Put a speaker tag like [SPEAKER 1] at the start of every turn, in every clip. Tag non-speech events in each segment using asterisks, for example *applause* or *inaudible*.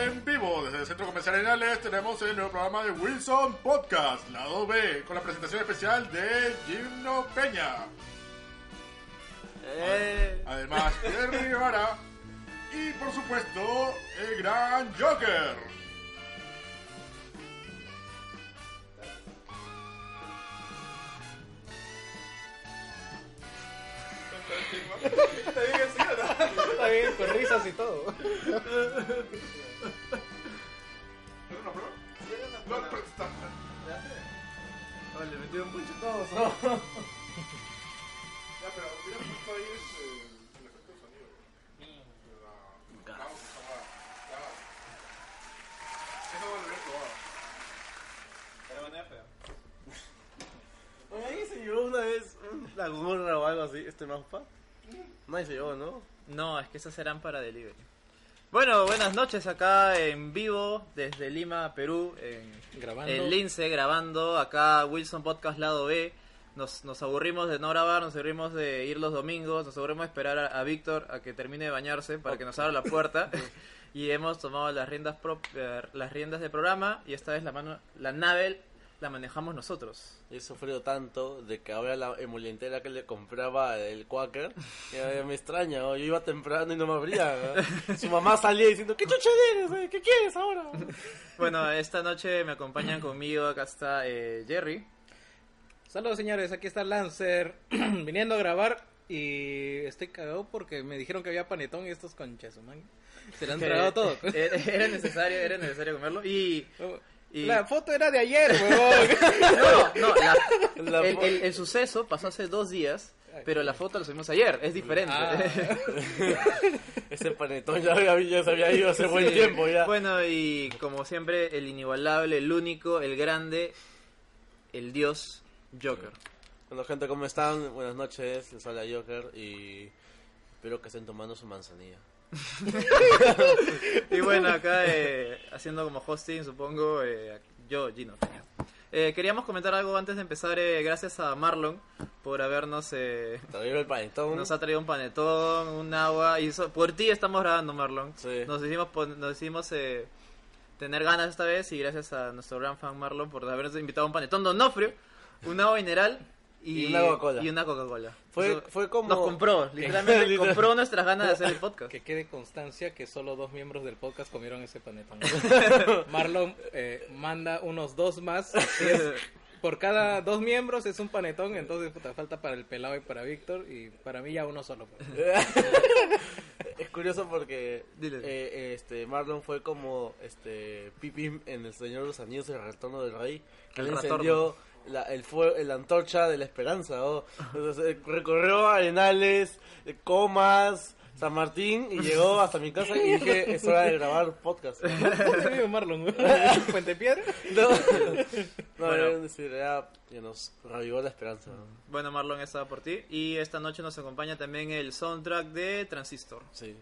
[SPEAKER 1] desde el Centro Comercial Arenales tenemos el nuevo programa de Wilson Podcast, lado B, con la presentación especial de Gino Peña.
[SPEAKER 2] Eh.
[SPEAKER 1] *laughs* Además, Jerry Rivera y, por supuesto, el gran Joker.
[SPEAKER 3] ¿Está bien así o no?
[SPEAKER 2] Está bien, con risas y todo.
[SPEAKER 1] ¿Era una prueba?
[SPEAKER 3] Sí, era una
[SPEAKER 1] No,
[SPEAKER 3] prueba.
[SPEAKER 1] pero está-
[SPEAKER 3] ¿Le hace?
[SPEAKER 4] Ah, Le metieron mucho todos.
[SPEAKER 1] Ya, pero hubiera puesto ahí este, el efecto de sonido. güey. La- Vamos, camarada, camarada. Eso va a volver probado.
[SPEAKER 3] Era manera fea.
[SPEAKER 4] Ahí se llevó una vez un- la gorra o algo así, este mapa. Nadie se llevó, ¿no?
[SPEAKER 2] No, es que esas serán para delivery. Bueno, buenas noches acá en vivo desde Lima, Perú, en,
[SPEAKER 5] Grabando.
[SPEAKER 2] en Lince, grabando acá Wilson Podcast Lado B. Nos, nos aburrimos de no grabar, nos aburrimos de ir los domingos, nos aburrimos de esperar a, a Víctor a que termine de bañarse para que nos abra la *laughs* puerta. y hemos tomado las riendas, prop- eh, las riendas del programa y esta vez la, mano, la nave la manejamos nosotros.
[SPEAKER 5] He sufrido tanto de que ahora la emolientera que le compraba el Quaker ya, ya me extraña. ¿no? Yo iba temprano y no me abría. ¿no? Su mamá salía diciendo: ¿Qué chucha eres? eh? ¿Qué quieres ahora?
[SPEAKER 2] Bueno, esta noche me acompañan conmigo, acá está eh, Jerry.
[SPEAKER 6] Saludos señores, aquí está Lancer *clears throat* viniendo a grabar y estoy cagado porque me dijeron que había panetón y estos conches, man. Se lo han
[SPEAKER 2] que-
[SPEAKER 6] tragado
[SPEAKER 2] *laughs*
[SPEAKER 6] todo.
[SPEAKER 2] Era era necesario, era necesario comerlo. Y. y-
[SPEAKER 6] La foto era de ayer,
[SPEAKER 2] *laughs*
[SPEAKER 6] huevón. *laughs*
[SPEAKER 2] No, no, la-
[SPEAKER 5] La
[SPEAKER 2] el,
[SPEAKER 5] fo-
[SPEAKER 2] el- el suceso pasó hace dos días, pero la foto la subimos ayer, es diferente. *laughs*
[SPEAKER 6] Ah.
[SPEAKER 5] Ese panetón ya, había- ya se había ido hace buen
[SPEAKER 2] Sí.
[SPEAKER 5] tiempo. ya.
[SPEAKER 2] Bueno, y como siempre, el inigualable, el único, el grande, el dios Joker.
[SPEAKER 5] Bueno, gente, ¿cómo están? Buenas noches. Les habla Joker y espero que estén tomando su manzanilla.
[SPEAKER 2] *laughs* Y bueno, acá eh, haciendo como hosting, supongo, eh, yo, Gino. Eh, queríamos comentar algo antes de empezar. eh, gracias a Marlon por habernos eh,
[SPEAKER 5] Todavía el panetón.
[SPEAKER 2] nos ha traído un panetón, un agua. Y eso- por ti estamos grabando, Marlon.
[SPEAKER 5] Sí.
[SPEAKER 2] Nos hicimos, pon- nos hicimos eh, tener ganas esta vez. Y gracias a nuestro gran fan Marlon por habernos invitado a un panetón de Onofrio, un agua mineral y,
[SPEAKER 5] Y una Coca-Cola.
[SPEAKER 2] y una Coca-Cola.
[SPEAKER 5] Fue-
[SPEAKER 2] Eso
[SPEAKER 5] fue como-
[SPEAKER 2] Nos
[SPEAKER 5] *laughs*
[SPEAKER 2] compró, literalmente
[SPEAKER 5] Literal.
[SPEAKER 2] compró nuestras ganas de hacer
[SPEAKER 5] *laughs*
[SPEAKER 2] el podcast.
[SPEAKER 6] Que quede constancia que solo dos miembros del podcast comieron ese panetón. Marlon eh, manda unos dos más. Es- por cada dos miembros es un panetón, entonces puta, falta para el pelado y para Víctor y para mí ya uno solo. pues.
[SPEAKER 5] Es curioso porque
[SPEAKER 2] Dile.
[SPEAKER 5] eh, este Marlon fue como este Pippin en El Señor de los Anillos y el Retorno del Rey, que
[SPEAKER 2] El
[SPEAKER 5] le
[SPEAKER 2] retorno.
[SPEAKER 5] encendió la, el fue- la antorcha de la esperanza. ¿oh? Entonces, eh, recorrió Arenales, eh, Comas, San Martín y llegó hasta mi casa y *laughs* dije, es hora de grabar *laughs* podcast. ¿no?
[SPEAKER 6] ¿Dónde vive Marlon? *laughs*
[SPEAKER 2] *laughs*
[SPEAKER 6] ¿Puente Piedra?
[SPEAKER 5] No, no,
[SPEAKER 2] Bueno.
[SPEAKER 5] era decir, era que nos revivó la esperanza. ¿no?
[SPEAKER 2] Bueno, Marlon, estaba por ti. Y esta noche nos acompaña también el soundtrack de Transistor.
[SPEAKER 5] Sí.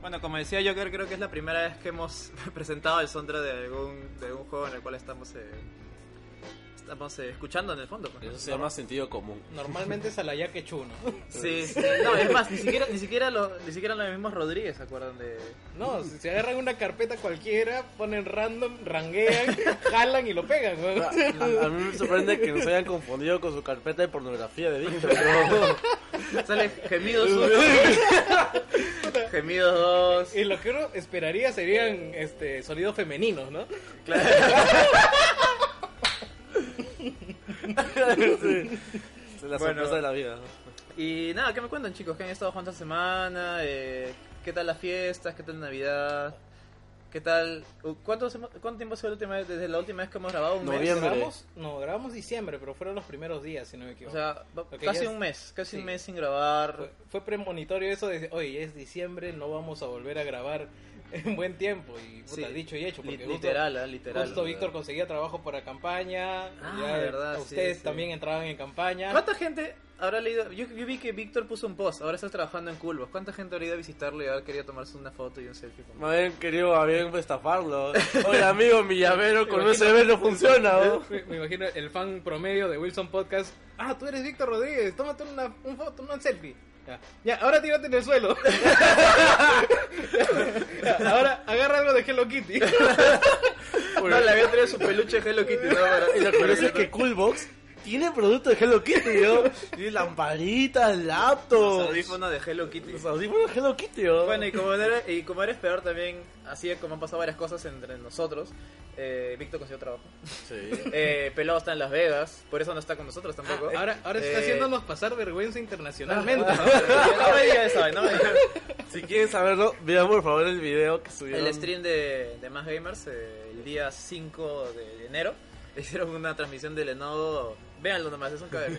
[SPEAKER 2] Bueno, como decía Joker, creo que es la primera vez que hemos *laughs* presentado el soundtrack de algún, de algún juego en el cual estamos, eh, estamos eh, escuchando en el fondo. pues, ¿no?
[SPEAKER 5] Eso se llama sentido común.
[SPEAKER 6] Normalmente es a la ya que chuno.
[SPEAKER 2] Sí, sí. No, es más, ni siquiera, ni siquiera, los, ni siquiera los mismos Rodríguez se acuerdan de...
[SPEAKER 6] No, si se agarran una carpeta cualquiera, ponen random, ranguean, *laughs* jalan y lo pegan.
[SPEAKER 5] O sea,
[SPEAKER 2] Ah.
[SPEAKER 6] ¿no?
[SPEAKER 5] A, a mí me sorprende que nos hayan confundido con su carpeta de pornografía de Víctor. ¿no?
[SPEAKER 2] Sale Gemidos 1, Gemidos 2,
[SPEAKER 6] Y lo que uno esperaría serían este sonidos femeninos, ¿no?
[SPEAKER 5] Sí. Es
[SPEAKER 2] Bueno.
[SPEAKER 5] la sorpresa de la vida.
[SPEAKER 2] y nada, ¿qué me cuentan chicos? ¿Qué han estado jugando esta semana? Eh, ¿Qué tal las fiestas? ¿Qué tal Navidad? ¿Qué tal? ¿Cuánto, hemos- cuánto tiempo ha sido la última vez- desde la última vez que hemos grabado? ¿Un mes?
[SPEAKER 7] Noviembre.
[SPEAKER 6] Grabamos, no, grabamos diciembre, pero fueron los primeros días, si no me
[SPEAKER 2] O
[SPEAKER 6] equivoco.
[SPEAKER 2] sea, va-
[SPEAKER 6] Ok,
[SPEAKER 2] casi
[SPEAKER 6] ya es-
[SPEAKER 2] un mes, casi
[SPEAKER 6] sí.
[SPEAKER 2] un mes sin
[SPEAKER 6] fue,
[SPEAKER 2] grabar.
[SPEAKER 6] fue premonitorio eso de, oye, es diciembre, no vamos a volver a grabar *laughs* en buen tiempo. Y puta,
[SPEAKER 2] Sí,
[SPEAKER 6] dicho y hecho,
[SPEAKER 2] Li-
[SPEAKER 6] porque justo-
[SPEAKER 2] literal, ¿ah? literal.
[SPEAKER 6] Justo Víctor conseguía trabajo para campaña.
[SPEAKER 2] Ah,
[SPEAKER 6] ya
[SPEAKER 2] verdad, sí,
[SPEAKER 6] ustedes
[SPEAKER 2] sí.
[SPEAKER 6] también entraban en campaña.
[SPEAKER 2] ¿Cuánta gente habrá leído? Yo, yo vi que Víctor puso un post, ahora estás trabajando en Culvos. ¿Cuánta gente habrá ido a visitarlo y habrá querido tomarse una foto y un selfie con
[SPEAKER 7] Me habían querido, habían estafarlo. Oye, amigo, mi llavero con USB no funciona, ¿no?
[SPEAKER 6] Eh, Me me imagino el fan promedio de Wilson Podcast. Ah, tú eres Víctor Rodríguez, tómate una un foto, una selfie. Ya, Ya, ahora tírate en el suelo. *laughs* Ya, ahora agarra algo de Hello Kitty.
[SPEAKER 2] No, le había traído su peluche de Hello Kitty. ¿no?
[SPEAKER 6] *laughs*
[SPEAKER 2] Para-
[SPEAKER 7] Y lo curioso es que Coolbox tiene productos de Hello Kitty, ¿no? Tiene lamparitas,
[SPEAKER 2] Los
[SPEAKER 7] laptops.
[SPEAKER 2] audífonos de Hello Kitty.
[SPEAKER 7] Los audífonos de Hello Kitty, ¿no?
[SPEAKER 2] Bueno, y como, era, y como era esperar también, así es como han pasado varias cosas entre nosotros, eh, Víctor consiguió trabajo.
[SPEAKER 7] Sí.
[SPEAKER 2] Eh, Pelado está en Las Vegas, por eso no está con nosotros tampoco.
[SPEAKER 6] Ah, Ahora, ahora está
[SPEAKER 2] Eh, *laughs* Ah.
[SPEAKER 6] haciéndonos pasar vergüenza internacionalmente.
[SPEAKER 2] No me digas eso, no me digas.
[SPEAKER 7] Si quieren saberlo, vean por favor el video que subieron.
[SPEAKER 2] El stream de, de Más Gamers, eh, el día 5 de enero, *laughs* hicieron una transmisión de Lenovo. Véanlo nomás, es un cabello.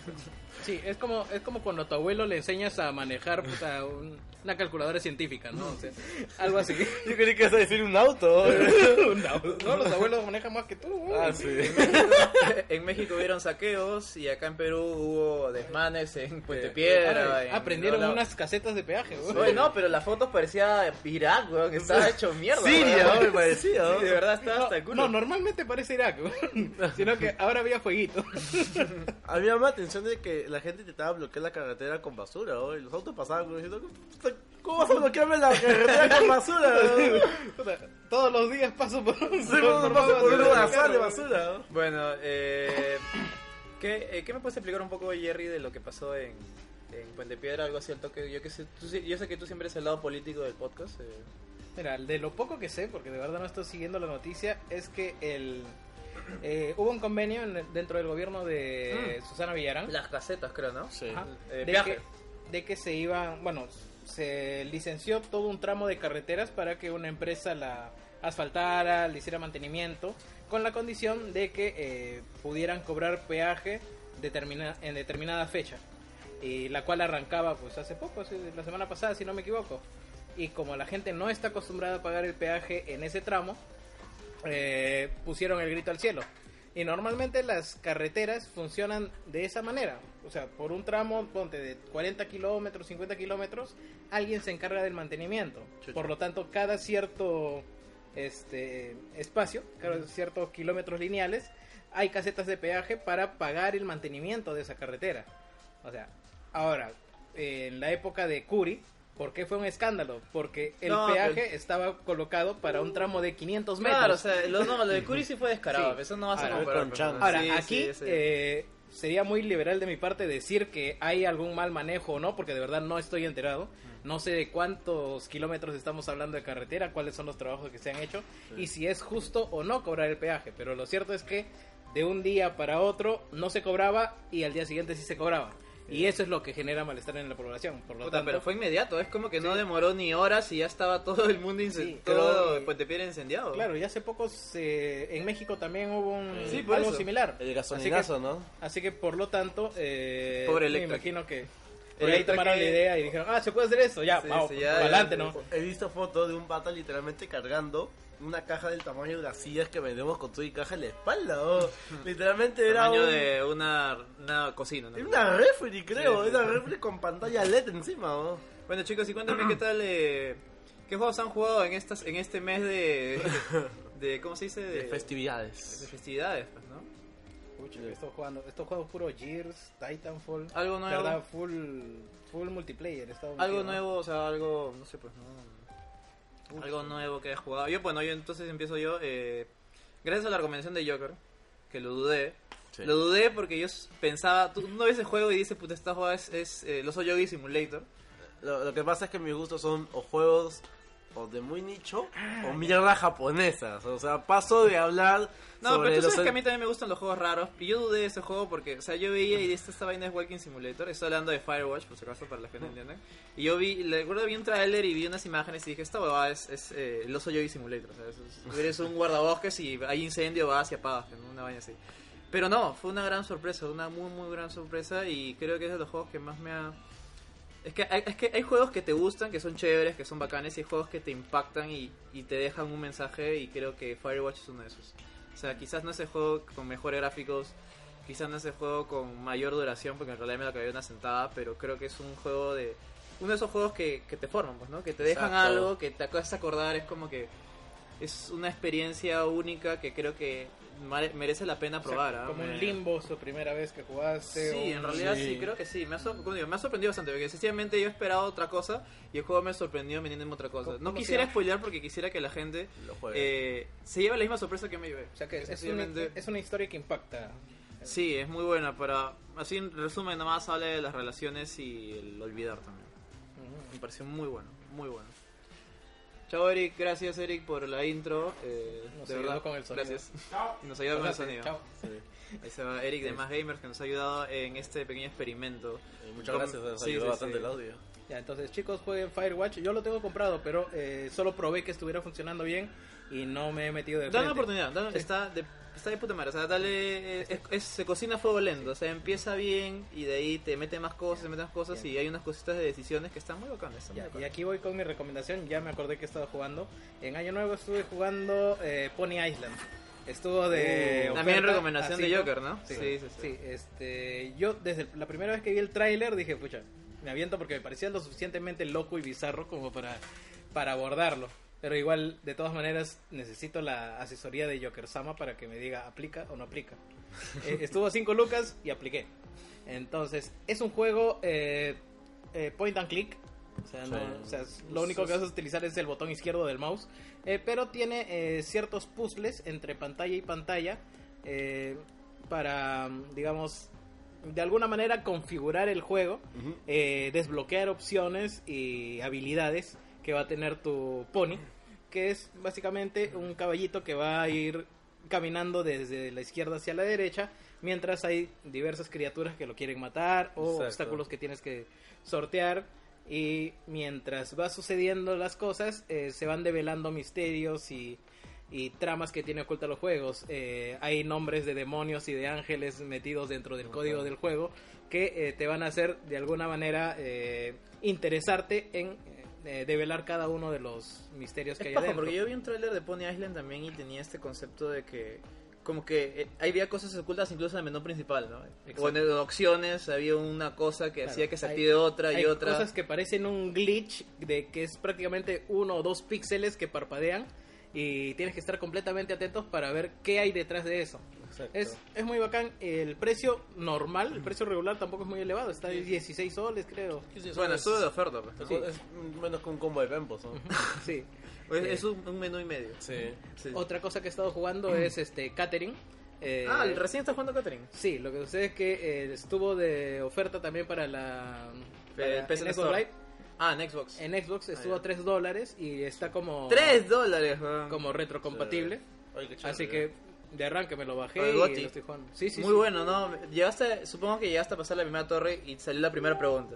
[SPEAKER 6] Sí, es como, es como cuando a tu abuelo le enseñas a manejar puta, un- una calculadora científica, ¿no? O sea, algo así.
[SPEAKER 7] Yo creí que ibas a decir un
[SPEAKER 2] *laughs*
[SPEAKER 7] auto.
[SPEAKER 6] No, los abuelos manejan más que tú. güey.
[SPEAKER 7] ah, sí.
[SPEAKER 2] *laughs* en México hubieron saqueos y acá en Perú hubo desmanes en Puente
[SPEAKER 6] Ahora,
[SPEAKER 2] Piedra. en-
[SPEAKER 6] aprendieron
[SPEAKER 2] no, la-
[SPEAKER 6] unas casetas de peaje, güey.
[SPEAKER 2] Oye, no, pero las fotos parecía Irak, weón, que estaba hecho mierda.
[SPEAKER 7] Siria, ¿no?
[SPEAKER 2] weón.
[SPEAKER 7] me parecía. ¿no?
[SPEAKER 2] Sí, de verdad estaba hasta el
[SPEAKER 6] No,
[SPEAKER 2] culo.
[SPEAKER 6] normalmente parece Irak, güey. sino que ahora había fueguito.
[SPEAKER 7] A mí me llama la atención de que la gente intentaba bloquear la carretera con basura, ¿no? Y los autos pasaban como diciendo, "Puta, ¿cómo vas a bloquearme la carretera con basura?
[SPEAKER 6] *laughs*
[SPEAKER 7] ¿no?
[SPEAKER 6] O sea, Todos los días paso por un
[SPEAKER 7] Sí, vamos, paso por un bazar de basura, ¿no?
[SPEAKER 2] Bueno, eh, ¿qué, eh, qué me puedes explicar un poco, Jerry, de lo que pasó en, en Puente Piedra? Algo así al toque. Yo, que sé, tú sí- yo sé que tú siempre eres el lado político del podcast. eh.
[SPEAKER 6] Mira, de lo poco que sé, porque de verdad no estoy siguiendo la noticia, es que el eh, hubo un convenio en- dentro del gobierno de
[SPEAKER 2] Mm.
[SPEAKER 6] Susana Villarán.
[SPEAKER 2] Las casetas, creo, ¿no?
[SPEAKER 7] Sí.
[SPEAKER 6] Ajá.
[SPEAKER 2] Eh,
[SPEAKER 6] de,
[SPEAKER 2] viaje.
[SPEAKER 6] que, de que se iban, bueno, se licenció todo un tramo de carreteras para que una empresa la asfaltara, le hiciera mantenimiento, con la condición de que eh, pudieran cobrar peaje determina- en determinada fecha, y la cual arrancaba pues hace poco, hace- la semana pasada, si no me equivoco. Y como la gente no está acostumbrada a pagar el peaje en ese tramo, eh, pusieron el grito al cielo. Y normalmente las carreteras funcionan de esa manera. O sea, por un tramo, ponte de 40 kilómetros, 50 kilómetros, alguien se encarga del mantenimiento. Por lo tanto, cada cierto este espacio, cada ciertos kilómetros lineales, hay casetas de peaje para pagar el mantenimiento de esa carretera. O sea, ahora, en la época de Curi, ¿por qué fue un escándalo? Porque el
[SPEAKER 2] No,
[SPEAKER 6] peaje
[SPEAKER 2] pero-
[SPEAKER 6] estaba colocado para un tramo de 500 metros.
[SPEAKER 2] Claro, o sea, lo, no,
[SPEAKER 6] *laughs*
[SPEAKER 2] lo de Curi sí fue descarado.
[SPEAKER 6] Sí.
[SPEAKER 2] Eso no vas a
[SPEAKER 6] Ahora,
[SPEAKER 2] comparar.
[SPEAKER 7] con
[SPEAKER 2] pues,
[SPEAKER 7] Chan.
[SPEAKER 2] ¿no?
[SPEAKER 6] Ahora,
[SPEAKER 2] Sí, sí,
[SPEAKER 6] aquí
[SPEAKER 2] sí.
[SPEAKER 6] eh, sería muy liberal de mi parte decir que hay algún mal manejo o no, porque de verdad no estoy enterado. No sé de cuántos kilómetros estamos hablando de carretera, cuáles son los trabajos que se han hecho y si es justo o no cobrar el peaje. Pero lo cierto es que de un día para otro no se cobraba y al día siguiente sí se cobraba. Y eso es lo que genera malestar en la población. Por lo
[SPEAKER 2] Puta,
[SPEAKER 6] tanto,
[SPEAKER 2] pero fue inmediato, es como que no demoró ni horas y ya estaba todo el mundo incendiado.
[SPEAKER 6] Sí,
[SPEAKER 2] todo
[SPEAKER 6] pero-
[SPEAKER 2] Puente Piedra incendiado.
[SPEAKER 6] claro, y hace poco se- en México también hubo un,
[SPEAKER 2] Sí, por
[SPEAKER 6] algo
[SPEAKER 2] eso.
[SPEAKER 6] similar.
[SPEAKER 7] El
[SPEAKER 6] Así que
[SPEAKER 7] gasolinazo, ¿no?
[SPEAKER 6] Así que por lo tanto, eh,
[SPEAKER 2] Pobre
[SPEAKER 6] me
[SPEAKER 2] Electra.
[SPEAKER 6] imagino que por
[SPEAKER 2] Electra
[SPEAKER 6] ahí tomaron
[SPEAKER 2] que-
[SPEAKER 6] la idea y dijeron, ah, se puede hacer eso, ya,
[SPEAKER 2] Sí,
[SPEAKER 6] vamos,
[SPEAKER 2] sí, ya,
[SPEAKER 6] para adelante,
[SPEAKER 2] ya,
[SPEAKER 6] ¿no?
[SPEAKER 7] He visto fotos de un pata literalmente cargando una caja del tamaño de las sillas que vendemos con tu y caja en la espalda.
[SPEAKER 6] *laughs*
[SPEAKER 7] ¿no? literalmente era
[SPEAKER 2] Tamaño
[SPEAKER 7] un-
[SPEAKER 2] de una, una cocina, ¿no?
[SPEAKER 7] era una refri, creo.
[SPEAKER 2] Sí, sí,
[SPEAKER 7] era
[SPEAKER 2] sí.
[SPEAKER 7] refri con pantalla LED encima. ¿no?
[SPEAKER 2] Bueno chicos, y cuéntame qué tal, eh, qué juegos han jugado en estas, en este mes de, de ¿cómo se dice? De, de
[SPEAKER 7] festividades.
[SPEAKER 2] festividades, pues, ¿no?
[SPEAKER 6] Pucha, que estoy jugando, estoy jugando puro Gears, Titanfall,
[SPEAKER 2] Algo nuevo.
[SPEAKER 6] ¿verdad? Full, full multiplayer. he estado
[SPEAKER 2] Algo
[SPEAKER 6] metido, ¿no?
[SPEAKER 2] nuevo, o sea, algo, no sé, pues, no, algo nuevo que he jugado. Yo, bueno, yo entonces empiezo yo, eh, gracias a la recomendación de Joker, que lo dudé.
[SPEAKER 7] Sí.
[SPEAKER 2] Lo dudé porque yo s- pensaba, tú no ves el juego y dices, puta, esta jugada es, es eh, el Oso Yogi Simulator.
[SPEAKER 7] Lo, lo que pasa es que mis gustos son o juegos o de muy nicho
[SPEAKER 2] Ah,
[SPEAKER 7] o mierda japonesas. O sea, paso de hablar.
[SPEAKER 2] No,
[SPEAKER 7] sobre
[SPEAKER 2] pero tú
[SPEAKER 7] los-
[SPEAKER 2] sabes que a mí también me gustan los juegos raros. Y yo dudé de ese juego porque, o sea, yo veía y esta, esta vaina es Walking Simulator. Estoy hablando de Firewatch, por si acaso, para los que no entienden. Y yo vi, le recuerdo, vi un trailer y vi unas imágenes y dije, esta huevada es, es eh, el oso Yogi Simulator. o sea, es- es- eres un guardabosques y hay incendio, vas y apagas, ¿no? una vaina así. Pero no, fue una gran sorpresa, una muy, muy gran sorpresa. Y creo que es de los juegos que más me ha. Es que, hay, es que hay juegos que te gustan, que son chéveres, que son bacanes, y hay juegos que te impactan y, y te dejan un mensaje, y creo que Firewatch es uno de esos. O sea, quizás no es el juego con mejores gráficos, quizás no es el juego con mayor duración, porque en realidad me lo acabé en una sentada, pero creo que es un juego de... Uno de esos juegos que, que te forman, pues, ¿no? Que te dejan
[SPEAKER 7] Exacto.
[SPEAKER 2] algo, que te acuerdas acordar, es como que... Es una experiencia única que creo que mare- merece la pena
[SPEAKER 6] O sea,
[SPEAKER 2] probar, ¿ah?
[SPEAKER 6] como
[SPEAKER 2] Me-
[SPEAKER 6] un limbo, su primera vez que jugaste.
[SPEAKER 2] Sí,
[SPEAKER 6] o-
[SPEAKER 2] en realidad sí,
[SPEAKER 7] sí.
[SPEAKER 2] creo que sí. Me ha, sor- como digo, me ha sorprendido bastante, porque sencillamente yo esperaba otra cosa y el juego me sorprendió vendiéndome otra cosa.
[SPEAKER 6] ¿Cómo-
[SPEAKER 2] No
[SPEAKER 6] cómo
[SPEAKER 2] quisiera
[SPEAKER 6] se llama?
[SPEAKER 2] spoilear porque quisiera que la gente
[SPEAKER 7] Lo juegue.
[SPEAKER 2] eh, se lleve la misma sorpresa que me llevé.
[SPEAKER 6] O sea que es, una,
[SPEAKER 2] Sencillamente-
[SPEAKER 6] es una historia que impacta.
[SPEAKER 2] Sí, es muy buena para... Así en resumen, nada más habla de las relaciones y el olvidar también. Me pareció muy bueno, muy bueno. Chao Eric, gracias Eric por la intro. eh,
[SPEAKER 6] Nos
[SPEAKER 2] de
[SPEAKER 6] ayudó
[SPEAKER 2] verdad,
[SPEAKER 6] con el sonido.
[SPEAKER 2] Gracias.
[SPEAKER 1] Chao.
[SPEAKER 2] Nos ayudó con el sonido.
[SPEAKER 6] Chao.
[SPEAKER 2] Ahí se va Eric de Más Gamers que nos ha ayudado en este pequeño experimento.
[SPEAKER 7] Eh, Muchas gracias, nos
[SPEAKER 2] Sí,
[SPEAKER 7] ayudó
[SPEAKER 2] sí,
[SPEAKER 7] bastante
[SPEAKER 2] sí.
[SPEAKER 7] el audio.
[SPEAKER 6] Ya, entonces chicos, jueguen Firewatch. Yo lo tengo comprado, pero eh, solo probé que estuviera funcionando bien y no me he metido de
[SPEAKER 2] Dale
[SPEAKER 6] frente.
[SPEAKER 2] una oportunidad, dale- está, de, está de puta madre, o sea, dale, eh, es- es- se cocina a fuego lento, o sea, empieza bien y de ahí te mete más cosas, te mete más cosas y hay unas cositas de decisiones que están muy bacanas. están muy
[SPEAKER 6] Ya, y
[SPEAKER 2] bacanas.
[SPEAKER 6] aquí voy con mi recomendación, ya me acordé que estaba jugando. En Año Nuevo estuve jugando eh, Pony Island. Estuvo de...
[SPEAKER 2] Uh, también
[SPEAKER 6] oferta,
[SPEAKER 2] recomendación
[SPEAKER 6] así,
[SPEAKER 2] de Joker, ¿no?
[SPEAKER 6] Sí,
[SPEAKER 2] Sí,
[SPEAKER 6] sí,
[SPEAKER 2] sí, sí.
[SPEAKER 6] este, yo desde la primera vez que vi el tráiler dije, pucha, me aviento porque me parecía lo suficientemente loco y bizarro como para, para abordarlo. Pero igual, de todas maneras, necesito la asesoría de Joker Sama para que me diga aplica o no
[SPEAKER 2] *laughs*
[SPEAKER 6] aplica. Eh, estuvo a 5 lucas y apliqué. Entonces, es un juego eh, eh, point and click. O sea, no-
[SPEAKER 7] Sí.
[SPEAKER 6] o sea, es- lo único que vas a utilizar es el botón izquierdo del mouse. Eh, pero tiene eh, ciertos puzzles entre pantalla y pantalla eh, para, digamos, de alguna manera configurar el juego, eh, desbloquear opciones y habilidades que va a tener tu pony, que es básicamente un caballito que va a ir caminando desde la izquierda hacia la derecha, mientras hay diversas criaturas que lo quieren matar o
[SPEAKER 7] Exacto.
[SPEAKER 6] obstáculos que tienes que sortear. Y mientras va sucediendo las cosas, eh, se van develando misterios y, y tramas que tiene oculta los juegos. Eh, hay nombres de demonios y de ángeles metidos dentro del código del juego que eh, te van a hacer de alguna manera eh, interesarte en eh, develar cada uno de los misterios que
[SPEAKER 2] Es
[SPEAKER 6] hay
[SPEAKER 2] paja,
[SPEAKER 6] adentro.
[SPEAKER 2] porque yo vi un tráiler de Pony Island también y tenía este concepto de que como que eh, había cosas ocultas incluso en el menú principal, ¿no? O en en opciones había una cosa que
[SPEAKER 6] Claro,
[SPEAKER 2] hacía que se
[SPEAKER 6] hay-
[SPEAKER 2] active otra y
[SPEAKER 6] Hay
[SPEAKER 2] otra.
[SPEAKER 6] cosas que parecen un glitch de que es prácticamente uno o dos píxeles que parpadean y tienes que estar completamente atentos para ver qué hay detrás de eso. Es, es muy bacán. El precio normal, el precio regular tampoco es muy elevado, está de 16 soles
[SPEAKER 2] *laughs*
[SPEAKER 6] creo.
[SPEAKER 2] Bueno, estuvo de oferta, pues. ¿no?
[SPEAKER 6] Sí.
[SPEAKER 7] Es menos que un combo de pempos, ¿no?
[SPEAKER 6] Sí.
[SPEAKER 2] O Es,
[SPEAKER 6] Sí.
[SPEAKER 2] es un, un menú y medio.
[SPEAKER 7] sí.
[SPEAKER 2] Sí.
[SPEAKER 6] Otra cosa que he estado jugando es este catering. Eh,
[SPEAKER 2] Ah, recién está jugando Catherine.
[SPEAKER 6] Sí, lo que sucede es que eh, estuvo de oferta también para la
[SPEAKER 2] Eh,
[SPEAKER 6] para
[SPEAKER 2] PSN
[SPEAKER 6] en
[SPEAKER 2] Store.
[SPEAKER 6] Xbox Live.
[SPEAKER 2] Ah, en Xbox.
[SPEAKER 6] En Xbox estuvo
[SPEAKER 2] ya.
[SPEAKER 6] a 3 dólares y está como
[SPEAKER 2] Tres dólares, weón.
[SPEAKER 6] como retrocompatible.
[SPEAKER 7] Ay, qué chévere. eh.
[SPEAKER 6] Así que de arranque me lo
[SPEAKER 2] Con
[SPEAKER 6] bajé
[SPEAKER 2] el
[SPEAKER 6] y
[SPEAKER 2] Gotti.
[SPEAKER 6] lo estoy jugando. Sí, sí,
[SPEAKER 2] Muy
[SPEAKER 6] sí.
[SPEAKER 2] bueno, ¿no? Llegaste, supongo que llegaste a pasar la primera torre y salió la primera pregunta.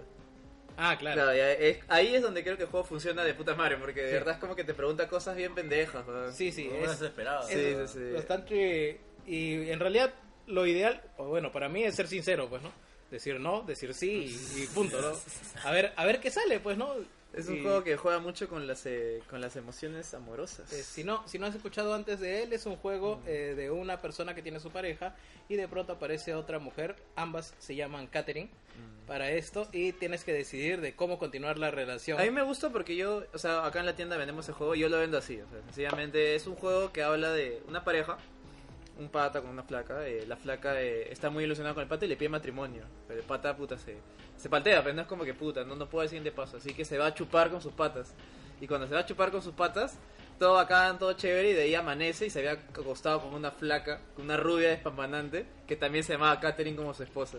[SPEAKER 6] Ah, claro.
[SPEAKER 2] Claro, ya es- ahí es donde creo que el juego funciona de puta madre, porque de
[SPEAKER 6] Sí.
[SPEAKER 2] verdad es como que te pregunta cosas bien pendejas, weón.
[SPEAKER 6] Sí, sí,
[SPEAKER 7] No
[SPEAKER 6] es,
[SPEAKER 7] desesperado.
[SPEAKER 2] Sí,
[SPEAKER 6] es
[SPEAKER 2] sí, sí.
[SPEAKER 6] bastante y en realidad lo ideal, o bueno, para mí es ser sincero, pues, ¿no? Decir no, decir sí y, y punto, ¿no? A ver, a ver qué sale, pues, ¿no?
[SPEAKER 2] Es un
[SPEAKER 6] Y-
[SPEAKER 2] juego que juega mucho con las, eh, con las emociones amorosas.
[SPEAKER 6] Eh, si, no, si no has escuchado antes de él, es un juego eh, de una persona que tiene su pareja y de pronto aparece otra mujer, ambas se llaman Catherine
[SPEAKER 2] Mm.
[SPEAKER 6] para esto y tienes que decidir de cómo continuar la relación.
[SPEAKER 2] A mí me gusta porque yo, o sea, acá en la tienda vendemos el juego y yo lo vendo así. O sea, sencillamente es un juego que habla de una pareja, un pata con una flaca. eh, la flaca eh, está muy ilusionada con el pata y le pide matrimonio. Pero el pata, puta, se, se paltea, pero no es como que puta, no, no puedo el siguiente paso. Así que se va a chupar con sus patas. Y cuando se va a chupar con sus patas, todo bacán, todo chévere. Y de ahí amanece y se había acostado con una flaca, con una rubia despampanante que también se llamaba Katherine como su esposa.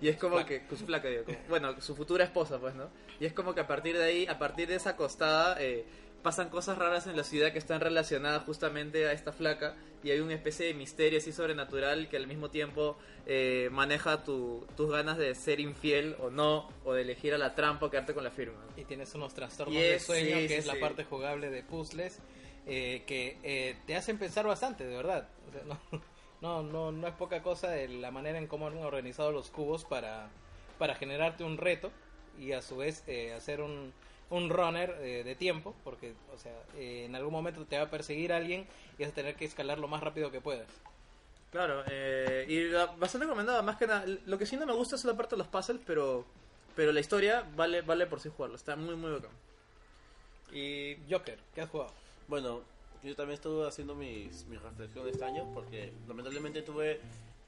[SPEAKER 2] Y es como que, con su flaca, digo, como- bueno, su futura esposa, pues, ¿no? Y es como que a partir de ahí, a partir de esa acostada, eh, pasan cosas raras en la ciudad que están relacionadas justamente a esta flaca y hay una especie de misterio así sobrenatural que al mismo tiempo eh, maneja tu- tus ganas de ser infiel o no, o de elegir a la trampa o quedarte con la firma.
[SPEAKER 6] Y tienes unos trastornos
[SPEAKER 2] Y
[SPEAKER 6] de
[SPEAKER 2] es-
[SPEAKER 6] sueño,
[SPEAKER 2] sí,
[SPEAKER 6] que
[SPEAKER 2] sí,
[SPEAKER 6] es la
[SPEAKER 2] sí.
[SPEAKER 6] parte jugable de puzzles, eh, que eh, te hacen pensar bastante, de verdad. O sea, no, *laughs* no, no, no es poca cosa de la manera en cómo han organizado los cubos para, para generarte un reto y a su vez eh, hacer un, un runner eh, de tiempo, porque o sea, eh, en algún momento te va a perseguir alguien y vas a tener que escalar lo más rápido que puedas.
[SPEAKER 2] Claro, eh, y la- bastante recomendada, más que nada. Lo que sí no me gusta es la parte de los puzzles, pero, pero la historia vale, vale por sí jugarlo, está muy, muy bacán.
[SPEAKER 6] Y Joker, ¿qué has jugado?
[SPEAKER 5] Bueno, yo también estuve haciendo mis, mis reflexiones este año porque lamentablemente tuve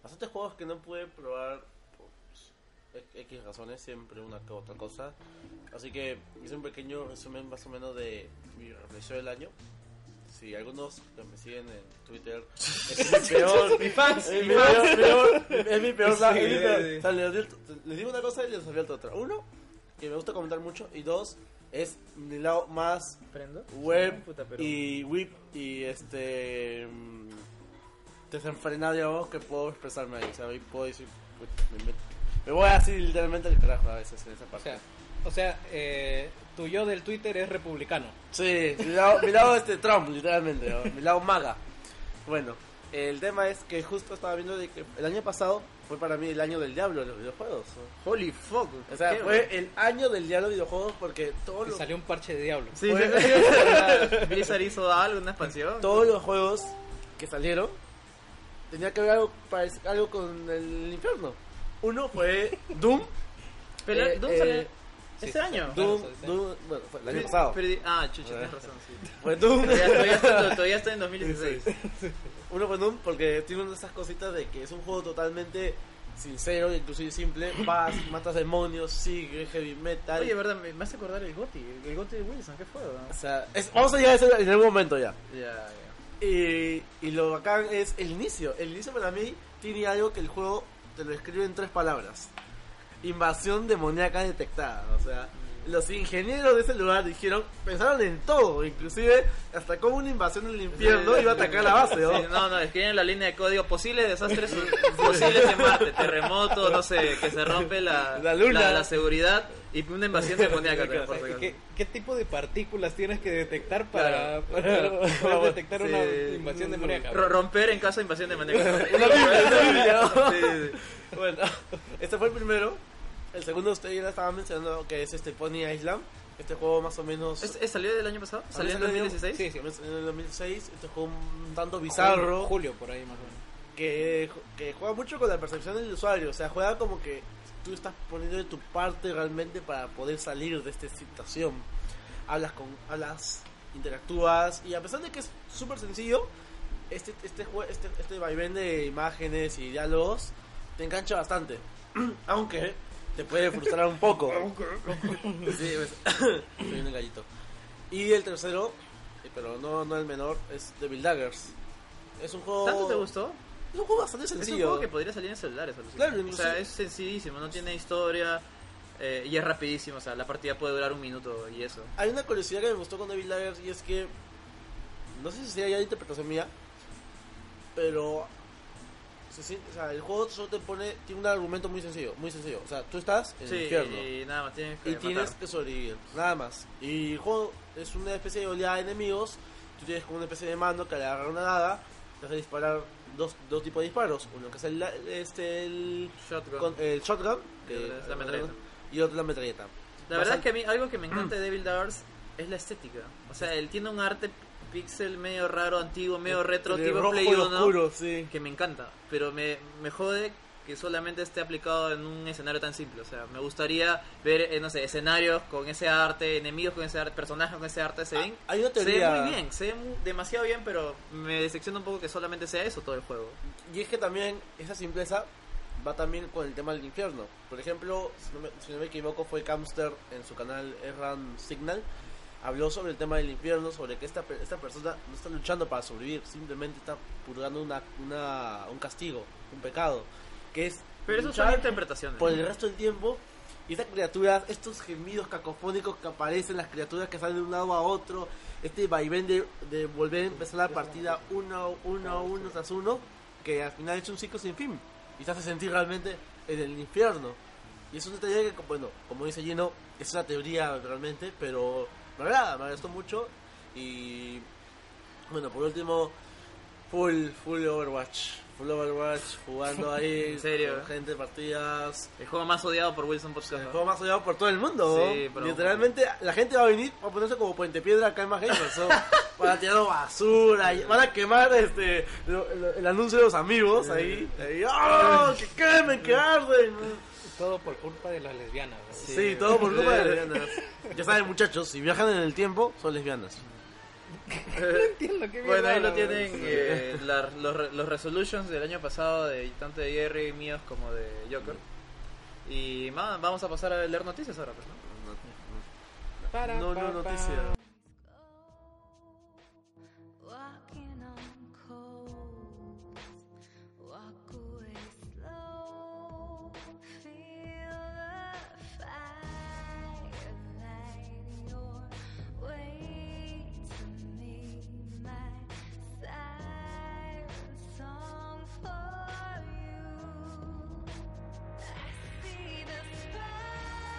[SPEAKER 5] bastantes juegos que no pude probar por e- X razones, siempre una que otra cosa. Así que hice un pequeño resumen más o menos de mi reflexión del año. Si algunos que me siguen en
[SPEAKER 2] *laughs*
[SPEAKER 5] Twitter es mi peor,
[SPEAKER 2] Mi fans,
[SPEAKER 5] es
[SPEAKER 2] mi
[SPEAKER 5] mi
[SPEAKER 2] fans.
[SPEAKER 5] peor, peor- es mi
[SPEAKER 2] *laughs*
[SPEAKER 5] peor
[SPEAKER 2] Sí,
[SPEAKER 5] la- es mi peor-
[SPEAKER 2] sí.
[SPEAKER 5] o sea, les, advierto- les digo una cosa y les advierto otra. Uno, que me gusta comentar mucho. Y dos, es mi lado más
[SPEAKER 2] Prendo.
[SPEAKER 5] web
[SPEAKER 2] Puta, pero-
[SPEAKER 5] y whip y este mm, desenfrenado digamos que puedo expresarme ahí o sea ahí puedo decir put- me, met- me voy así literalmente al carajo a veces en esa
[SPEAKER 6] O
[SPEAKER 5] parte
[SPEAKER 6] sea, o sea eh, tu yo del Twitter es republicano.
[SPEAKER 5] sí mi lado, mi lado, este Trump literalmente ¿no? mi lado maga bueno el tema es que justo estaba viendo de que el año pasado fue para mí el año del diablo de los videojuegos ¿no?
[SPEAKER 2] Holy fuck.
[SPEAKER 5] o sea
[SPEAKER 2] ¿qué,
[SPEAKER 5] fue el año del diablo de videojuegos porque todos
[SPEAKER 6] Te
[SPEAKER 5] los
[SPEAKER 6] salió un parche de diablo.
[SPEAKER 2] Sí, sí, sí, sí, o sea, *laughs* Blizzard hizo algo, una expansión.
[SPEAKER 5] todos los juegos que salieron tenía que ver algo, parec- algo con el infierno. Uno fue Doom.
[SPEAKER 2] Pero
[SPEAKER 5] eh,
[SPEAKER 2] Doom
[SPEAKER 5] eh,
[SPEAKER 2] salió
[SPEAKER 6] sí,
[SPEAKER 2] este año.
[SPEAKER 6] claro,
[SPEAKER 5] Doom,
[SPEAKER 6] eso es-
[SPEAKER 5] Doom- bueno, fue el año
[SPEAKER 2] Pero-
[SPEAKER 5] pasado.
[SPEAKER 2] pero- ah, chucha, tienes razón, sí.
[SPEAKER 5] Fue Doom. *laughs*
[SPEAKER 2] Todavía, todavía está, todavía está en 2016.
[SPEAKER 5] Uno fue Doom porque tiene una de esas cositas de que es un juego totalmente sincero, inclusive simple. Vas, matas demonios, sigue, heavy metal.
[SPEAKER 2] Oye, verdad, me, me hace acordar el Goti, el Goti de Wilson, qué fue.
[SPEAKER 5] o sea, es- vamos a llegar a eso en algún momento ya.
[SPEAKER 2] Ya,
[SPEAKER 5] Y, y lo bacán es el inicio. El inicio para mí tiene algo que el juego te lo escribe en tres palabras. Invasión demoníaca detectada. O sea, los ingenieros de ese lugar dijeron, pensaron en todo, inclusive hasta cómo una invasión del infierno iba a atacar la base. ¿no?
[SPEAKER 2] *laughs* Sí, no, no, escriben la línea de código posibles desastres posibles de Marte, terremoto, no sé, que se rompe la,
[SPEAKER 5] La luna.
[SPEAKER 2] la, seguridad y una invasión demoníaca. creo, por si acaso.
[SPEAKER 6] ¿Qué, qué tipo de partículas tienes que detectar para, para poder
[SPEAKER 5] Ah,
[SPEAKER 2] *laughs*
[SPEAKER 6] detectar una
[SPEAKER 2] Sí.
[SPEAKER 6] invasión demoníaca?
[SPEAKER 2] Ro- romper en caso de invasión demoníaca.
[SPEAKER 5] Una Biblia, una Biblia, ¿no?
[SPEAKER 2] Sí, sí, sí.
[SPEAKER 5] Bueno, *laughs* este fue el primero. El segundo ustedes ya lo estaban mencionando que es este Pony Island. Este juego más o menos...
[SPEAKER 2] ¿Es- es- ¿Salió del año pasado? ¿Salió en
[SPEAKER 5] salió-
[SPEAKER 2] 2016?
[SPEAKER 6] Sí, sí.
[SPEAKER 5] En el 2006, este juego un tanto bizarro.
[SPEAKER 6] Julio, por ahí más o menos.
[SPEAKER 5] que, que juega mucho con la percepción del usuario. O sea, juega como que tú estás poniendo de tu parte realmente para poder salir de esta situación. Hablas con. hablas, interactúas. Y a pesar de que es súper sencillo, este, este, jue- este, este vaivén de imágenes y diálogos te engancha bastante. *clears throat* Aunque te puede frustrar un poco. Sí, pues, *coughs* soy un gallito. Y el tercero, eh, pero no, no el menor, es Devil Daggers. Es un juego.
[SPEAKER 2] ¿Tanto te gustó?
[SPEAKER 5] Es un juego bastante
[SPEAKER 2] Es
[SPEAKER 5] sencillo.
[SPEAKER 2] un juego que pues, podría salir en celulares. alucina.
[SPEAKER 5] Claro,
[SPEAKER 2] o
[SPEAKER 5] inclusive-
[SPEAKER 2] sea, es sencillísimo, no tiene historia eh, y es rapidísimo. O sea, la partida puede durar un minuto y eso.
[SPEAKER 5] Hay una curiosidad que me gustó con Devil Daggers y es que. No sé si sea ya interpretación mía, pero. se siente- o sea, el juego solo te pone. Tiene un argumento muy sencillo, muy sencillo. O sea, tú estás en el
[SPEAKER 2] sí,
[SPEAKER 5] infierno.
[SPEAKER 2] y nada más tienes que
[SPEAKER 5] Y
[SPEAKER 2] matar.
[SPEAKER 5] tienes que sobrevivir, nada más. Y el juego es una especie de oleada de enemigos. Tú tienes como una especie de mando que le agarra una daga. Te hace disparar dos, dos tipos de disparos. Uno que es el, este, el,
[SPEAKER 2] Shotgun.
[SPEAKER 5] con- el shotgun.
[SPEAKER 2] Y
[SPEAKER 5] que-
[SPEAKER 2] otro es la metralleta.
[SPEAKER 5] Y otro la metralleta.
[SPEAKER 2] La verdad
[SPEAKER 5] Bastan-
[SPEAKER 2] es que a mí algo
[SPEAKER 5] *clears throat*
[SPEAKER 2] que me encanta de Devil Daggers es la estética. O sea, él tiene un arte pixel medio raro, antiguo, medio retro,
[SPEAKER 5] El
[SPEAKER 2] tipo
[SPEAKER 5] rojo
[SPEAKER 2] Play
[SPEAKER 5] y
[SPEAKER 2] 1,
[SPEAKER 5] oscuro, sí.
[SPEAKER 2] que me encanta. Pero me, me jode que solamente esté aplicado en un escenario tan simple. O sea, me gustaría ver, eh, no sé, escenarios con ese arte, enemigos con ese arte, personajes con ese arte. Se ven,
[SPEAKER 5] Ah, Hay una
[SPEAKER 2] se ven
[SPEAKER 5] teoría.
[SPEAKER 2] muy bien, se ven mu- demasiado bien, pero me decepciona un poco que solamente sea eso todo el juego.
[SPEAKER 5] Y es que también esa simpleza va también con el tema del infierno. Por ejemplo, si no me, si no me equivoco, fue Camster en su canal Erran Signal. Habló sobre el tema del infierno, sobre que esta, pe- esta persona no está luchando para sobrevivir, simplemente está purgando una, una- un castigo, un pecado. Que es
[SPEAKER 2] Pero eso son
[SPEAKER 5] luchar
[SPEAKER 2] interpretaciones.
[SPEAKER 5] por el resto del tiempo Y estas criaturas, estos gemidos cacofónicos que aparecen, las criaturas que salen de un lado a otro, este vaivén de, de volver a empezar la partida uno, uno, uno tras uno, que al final es un ciclo sin fin. Y te hace sentir realmente en el infierno. Y es una teoría que, bueno, como dice Gino, es una teoría realmente, pero me agrada, me agradó mucho. Y bueno, por último, full, full Overwatch. Full Overwatch, jugando
[SPEAKER 2] *laughs*
[SPEAKER 5] ahí.
[SPEAKER 2] En serio.
[SPEAKER 5] con Gente, partidas.
[SPEAKER 2] El juego más odiado por Wilson
[SPEAKER 5] El
[SPEAKER 2] Podcast. ¿no?
[SPEAKER 5] juego más odiado por todo el mundo.
[SPEAKER 2] Sí,
[SPEAKER 5] ¿no?
[SPEAKER 2] pero-
[SPEAKER 5] Literalmente, la gente va a venir a ponerse como puente piedra acá en más gamers. ¿no? *laughs* Van a tirar basura, y van a quemar este lo- lo- el anuncio de los amigos ahí. ahí, ¡Oh! ¡Que quemen, que arden!
[SPEAKER 6] Todo por culpa de las lesbianas. ¿no?
[SPEAKER 5] Sí, todo por culpa de lesbianas. *laughs* Ya saben, muchachos, si viajan en el tiempo, son lesbianas.
[SPEAKER 2] *laughs*
[SPEAKER 6] Entiendo, qué
[SPEAKER 2] Bueno, ahí lo
[SPEAKER 6] mierda, güey.
[SPEAKER 2] tienen eh, la- los, re- los resolutions del año pasado, de tanto de Jerry míos como de Joker. Y ma, vamos a pasar a leer noticias ahora, pues, ¿no?
[SPEAKER 6] Para,
[SPEAKER 5] No,
[SPEAKER 6] pa,
[SPEAKER 5] no,
[SPEAKER 6] pa.
[SPEAKER 5] noticia.
[SPEAKER 8] Walking on cold, walk away slow. Feel the fire lighting your way to me. My siren song for you. I see the spine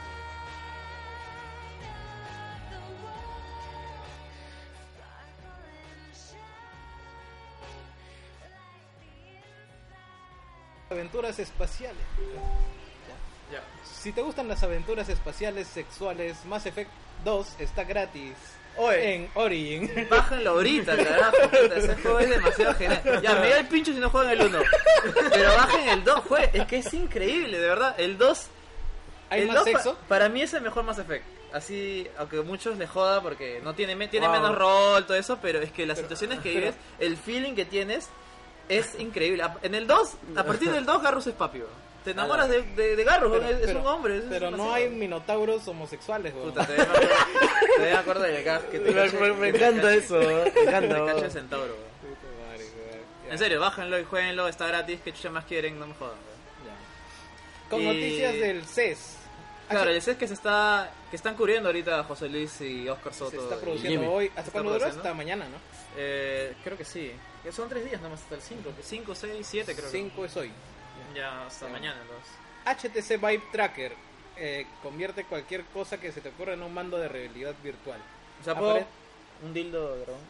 [SPEAKER 8] of the world sparkle and shine like the inside.
[SPEAKER 6] Aventuras espaciales.
[SPEAKER 2] Ya.
[SPEAKER 6] Si te gustan las aventuras espaciales sexuales, Mass Effect 2 está gratis
[SPEAKER 2] Oye.
[SPEAKER 6] en
[SPEAKER 2] *laughs*
[SPEAKER 6] Origin.
[SPEAKER 2] Bájenlo
[SPEAKER 6] *laughs*
[SPEAKER 2] ahorita, carajo. puta, Ese juego es demasiado genial. Ya, me da el pincho si no juegan el 1. Pero bajen el 2, jue. Es que es increíble, de verdad. El 2.
[SPEAKER 6] ¿Hay
[SPEAKER 2] el
[SPEAKER 6] más
[SPEAKER 2] 2 pa-
[SPEAKER 6] sexo?
[SPEAKER 2] para mí es el mejor Mass Effect. Así, aunque a muchos les joda porque no tiene, me- tiene
[SPEAKER 5] Wow.
[SPEAKER 2] menos rol, todo eso. Pero es que las situaciones
[SPEAKER 6] *laughs*
[SPEAKER 2] que vives, el feeling que tienes, es increíble. A- En el 2, a partir del 2, Garrus es papi. weón. Te enamoras de, de, de Garrus,
[SPEAKER 6] Pero-
[SPEAKER 2] weón, es, es
[SPEAKER 6] pero-
[SPEAKER 2] un hombre. es- es
[SPEAKER 6] Pero
[SPEAKER 2] un
[SPEAKER 6] no
[SPEAKER 2] vacío.
[SPEAKER 6] hay minotauros homosexuales, weón.
[SPEAKER 2] Puta, te voy a acordar- te voy a acordar de acá.
[SPEAKER 6] *laughs*
[SPEAKER 2] Que te
[SPEAKER 5] Me,
[SPEAKER 2] cache-
[SPEAKER 5] me- me
[SPEAKER 2] que te
[SPEAKER 5] encanta
[SPEAKER 2] cache-
[SPEAKER 5] eso, ¿eh? me
[SPEAKER 2] que
[SPEAKER 5] encanta.
[SPEAKER 2] te cache
[SPEAKER 5] ¿no?
[SPEAKER 2] el centauro, weón.
[SPEAKER 6] Puta madre, weón. Ya,
[SPEAKER 2] En serio, bájenlo y jueguenlo, está gratis, que chucha más quieren, no me jodan. weón.
[SPEAKER 6] ya. Con
[SPEAKER 2] Y-
[SPEAKER 6] noticias del E CES.
[SPEAKER 2] Claro, ya sé que se está que están cubriendo ahorita José Luis y Oscar Soto.
[SPEAKER 6] Se está
[SPEAKER 2] y-
[SPEAKER 6] produciendo
[SPEAKER 9] Jimmy.
[SPEAKER 6] hoy.
[SPEAKER 2] Está
[SPEAKER 6] ¿Hasta cuándo dura?
[SPEAKER 2] produciendo.
[SPEAKER 6] Hasta mañana, ¿no?
[SPEAKER 2] Eh, creo que sí. Que son tres días nomás hasta el 5. 5, 6, 7 creo. que.
[SPEAKER 6] 5 es hoy.
[SPEAKER 2] Ya, hasta
[SPEAKER 6] Ya.
[SPEAKER 2] mañana entonces.
[SPEAKER 6] HTC Vive Tracker eh, convierte cualquier cosa que se te ocurra en un mando de realidad virtual.
[SPEAKER 2] O sea, puedo...
[SPEAKER 6] Apare-
[SPEAKER 2] Un dildo, dragón.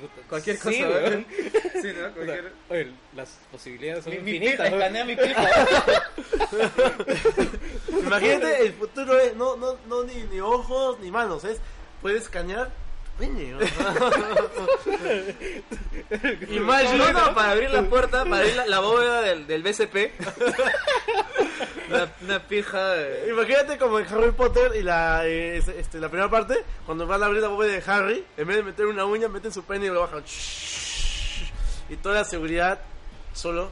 [SPEAKER 6] Puta,
[SPEAKER 2] *laughs* Cualquier
[SPEAKER 6] *laughs* sí,
[SPEAKER 2] cosa,
[SPEAKER 6] weón.
[SPEAKER 2] weón. Sí, ¿no?
[SPEAKER 6] O sea,
[SPEAKER 2] Cualquier...
[SPEAKER 6] oye, las posibilidades son
[SPEAKER 2] Mi, mi pija,
[SPEAKER 6] infinitas. weón.
[SPEAKER 2] escanea mi *laughs* pija.
[SPEAKER 5] Imagínate, el futuro es no, no, no ni, ni ojos ni manos, es puedes escanear tu pene. ¿no?
[SPEAKER 2] Imagínate. No, no, para abrir la puerta, para abrir la, la bóveda del, del BCP. *laughs* una, una pija de...
[SPEAKER 5] Imagínate como en Harry Potter y la eh, es- este, la primera parte, cuando van a abrir la bóveda de Harry, en vez de meter una uña, meten su pene y lo bajan. Y toda la seguridad solo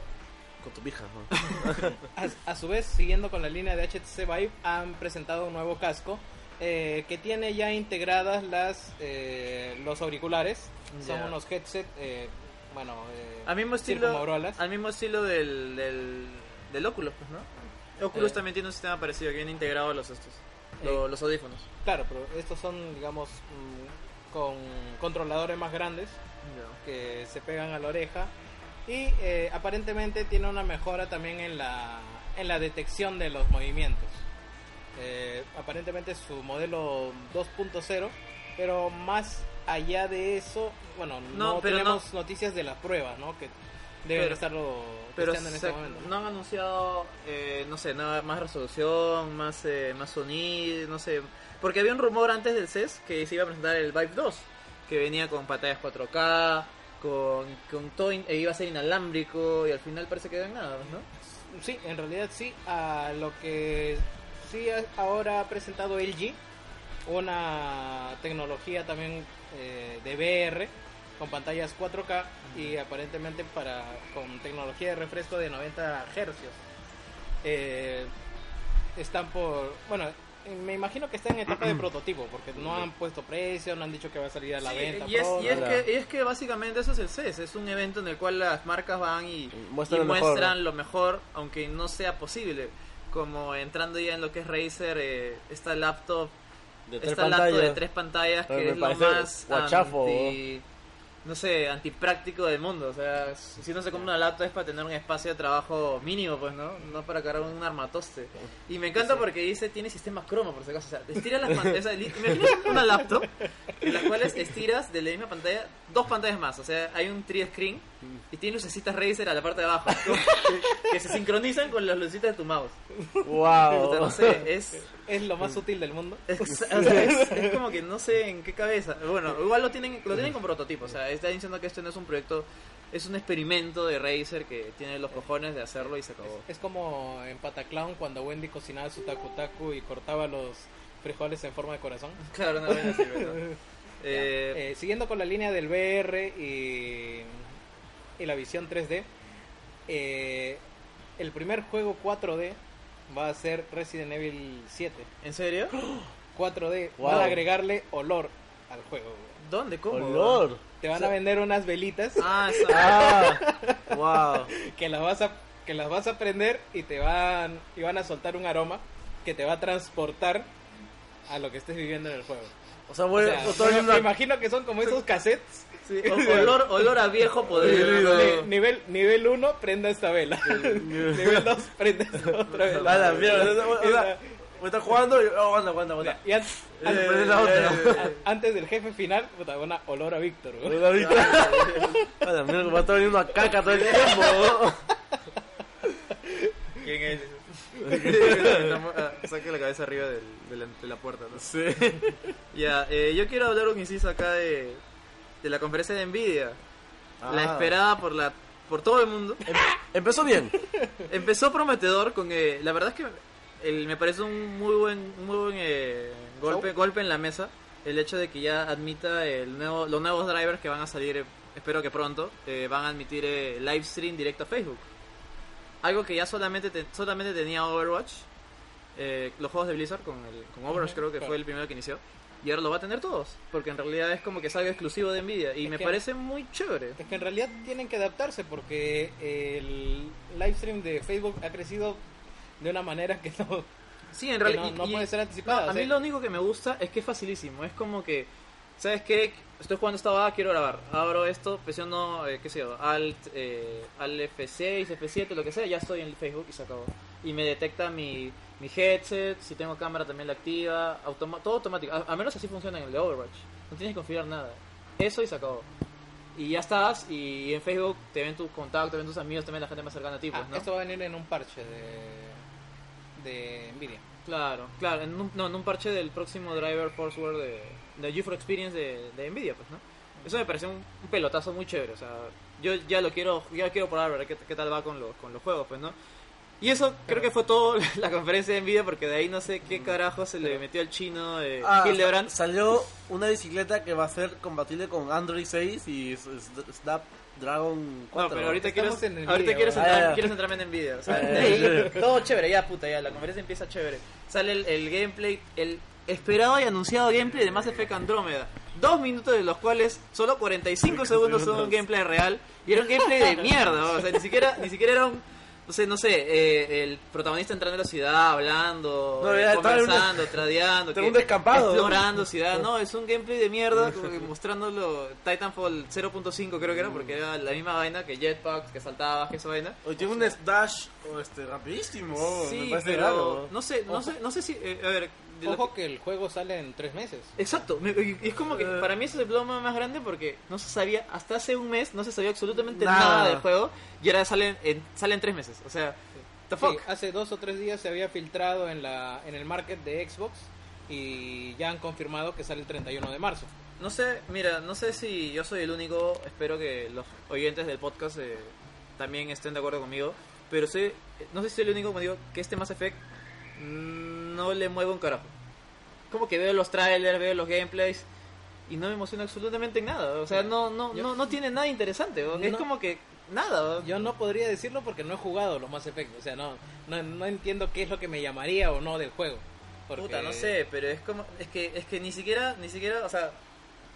[SPEAKER 5] con tu pija. ¿no?
[SPEAKER 6] A, a su vez, siguiendo con la línea de HTC Vive, han presentado un nuevo casco eh, que tiene ya integradas las eh, los auriculares. Son
[SPEAKER 2] Ya.
[SPEAKER 6] unos headset, eh, bueno, eh,
[SPEAKER 2] Al mismo estilo,
[SPEAKER 6] circunmaurolas.
[SPEAKER 2] al mismo estilo del, del, del Oculus, pues, ¿no? Oculus
[SPEAKER 6] Eh.
[SPEAKER 2] también tiene un sistema parecido, que viene integrado a los estos, lo- los audífonos.
[SPEAKER 6] Claro, pero estos son, digamos, mm, con controladores más grandes que se pegan a la oreja y eh, aparentemente tiene una mejora también en la, en la detección de los movimientos. Eh, aparentemente su modelo 2.0, pero más allá de eso, bueno, no,
[SPEAKER 2] No, pero
[SPEAKER 6] tenemos noticias de las pruebas, ¿no? Que deben
[SPEAKER 2] Pero-
[SPEAKER 6] estarlo
[SPEAKER 2] Pero
[SPEAKER 6] testeando en
[SPEAKER 2] se-
[SPEAKER 6] este momento.
[SPEAKER 2] no han anunciado, eh, no sé, nada más resolución, más, eh, más sonido, no sé. Porque había un rumor antes del CES que se iba a presentar el Vive 2, que venía con pantallas 4K, con, con todo, in- e iba a ser inalámbrico, y al final parece que no hay nada, pues, ¿no?
[SPEAKER 6] Sí, en realidad sí. A lo que sí ha- ahora ha presentado LG, una tecnología también eh, de VR con pantallas 4K y aparentemente para con tecnología de refresco de 90 Hz. Eh, están por, bueno, me imagino que están en
[SPEAKER 2] *clears throat*
[SPEAKER 6] etapa de prototipo porque no han puesto precio, no han dicho que va a salir a la
[SPEAKER 2] Sí,
[SPEAKER 6] venta.
[SPEAKER 2] y, es, y es
[SPEAKER 6] pronto.
[SPEAKER 2] que, y es que básicamente eso es el CES, es un evento en el cual las marcas van y y
[SPEAKER 5] Muestran
[SPEAKER 2] muestran,
[SPEAKER 5] lo mejor,
[SPEAKER 2] lo mejor, aunque no sea posible. como entrando ya en lo que es Razer, eh, esta laptop,
[SPEAKER 5] De tres
[SPEAKER 2] esta laptop de
[SPEAKER 5] pantallas.
[SPEAKER 2] tres pantallas
[SPEAKER 5] Pero
[SPEAKER 2] que
[SPEAKER 5] me
[SPEAKER 2] es lo
[SPEAKER 5] parece
[SPEAKER 2] más
[SPEAKER 5] guachafo,
[SPEAKER 2] anti, no sé, antipráctico del mundo. O sea, si no se compra una laptop es para tener un espacio de trabajo mínimo, pues, ¿no? No para cargar un armatoste. Y me encanta porque dice, tiene sistemas cromo, por si acaso. O sea, estira las pantallas. Imagínate una laptop en las cuales estiras de la misma pantalla dos pantallas más. O sea, hay un tri-screen
[SPEAKER 5] Mm.
[SPEAKER 2] y tiene lucecitas Razer a la parte de
[SPEAKER 5] *laughs*
[SPEAKER 2] abajo que se sincronizan con las lucecitas de tu mouse.
[SPEAKER 5] Ah,
[SPEAKER 2] *laughs* Puta, no
[SPEAKER 5] Wow.
[SPEAKER 2] sé, es...
[SPEAKER 6] Es lo más útil del mundo.
[SPEAKER 2] Es, o sea, es- es como que no sé en qué cabeza. Bueno, igual lo tienen, lo tienen con prototipo. O sea, está diciendo que esto no es un proyecto, es un experimento de Razer que tiene los cojones de hacerlo y se acabó.
[SPEAKER 6] Es como en Pataclown cuando Wendy cocinaba su tacu tacu y cortaba los frijoles en forma de corazón.
[SPEAKER 2] Claro, no voy a decir, *laughs* ¿verdad? Eh,
[SPEAKER 6] Eh, siguiendo con la línea del VR y, y la visión 3D, eh, el primer juego 4D va a ser Resident Evil 7.
[SPEAKER 2] ¿En serio?
[SPEAKER 6] 4D,
[SPEAKER 5] Wow.
[SPEAKER 6] van a agregarle olor al juego.
[SPEAKER 2] ¿Dónde? ¿Cómo?
[SPEAKER 5] Olor.
[SPEAKER 6] Te van a vender unas velitas
[SPEAKER 5] *laughs*
[SPEAKER 2] Ah, esa-
[SPEAKER 5] Ah, wow.
[SPEAKER 6] que las vas a que las vas a prender y te van y van a soltar un aroma que te va a transportar a lo que estés viviendo en el juego.
[SPEAKER 5] O sea,
[SPEAKER 6] O
[SPEAKER 5] bueno,
[SPEAKER 6] sea,
[SPEAKER 5] todo
[SPEAKER 6] me,
[SPEAKER 5] en una-
[SPEAKER 6] me imagino que son como esos cassettes.
[SPEAKER 2] sí, o- olor, olor a viejo podrido.
[SPEAKER 6] Ni- nivel nivel 1 prenda esta vela. *laughs* nivel 2 prenda esta otra
[SPEAKER 5] A
[SPEAKER 6] vela.
[SPEAKER 5] la mierda. o sea, o sea, me está jugando y. Oh, aguanta, aguanta, aguanta.
[SPEAKER 6] Y antes,
[SPEAKER 5] Eh, la otra.
[SPEAKER 6] antes del jefe final, puta, una olor a Víctor. güey.
[SPEAKER 5] La ahorita. A la mierda, va a estar veniendo a caca todo el tiempo. ¿no?
[SPEAKER 2] ¿Quién *laughs* es? Estamos- ah, Saque la cabeza arriba del- de, la, de la puerta, ¿no?
[SPEAKER 5] Sí.
[SPEAKER 2] Ya, eh, yo quiero hablar un inciso acá de, de la conferencia de Nvidia. La
[SPEAKER 6] Ah.
[SPEAKER 2] esperada por la por todo el mundo.
[SPEAKER 5] Ah. Empezó bien.
[SPEAKER 2] Empezó prometedor con eh, la verdad es que el- me parece un muy buen un muy buen eh, golpe golpe en la mesa el hecho de que ya admita el nuevo, los nuevos drivers que van a salir eh, espero que pronto eh, van a admitir eh, live stream directo a Facebook. Algo que ya solamente te- solamente tenía Overwatch eh, los juegos de Blizzard con el con Overwatch creo que fue el primero que inició. Y ahora lo va a tener todos, porque en realidad es como que es algo exclusivo de Nvidia y
[SPEAKER 6] Es
[SPEAKER 2] me
[SPEAKER 6] que-
[SPEAKER 2] parece muy chévere.
[SPEAKER 6] Es que en realidad tienen que adaptarse porque el live stream de Facebook ha crecido de una manera que no,
[SPEAKER 2] Sí, en
[SPEAKER 6] que
[SPEAKER 2] realidad
[SPEAKER 6] no, no
[SPEAKER 2] y- y-
[SPEAKER 6] puede ser anticipada.
[SPEAKER 2] Ah, A
[SPEAKER 6] o
[SPEAKER 2] mí
[SPEAKER 6] sea, ah,
[SPEAKER 2] lo único que me gusta es que es facilísimo. Es como que, ¿sabes qué? Estoy jugando esta vaga, quiero grabar. Abro esto, presiono, eh, qué sé yo, Alt, eh, Alt F6, F7, lo que sea, ya estoy en Facebook y se acabó. Y me detecta mi, mi headset, si tengo cámara también la activa, automa- todo automático. A, al menos así funciona en el de Overwatch. No tienes que configurar nada. Eso y se acabó. Y ya estás, y en Facebook te ven tus contactos, te ven tus amigos, también la gente más cercana a ti,
[SPEAKER 6] Ah,
[SPEAKER 2] pues, ¿no?
[SPEAKER 6] Esto va a venir en un parche de, de Nvidia.
[SPEAKER 2] Claro, claro, en un, no, en un parche del próximo driver Forceware de, de GeForce Experience de, de Nvidia, pues, ¿no? Eso me parece un, un pelotazo muy chévere, o sea, yo ya lo quiero, ya lo quiero probar, ver qué, qué tal va con los, con los juegos, pues, ¿no? Y eso creo que fue todo *laughs* la conferencia de Nvidia, porque de ahí no sé qué carajo se le metió al chino eh,
[SPEAKER 5] Ah,
[SPEAKER 2] Hildebrand.
[SPEAKER 5] Salió una bicicleta que va a ser compatible con Android 6 y S- S- Snapdragon 4.
[SPEAKER 2] No, pero ahorita quiero,
[SPEAKER 6] Estamos en Nvidia,
[SPEAKER 2] ahorita quiero
[SPEAKER 6] ¿verdad?
[SPEAKER 2] centrar-
[SPEAKER 5] Ah, ya.
[SPEAKER 2] quiero centrarme en Nvidia. O sea,
[SPEAKER 5] *laughs* Ah, ya.
[SPEAKER 2] *laughs* de ahí, todo chévere, ya puta, ya la conferencia empieza chévere. Sale el, el gameplay, el esperado y anunciado gameplay de Mass Effect Andrómeda. Dos minutos de los cuales solo 45 segundos son un gameplay real y era un gameplay de mierda, o sea, ni siquiera, ni siquiera era un no sé, no sé, eh, el protagonista entrando a la ciudad, hablando,
[SPEAKER 5] No,
[SPEAKER 2] eh,
[SPEAKER 5] era- estaba en
[SPEAKER 2] conversando, tradeando,
[SPEAKER 5] estaba
[SPEAKER 2] que-
[SPEAKER 5] en un descampado.
[SPEAKER 2] explorando ciudad. No, es un gameplay de mierda, como que mostrándolo Titanfall 0.5 creo que era, porque era la misma vaina que Jetpacks, que saltabas, que esa vaina.
[SPEAKER 5] Hoy tiene un dash o este, rapidísimo.
[SPEAKER 2] sí,
[SPEAKER 5] me parece
[SPEAKER 2] pero
[SPEAKER 5] raro.
[SPEAKER 2] no sé, no sé, no sé si, eh, a ver, de lo
[SPEAKER 6] Ojo
[SPEAKER 2] que-
[SPEAKER 6] que el juego sale en tres meses.
[SPEAKER 2] Exacto, me- y- y es como que para mí ese es el problema más grande porque no se sabía, hasta hace un mes no se sabía absolutamente nada,
[SPEAKER 5] Nada.
[SPEAKER 2] del juego y ahora salen en, salen tres meses, o sea, the
[SPEAKER 6] Sí,
[SPEAKER 2] fuck.
[SPEAKER 6] hace dos o tres días se había filtrado en, la, en el market de Xbox y ya han confirmado que sale el 31 de marzo.
[SPEAKER 2] No sé, mira, no sé si yo soy el único, espero que los oyentes del podcast eh, también estén de acuerdo conmigo, pero soy, no sé si soy el único, como digo, que este Mass Effect mm, no le mueve un carajo. Como que veo los trailers, veo los gameplays y no me emociona absolutamente en nada, o sea, no no
[SPEAKER 6] Yo-
[SPEAKER 2] no, no tiene nada interesante, ¿no? es
[SPEAKER 6] No.
[SPEAKER 2] como que nada. ¿no?
[SPEAKER 6] Yo no podría decirlo porque no he jugado los más efectos. O sea, no, no, no entiendo qué es lo que me llamaría o no del juego. Porque-
[SPEAKER 2] Puta, no sé, pero es como es que es que ni siquiera ni siquiera, o sea,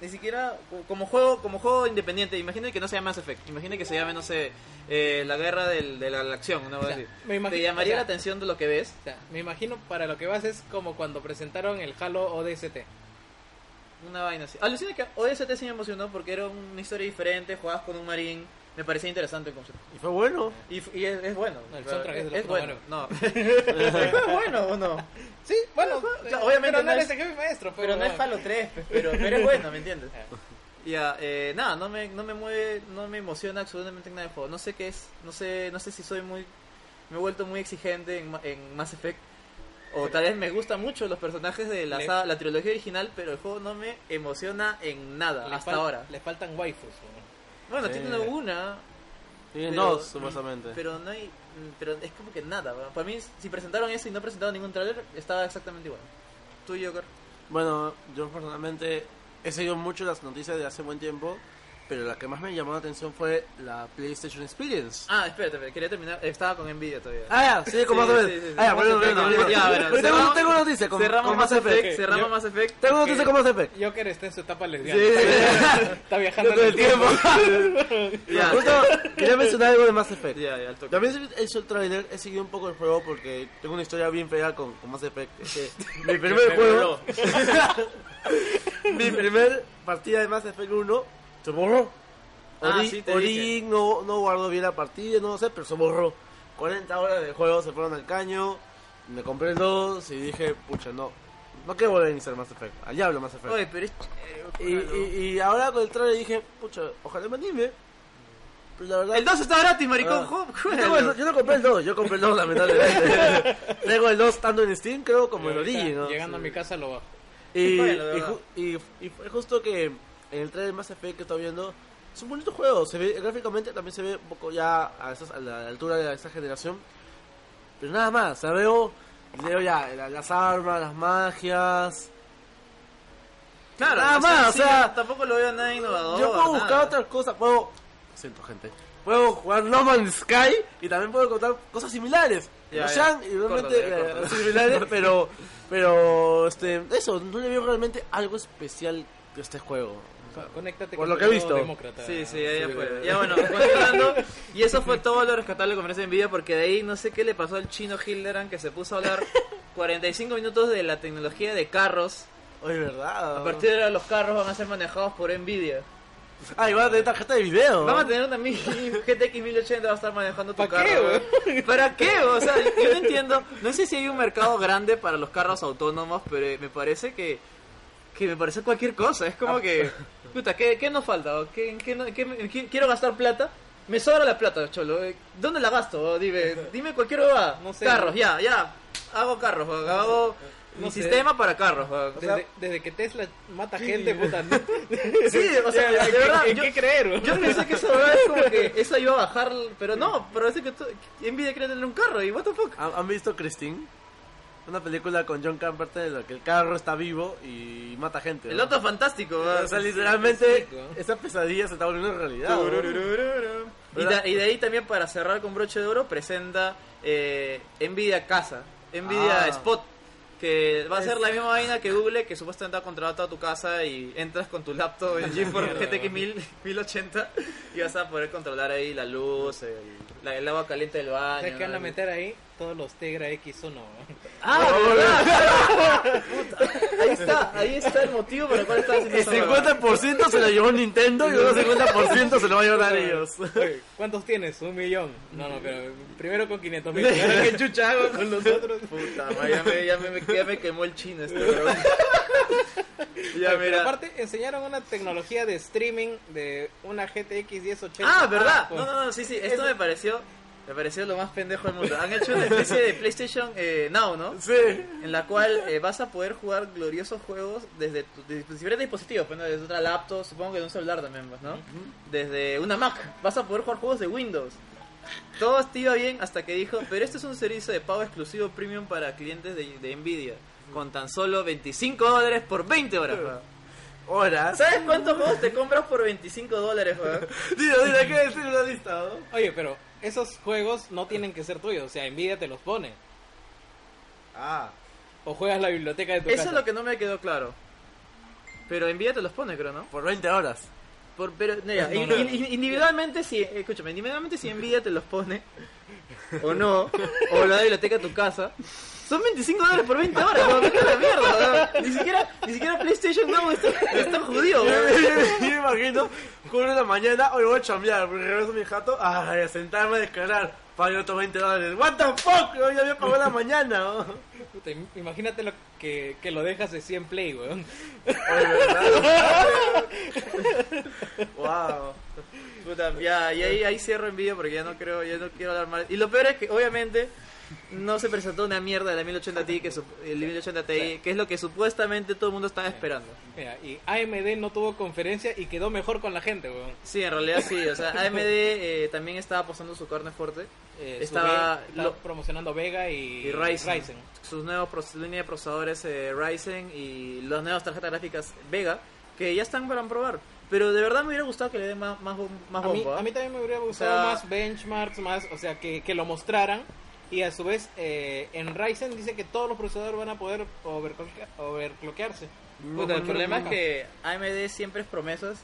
[SPEAKER 2] Ni siquiera co- como juego, como juego independiente, imagina que no sea Mass Effect, imagina que se llame, no sé, eh, la guerra del- de la, la acción, una
[SPEAKER 6] O sea,
[SPEAKER 2] cosa así.
[SPEAKER 6] me imagino-
[SPEAKER 2] Te llamaría
[SPEAKER 6] o sea-
[SPEAKER 2] la atención de lo que ves.
[SPEAKER 6] O sea, me imagino para lo que vas es como cuando presentaron el Halo ODST.
[SPEAKER 2] Una vaina así. Alucina que ODST sí me emocionó porque era una historia diferente, jugabas con un marín, me parecía interesante el concepto.
[SPEAKER 5] Y fue bueno.
[SPEAKER 2] Y, f- y es, es bueno.
[SPEAKER 6] No, el soundtrack es de la puta
[SPEAKER 2] bueno. No. *laughs* es bueno o no.
[SPEAKER 6] Sí, bueno,
[SPEAKER 2] O sea, obviamente
[SPEAKER 6] pero
[SPEAKER 2] no
[SPEAKER 6] no
[SPEAKER 2] es-
[SPEAKER 6] eres el jefe maestro. pues,
[SPEAKER 2] Pero no es
[SPEAKER 6] huevón.
[SPEAKER 2] Halo 3, pe- pero, pero es bueno, ¿me
[SPEAKER 6] *laughs*
[SPEAKER 2] entiendes?
[SPEAKER 6] Ah.
[SPEAKER 2] Ya, eh, nada, no me, no me mueve, no me emociona absolutamente nada del juego. No sé qué es, no sé, no sé si soy muy, me he vuelto muy exigente en, Ma- en Mass Effect. O tal vez me gustan mucho los personajes de la,
[SPEAKER 6] Le-
[SPEAKER 2] saga- la trilogía original, pero el juego no me emociona en nada
[SPEAKER 6] Le
[SPEAKER 2] hasta
[SPEAKER 6] fal-
[SPEAKER 2] ahora.
[SPEAKER 6] Le faltan waifus. huevón.
[SPEAKER 2] Bueno,
[SPEAKER 5] Eh.
[SPEAKER 2] tiene una,
[SPEAKER 5] Tienen
[SPEAKER 2] Pero- mm,
[SPEAKER 5] dos, supuestamente.
[SPEAKER 2] pero no hay, pero es como que nada. ¿verdad? Para mí, si presentaron eso y no presentaron ningún trailer, estaba exactamente igual. Tú y Joker.
[SPEAKER 5] Bueno, yo personalmente he seguido mucho las noticias de hace buen tiempo, pero la que más me llamó la atención fue la PlayStation Experience.
[SPEAKER 2] Ah, espérate, espérate, quería terminar, estaba con envidia todavía.
[SPEAKER 5] Ah, ya, sí, como
[SPEAKER 2] Sí,
[SPEAKER 5] otra
[SPEAKER 2] sí,
[SPEAKER 5] vez.
[SPEAKER 2] sí,
[SPEAKER 5] Ah, ya,
[SPEAKER 2] sí.
[SPEAKER 5] bueno,
[SPEAKER 2] Ya,
[SPEAKER 5] bueno,
[SPEAKER 2] bueno,
[SPEAKER 5] bueno.
[SPEAKER 2] ya, bueno,
[SPEAKER 5] Pero tengo,
[SPEAKER 2] cerramos-
[SPEAKER 5] tengo noticias con,
[SPEAKER 2] cerramos
[SPEAKER 5] con
[SPEAKER 2] más
[SPEAKER 5] Mass Effect.
[SPEAKER 2] Effect. Cerramos
[SPEAKER 6] Yo-
[SPEAKER 2] Mass Effect.
[SPEAKER 5] Tengo noticias con Mass Effect.
[SPEAKER 6] Joker está en su etapa lesbiana.
[SPEAKER 5] Sí,
[SPEAKER 6] *laughs* Está viajando
[SPEAKER 5] todo el tiempo.
[SPEAKER 2] Ya,
[SPEAKER 5] Justo quería mencionar algo de Mass
[SPEAKER 2] ya,
[SPEAKER 5] Effect.
[SPEAKER 2] ya, al toque.
[SPEAKER 5] También he hecho el trailer, he seguido un poco el juego porque tengo una historia bien fea con, con Mass Effect.
[SPEAKER 2] *laughs*
[SPEAKER 5] Es que mi primer juego, *laughs* mi primer partida de Mass Effect 1 se borró.
[SPEAKER 2] Ah,
[SPEAKER 5] Ori-
[SPEAKER 2] sí, te
[SPEAKER 5] Ori no, no guardó bien la partida, no sé, pero se borró. 40 horas de juego se fueron al caño, me compré el 2 y dije, pucha, no, no quiero volver a iniciar Mass Effect. Al diablo Mass Effect.
[SPEAKER 2] Oye, pero este, eh, es...
[SPEAKER 5] y, y- y ahora con el trailer dije, pucha, ojalá me anime. Pero la verdad...
[SPEAKER 2] El 2 está gratis, maricón.
[SPEAKER 5] Ah.
[SPEAKER 2] jo-
[SPEAKER 5] Yo, tengo el-
[SPEAKER 2] juégalo.
[SPEAKER 5] yo no compré el 2, yo compré el 2
[SPEAKER 6] *laughs*
[SPEAKER 5] lamentablemente. tengo el 2 tanto en Steam, creo, como en
[SPEAKER 6] Ahorita,
[SPEAKER 5] Origin, ¿no?
[SPEAKER 6] Llegando
[SPEAKER 5] Sí.
[SPEAKER 6] a mi casa lo bajo.
[SPEAKER 5] Y,
[SPEAKER 2] Bueno, de
[SPEAKER 5] y
[SPEAKER 2] verdad.
[SPEAKER 5] ju- y- y fue justo que en el trailer de Mass Effect que está viendo, es un bonito juego, se ve, gráficamente también se ve un poco ya a, esas- a la altura de esta generación, pero nada más, o sea, veo, veo ya la- las armas, las magias,
[SPEAKER 2] Claro,
[SPEAKER 5] Nada más, o sea,
[SPEAKER 2] yo tampoco lo veo nada innovador.
[SPEAKER 5] yo puedo
[SPEAKER 2] nada.
[SPEAKER 5] buscar otras cosas, puedo, lo siento gente, puedo jugar No Man's Sky y también puedo encontrar cosas similares,
[SPEAKER 2] Ya, ya.
[SPEAKER 5] no sean y realmente
[SPEAKER 2] Córtale,
[SPEAKER 5] eh,
[SPEAKER 2] córtale.
[SPEAKER 5] similares,
[SPEAKER 2] *laughs*
[SPEAKER 5] pero, pero, este, eso, no le veo realmente algo especial de este juego.
[SPEAKER 6] Co- Conéctate
[SPEAKER 5] Por
[SPEAKER 6] con
[SPEAKER 5] lo
[SPEAKER 6] tu
[SPEAKER 5] que he
[SPEAKER 6] lado
[SPEAKER 5] visto.
[SPEAKER 6] demócrata.
[SPEAKER 2] Sí, sí, ahí ya fue. Ya bueno,
[SPEAKER 5] *laughs*
[SPEAKER 2] continuando. Y eso fue todo lo rescatable de la conferencia de Nvidia porque de ahí no sé qué le pasó al chino Hilderan que se puso a hablar
[SPEAKER 5] *laughs*
[SPEAKER 2] 45 minutos de la tecnología de carros.
[SPEAKER 5] Oye, ¿verdad?
[SPEAKER 2] A partir de ahora los carros van a ser manejados por Nvidia.
[SPEAKER 5] Ah, y van a tener tarjeta de video.
[SPEAKER 2] Vamos a tener una *laughs* mi- GTX 1080 va a estar manejando tu
[SPEAKER 6] ¿Para
[SPEAKER 2] carro.
[SPEAKER 6] qué,
[SPEAKER 2] güey. ¿Para qué? O sea, yo no entiendo. No sé si hay un mercado grande para los carros autónomos, pero eh, me parece que que me parece cualquier cosa. Es como que puta, ¿qué, qué nos falta? ¿O ¿Qué, en qué no- qué- en qué- quiero gastar plata. Me sobra la plata, cholo. Eh, ¿Dónde la gasto? Oh, Dime, dime cualquier huevada.
[SPEAKER 6] No sé.
[SPEAKER 2] Carros, ya, ya. Hago carros, güey. hago
[SPEAKER 6] No
[SPEAKER 2] mi
[SPEAKER 6] sé.
[SPEAKER 2] sistema para carros. güey.
[SPEAKER 6] Desde, desde que Tesla mata gente, puta. ¿no?
[SPEAKER 2] *laughs* Sí, o sea,
[SPEAKER 6] *laughs* Ya,
[SPEAKER 2] de
[SPEAKER 6] ¿en qué-
[SPEAKER 2] verdad,
[SPEAKER 6] ¿En
[SPEAKER 2] yo-
[SPEAKER 6] qué creer, güey?
[SPEAKER 2] *laughs* Yo pensé que eso era como que eso iba a bajar, pero no, pero es que tú, Nvidia quiere tener un carro y what the fuck.
[SPEAKER 5] ¿Han, han visto Christine? Una película con John Carpenter en la que el carro está vivo y mata gente.
[SPEAKER 2] El Ah,
[SPEAKER 5] ¿no?
[SPEAKER 2] auto es fantástico. ¿verdad?
[SPEAKER 5] O sea, literalmente,
[SPEAKER 6] sí, sí, sí.
[SPEAKER 5] esa pesadilla se está volviendo realidad. ¿no?
[SPEAKER 2] Y de, y de ahí también para cerrar con broche de oro presenta eh, Nvidia Casa, Nvidia
[SPEAKER 5] Ah.
[SPEAKER 2] Spot, que va a ser la misma vaina que Google, que supuestamente ha contratado a tu casa y entras con tu laptop en GeForce GTX 1000 1080 y vas a poder controlar ahí la luz, el, la- el agua caliente del
[SPEAKER 6] O
[SPEAKER 2] baño.
[SPEAKER 6] sea, que van a
[SPEAKER 2] ¿no?
[SPEAKER 6] meter ahí todos los Tegra X1. güey.
[SPEAKER 2] Ah, *laughs* ¿verdad? Puta. Ahí está, ahí está el motivo por el cual estaba haciendo
[SPEAKER 5] El
[SPEAKER 2] esa huevada.
[SPEAKER 5] 50% se lo llevó Nintendo y el otro 50% se lo va a llevar a ellos.
[SPEAKER 6] *laughs* Oye, ¿Cuántos tienes? Un millón. No, no, pero primero con 500
[SPEAKER 2] *laughs*
[SPEAKER 6] mil. *laughs* *laughs* ¿Qué chucha hago con los otros?
[SPEAKER 2] Puta, madre, ya me, ya, me, ya me quemó el chino *laughs* este bro. Ya,
[SPEAKER 6] Oye, pero
[SPEAKER 2] mira.
[SPEAKER 6] aparte enseñaron una tecnología de streaming de una GTX 1080.
[SPEAKER 2] Ah, ¿verdad?
[SPEAKER 6] pues.
[SPEAKER 2] No, no, no, sí, sí, esto me pareció... Me pareció lo más pendejo del mundo. Han hecho una especie *laughs* de PlayStation eh, Now, ¿no?
[SPEAKER 5] Sí.
[SPEAKER 2] En la cual eh, vas a poder jugar gloriosos juegos desde tu, de pues, diferentes dispositivos, bueno, desde otra laptop, supongo que de un celular también, pues, ¿no? Desde una Mac, vas a poder jugar juegos de Windows. Todo te iba bien hasta que dijo, pero este es un servicio de pago exclusivo premium para clientes de, de Nvidia, con tan solo 25 dólares por 20 horas. weón.
[SPEAKER 5] Horas.
[SPEAKER 2] ¿Sabes cuántos juegos te compras por 25 dólares? weón?
[SPEAKER 5] Dilo, dilo, hay que decir una lista, ¿no?
[SPEAKER 6] Oye, pero esos juegos no tienen que ser tuyos. O sea, Nvidia te los pone.
[SPEAKER 5] Ah.
[SPEAKER 6] O juegas la biblioteca de tu
[SPEAKER 2] Ah. Eso
[SPEAKER 6] casa.
[SPEAKER 2] es lo que no me quedó claro. Pero en vida te los pone, creo, ¿no?
[SPEAKER 5] Por 20 horas.
[SPEAKER 2] Por, pero, mira,
[SPEAKER 6] No,
[SPEAKER 2] in-
[SPEAKER 6] no.
[SPEAKER 2] in- individualmente, si, escúchame, individualmente si Nvidia te los pone, o no, o la biblioteca a tu casa, son 25 dólares por 20 horas, no, vete a la mierda, ¿no? ni siquiera, ni siquiera PlayStation Now está, está
[SPEAKER 5] *laughs*
[SPEAKER 6] Oh.
[SPEAKER 2] judío, weón.
[SPEAKER 5] Yo me imagino, cubro en la mañana, hoy voy a chambear, regreso a mi jato, ay, a sentarme a descargar, pago otros 20 dólares. ¿What the fuck? Yo ya había pagado en la mañana. ¿no?
[SPEAKER 6] Puta, im- imagínate lo que, que lo dejas de 100 play, weón. *laughs*
[SPEAKER 5] Oye, ¿verdad? wow.
[SPEAKER 2] Puta, ya, y ahí, ahí cierro Nvidia porque ya no creo, ya no quiero hablar mal. Y lo peor es que, obviamente, no se presentó una mierda de la 1080 Ti, que su- el 1080 Ti, que es lo que supuestamente todo el mundo estaba esperando.
[SPEAKER 6] Mira, y AMD no tuvo conferencia y quedó mejor con la gente, weón.
[SPEAKER 2] Sí, en realidad sí,
[SPEAKER 6] *laughs*
[SPEAKER 2] o sea, AMD eh, también estaba apostando su carne fuerte.
[SPEAKER 6] Eh, su
[SPEAKER 2] Estaba
[SPEAKER 6] Ve- está
[SPEAKER 2] lo-
[SPEAKER 6] promocionando Vega y,
[SPEAKER 2] y Ryzen, sus nuevos proce- línea de procesadores eh, Ryzen y las nuevas tarjetas gráficas Vega que ya están para probar pero de verdad me hubiera gustado que le den más más, bom-
[SPEAKER 6] A
[SPEAKER 2] más
[SPEAKER 6] mí,
[SPEAKER 2] bombo, ¿ah?
[SPEAKER 6] a mí también me hubiera gustado
[SPEAKER 2] sea-
[SPEAKER 6] más benchmarks, más, o sea, que, que lo mostraran. Y a su vez, eh, en Ryzen dice que todos los procesadores van a poder overclocke- overclockearse.
[SPEAKER 2] Puta, el
[SPEAKER 6] Ujú.
[SPEAKER 2] problema es que AMD siempre es promesas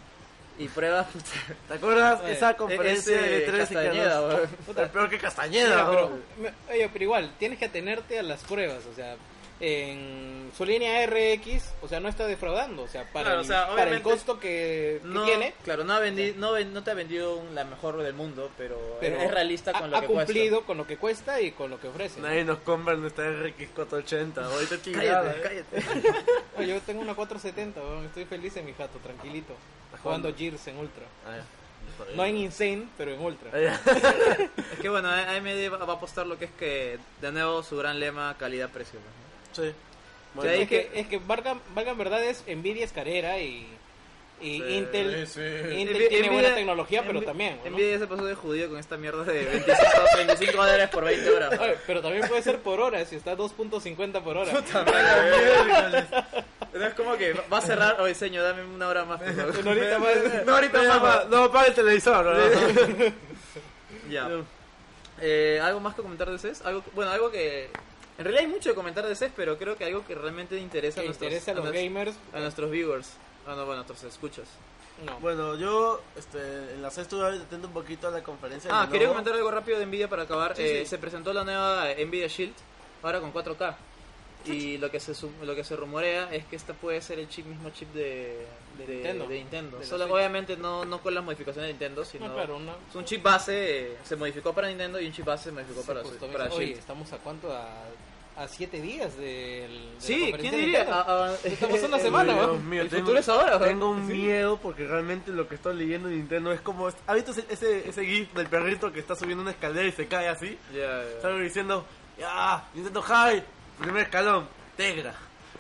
[SPEAKER 2] y pruebas puta,
[SPEAKER 5] ¿Te acuerdas
[SPEAKER 6] Oye,
[SPEAKER 5] esa conferencia
[SPEAKER 2] ese
[SPEAKER 5] de tres y que
[SPEAKER 2] Castañeda,
[SPEAKER 5] nos-
[SPEAKER 2] weón.
[SPEAKER 5] Puta, el peor que
[SPEAKER 6] Mira,
[SPEAKER 5] Castañeda,
[SPEAKER 6] pero,
[SPEAKER 5] weón.
[SPEAKER 2] oh.
[SPEAKER 6] me- oye, pero igual, tienes que atenerte a las pruebas, o sea, en su línea RX, o sea, no está defraudando, o sea, para,
[SPEAKER 2] Claro,
[SPEAKER 6] el,
[SPEAKER 2] o sea,
[SPEAKER 6] para el
[SPEAKER 2] obviamente-
[SPEAKER 6] costo que, que
[SPEAKER 2] no
[SPEAKER 6] tiene,
[SPEAKER 2] claro no ha vendi- no, ven- no te ha vendido un- la mejor del mundo pero,
[SPEAKER 6] pero
[SPEAKER 2] es realista con
[SPEAKER 6] ha,
[SPEAKER 2] lo
[SPEAKER 6] ha
[SPEAKER 2] que cuesta.
[SPEAKER 6] cumplido con lo que cuesta y con lo que ofrece.
[SPEAKER 5] Nadie nos compra nuestra RX480, ahorita chingada.
[SPEAKER 2] cállate cállate
[SPEAKER 6] Oye, yo tengo una 470, weón, estoy feliz en mi jato, tranquilito, jugando Gears en Ultra.
[SPEAKER 5] Ah, ya.
[SPEAKER 6] No en Insane, pero en Ultra.
[SPEAKER 5] Ah, ya. *laughs*
[SPEAKER 2] es que bueno AMD va va a apostar lo que es que de nuevo su gran lema calidad precio ¿no?
[SPEAKER 5] Sí.
[SPEAKER 6] O sea,
[SPEAKER 2] Bueno.
[SPEAKER 6] es que, es que valgan, valgan verdades, Nvidia es carera y, y Intel, Intel
[SPEAKER 2] Envi-
[SPEAKER 6] tiene buena
[SPEAKER 2] Nvidia-
[SPEAKER 6] tecnología, pero
[SPEAKER 2] Envi-
[SPEAKER 6] también, ¿no?
[SPEAKER 2] Nvidia ya se pasó de judío con esta mierda de 25, 25 dólares por 20 horas.
[SPEAKER 6] *laughs* Oye, pero también puede ser por hora, si está a 2.50 por hora.
[SPEAKER 2] No es como que va a cerrar. Oye, señor, dame una hora más. Por favor.
[SPEAKER 6] *laughs* Una horita más.
[SPEAKER 2] No, ahorita
[SPEAKER 5] *laughs* No,
[SPEAKER 2] más.
[SPEAKER 5] pa- no apaga el televisor, ¿no?
[SPEAKER 2] va. Ya.
[SPEAKER 5] *laughs*
[SPEAKER 2] Eh, ¿Algo más que comentar de CES? Algo, que- bueno, algo que. En realidad hay mucho que comentar de CES, pero creo que algo que realmente interesa,
[SPEAKER 6] Que
[SPEAKER 2] a, nuestros,
[SPEAKER 6] interesa a los
[SPEAKER 2] nos-
[SPEAKER 6] gamers.
[SPEAKER 2] a nuestros viewers. Ah, no, bueno, a nuestros escuchas.
[SPEAKER 6] No.
[SPEAKER 5] Bueno, yo este, en la sexta estuve atento un poquito a la conferencia. de
[SPEAKER 2] Ah,
[SPEAKER 5] Lenovo.
[SPEAKER 2] quería comentar algo rápido de Nvidia para acabar. Eh, Se presentó la nueva Nvidia Shield, ahora con 4K. Y lo que se su- lo que se rumorea es que esta puede ser el chip mismo chip de,
[SPEAKER 6] De Nintendo.
[SPEAKER 2] de Nintendo.
[SPEAKER 6] De la
[SPEAKER 2] Solo,
[SPEAKER 6] Switch.
[SPEAKER 2] obviamente no, no con las modificaciones de Nintendo, sino
[SPEAKER 6] No, claro, una-
[SPEAKER 2] es un chip base eh, se modificó para Nintendo y un chip base se modificó
[SPEAKER 6] se
[SPEAKER 2] para,
[SPEAKER 6] customiza.
[SPEAKER 2] para
[SPEAKER 6] Pues, Oye, este,
[SPEAKER 2] Shield.
[SPEAKER 6] estamos a cuánto? A, a siete días del. de
[SPEAKER 2] Sí,
[SPEAKER 6] la
[SPEAKER 2] ¿quién
[SPEAKER 6] conferencia de
[SPEAKER 2] diría?
[SPEAKER 6] Nintendo.
[SPEAKER 2] Ah, ah,
[SPEAKER 6] Estamos a
[SPEAKER 2] *laughs*
[SPEAKER 6] una
[SPEAKER 2] eh,
[SPEAKER 6] semana,
[SPEAKER 2] eh,
[SPEAKER 6] ¿no?
[SPEAKER 5] Dios mío,
[SPEAKER 2] El
[SPEAKER 5] tengo-
[SPEAKER 2] futuro es ahora, ¿no?
[SPEAKER 5] Tengo un miedo porque realmente lo que estoy leyendo de Nintendo es como. ¿Has visto ese, ese, ese GIF del perrito que está subiendo una escalera y se cae así?
[SPEAKER 2] Ya, ya.
[SPEAKER 5] Estaba diciendo, ya, Nintendo High, primer escalón, Tegra.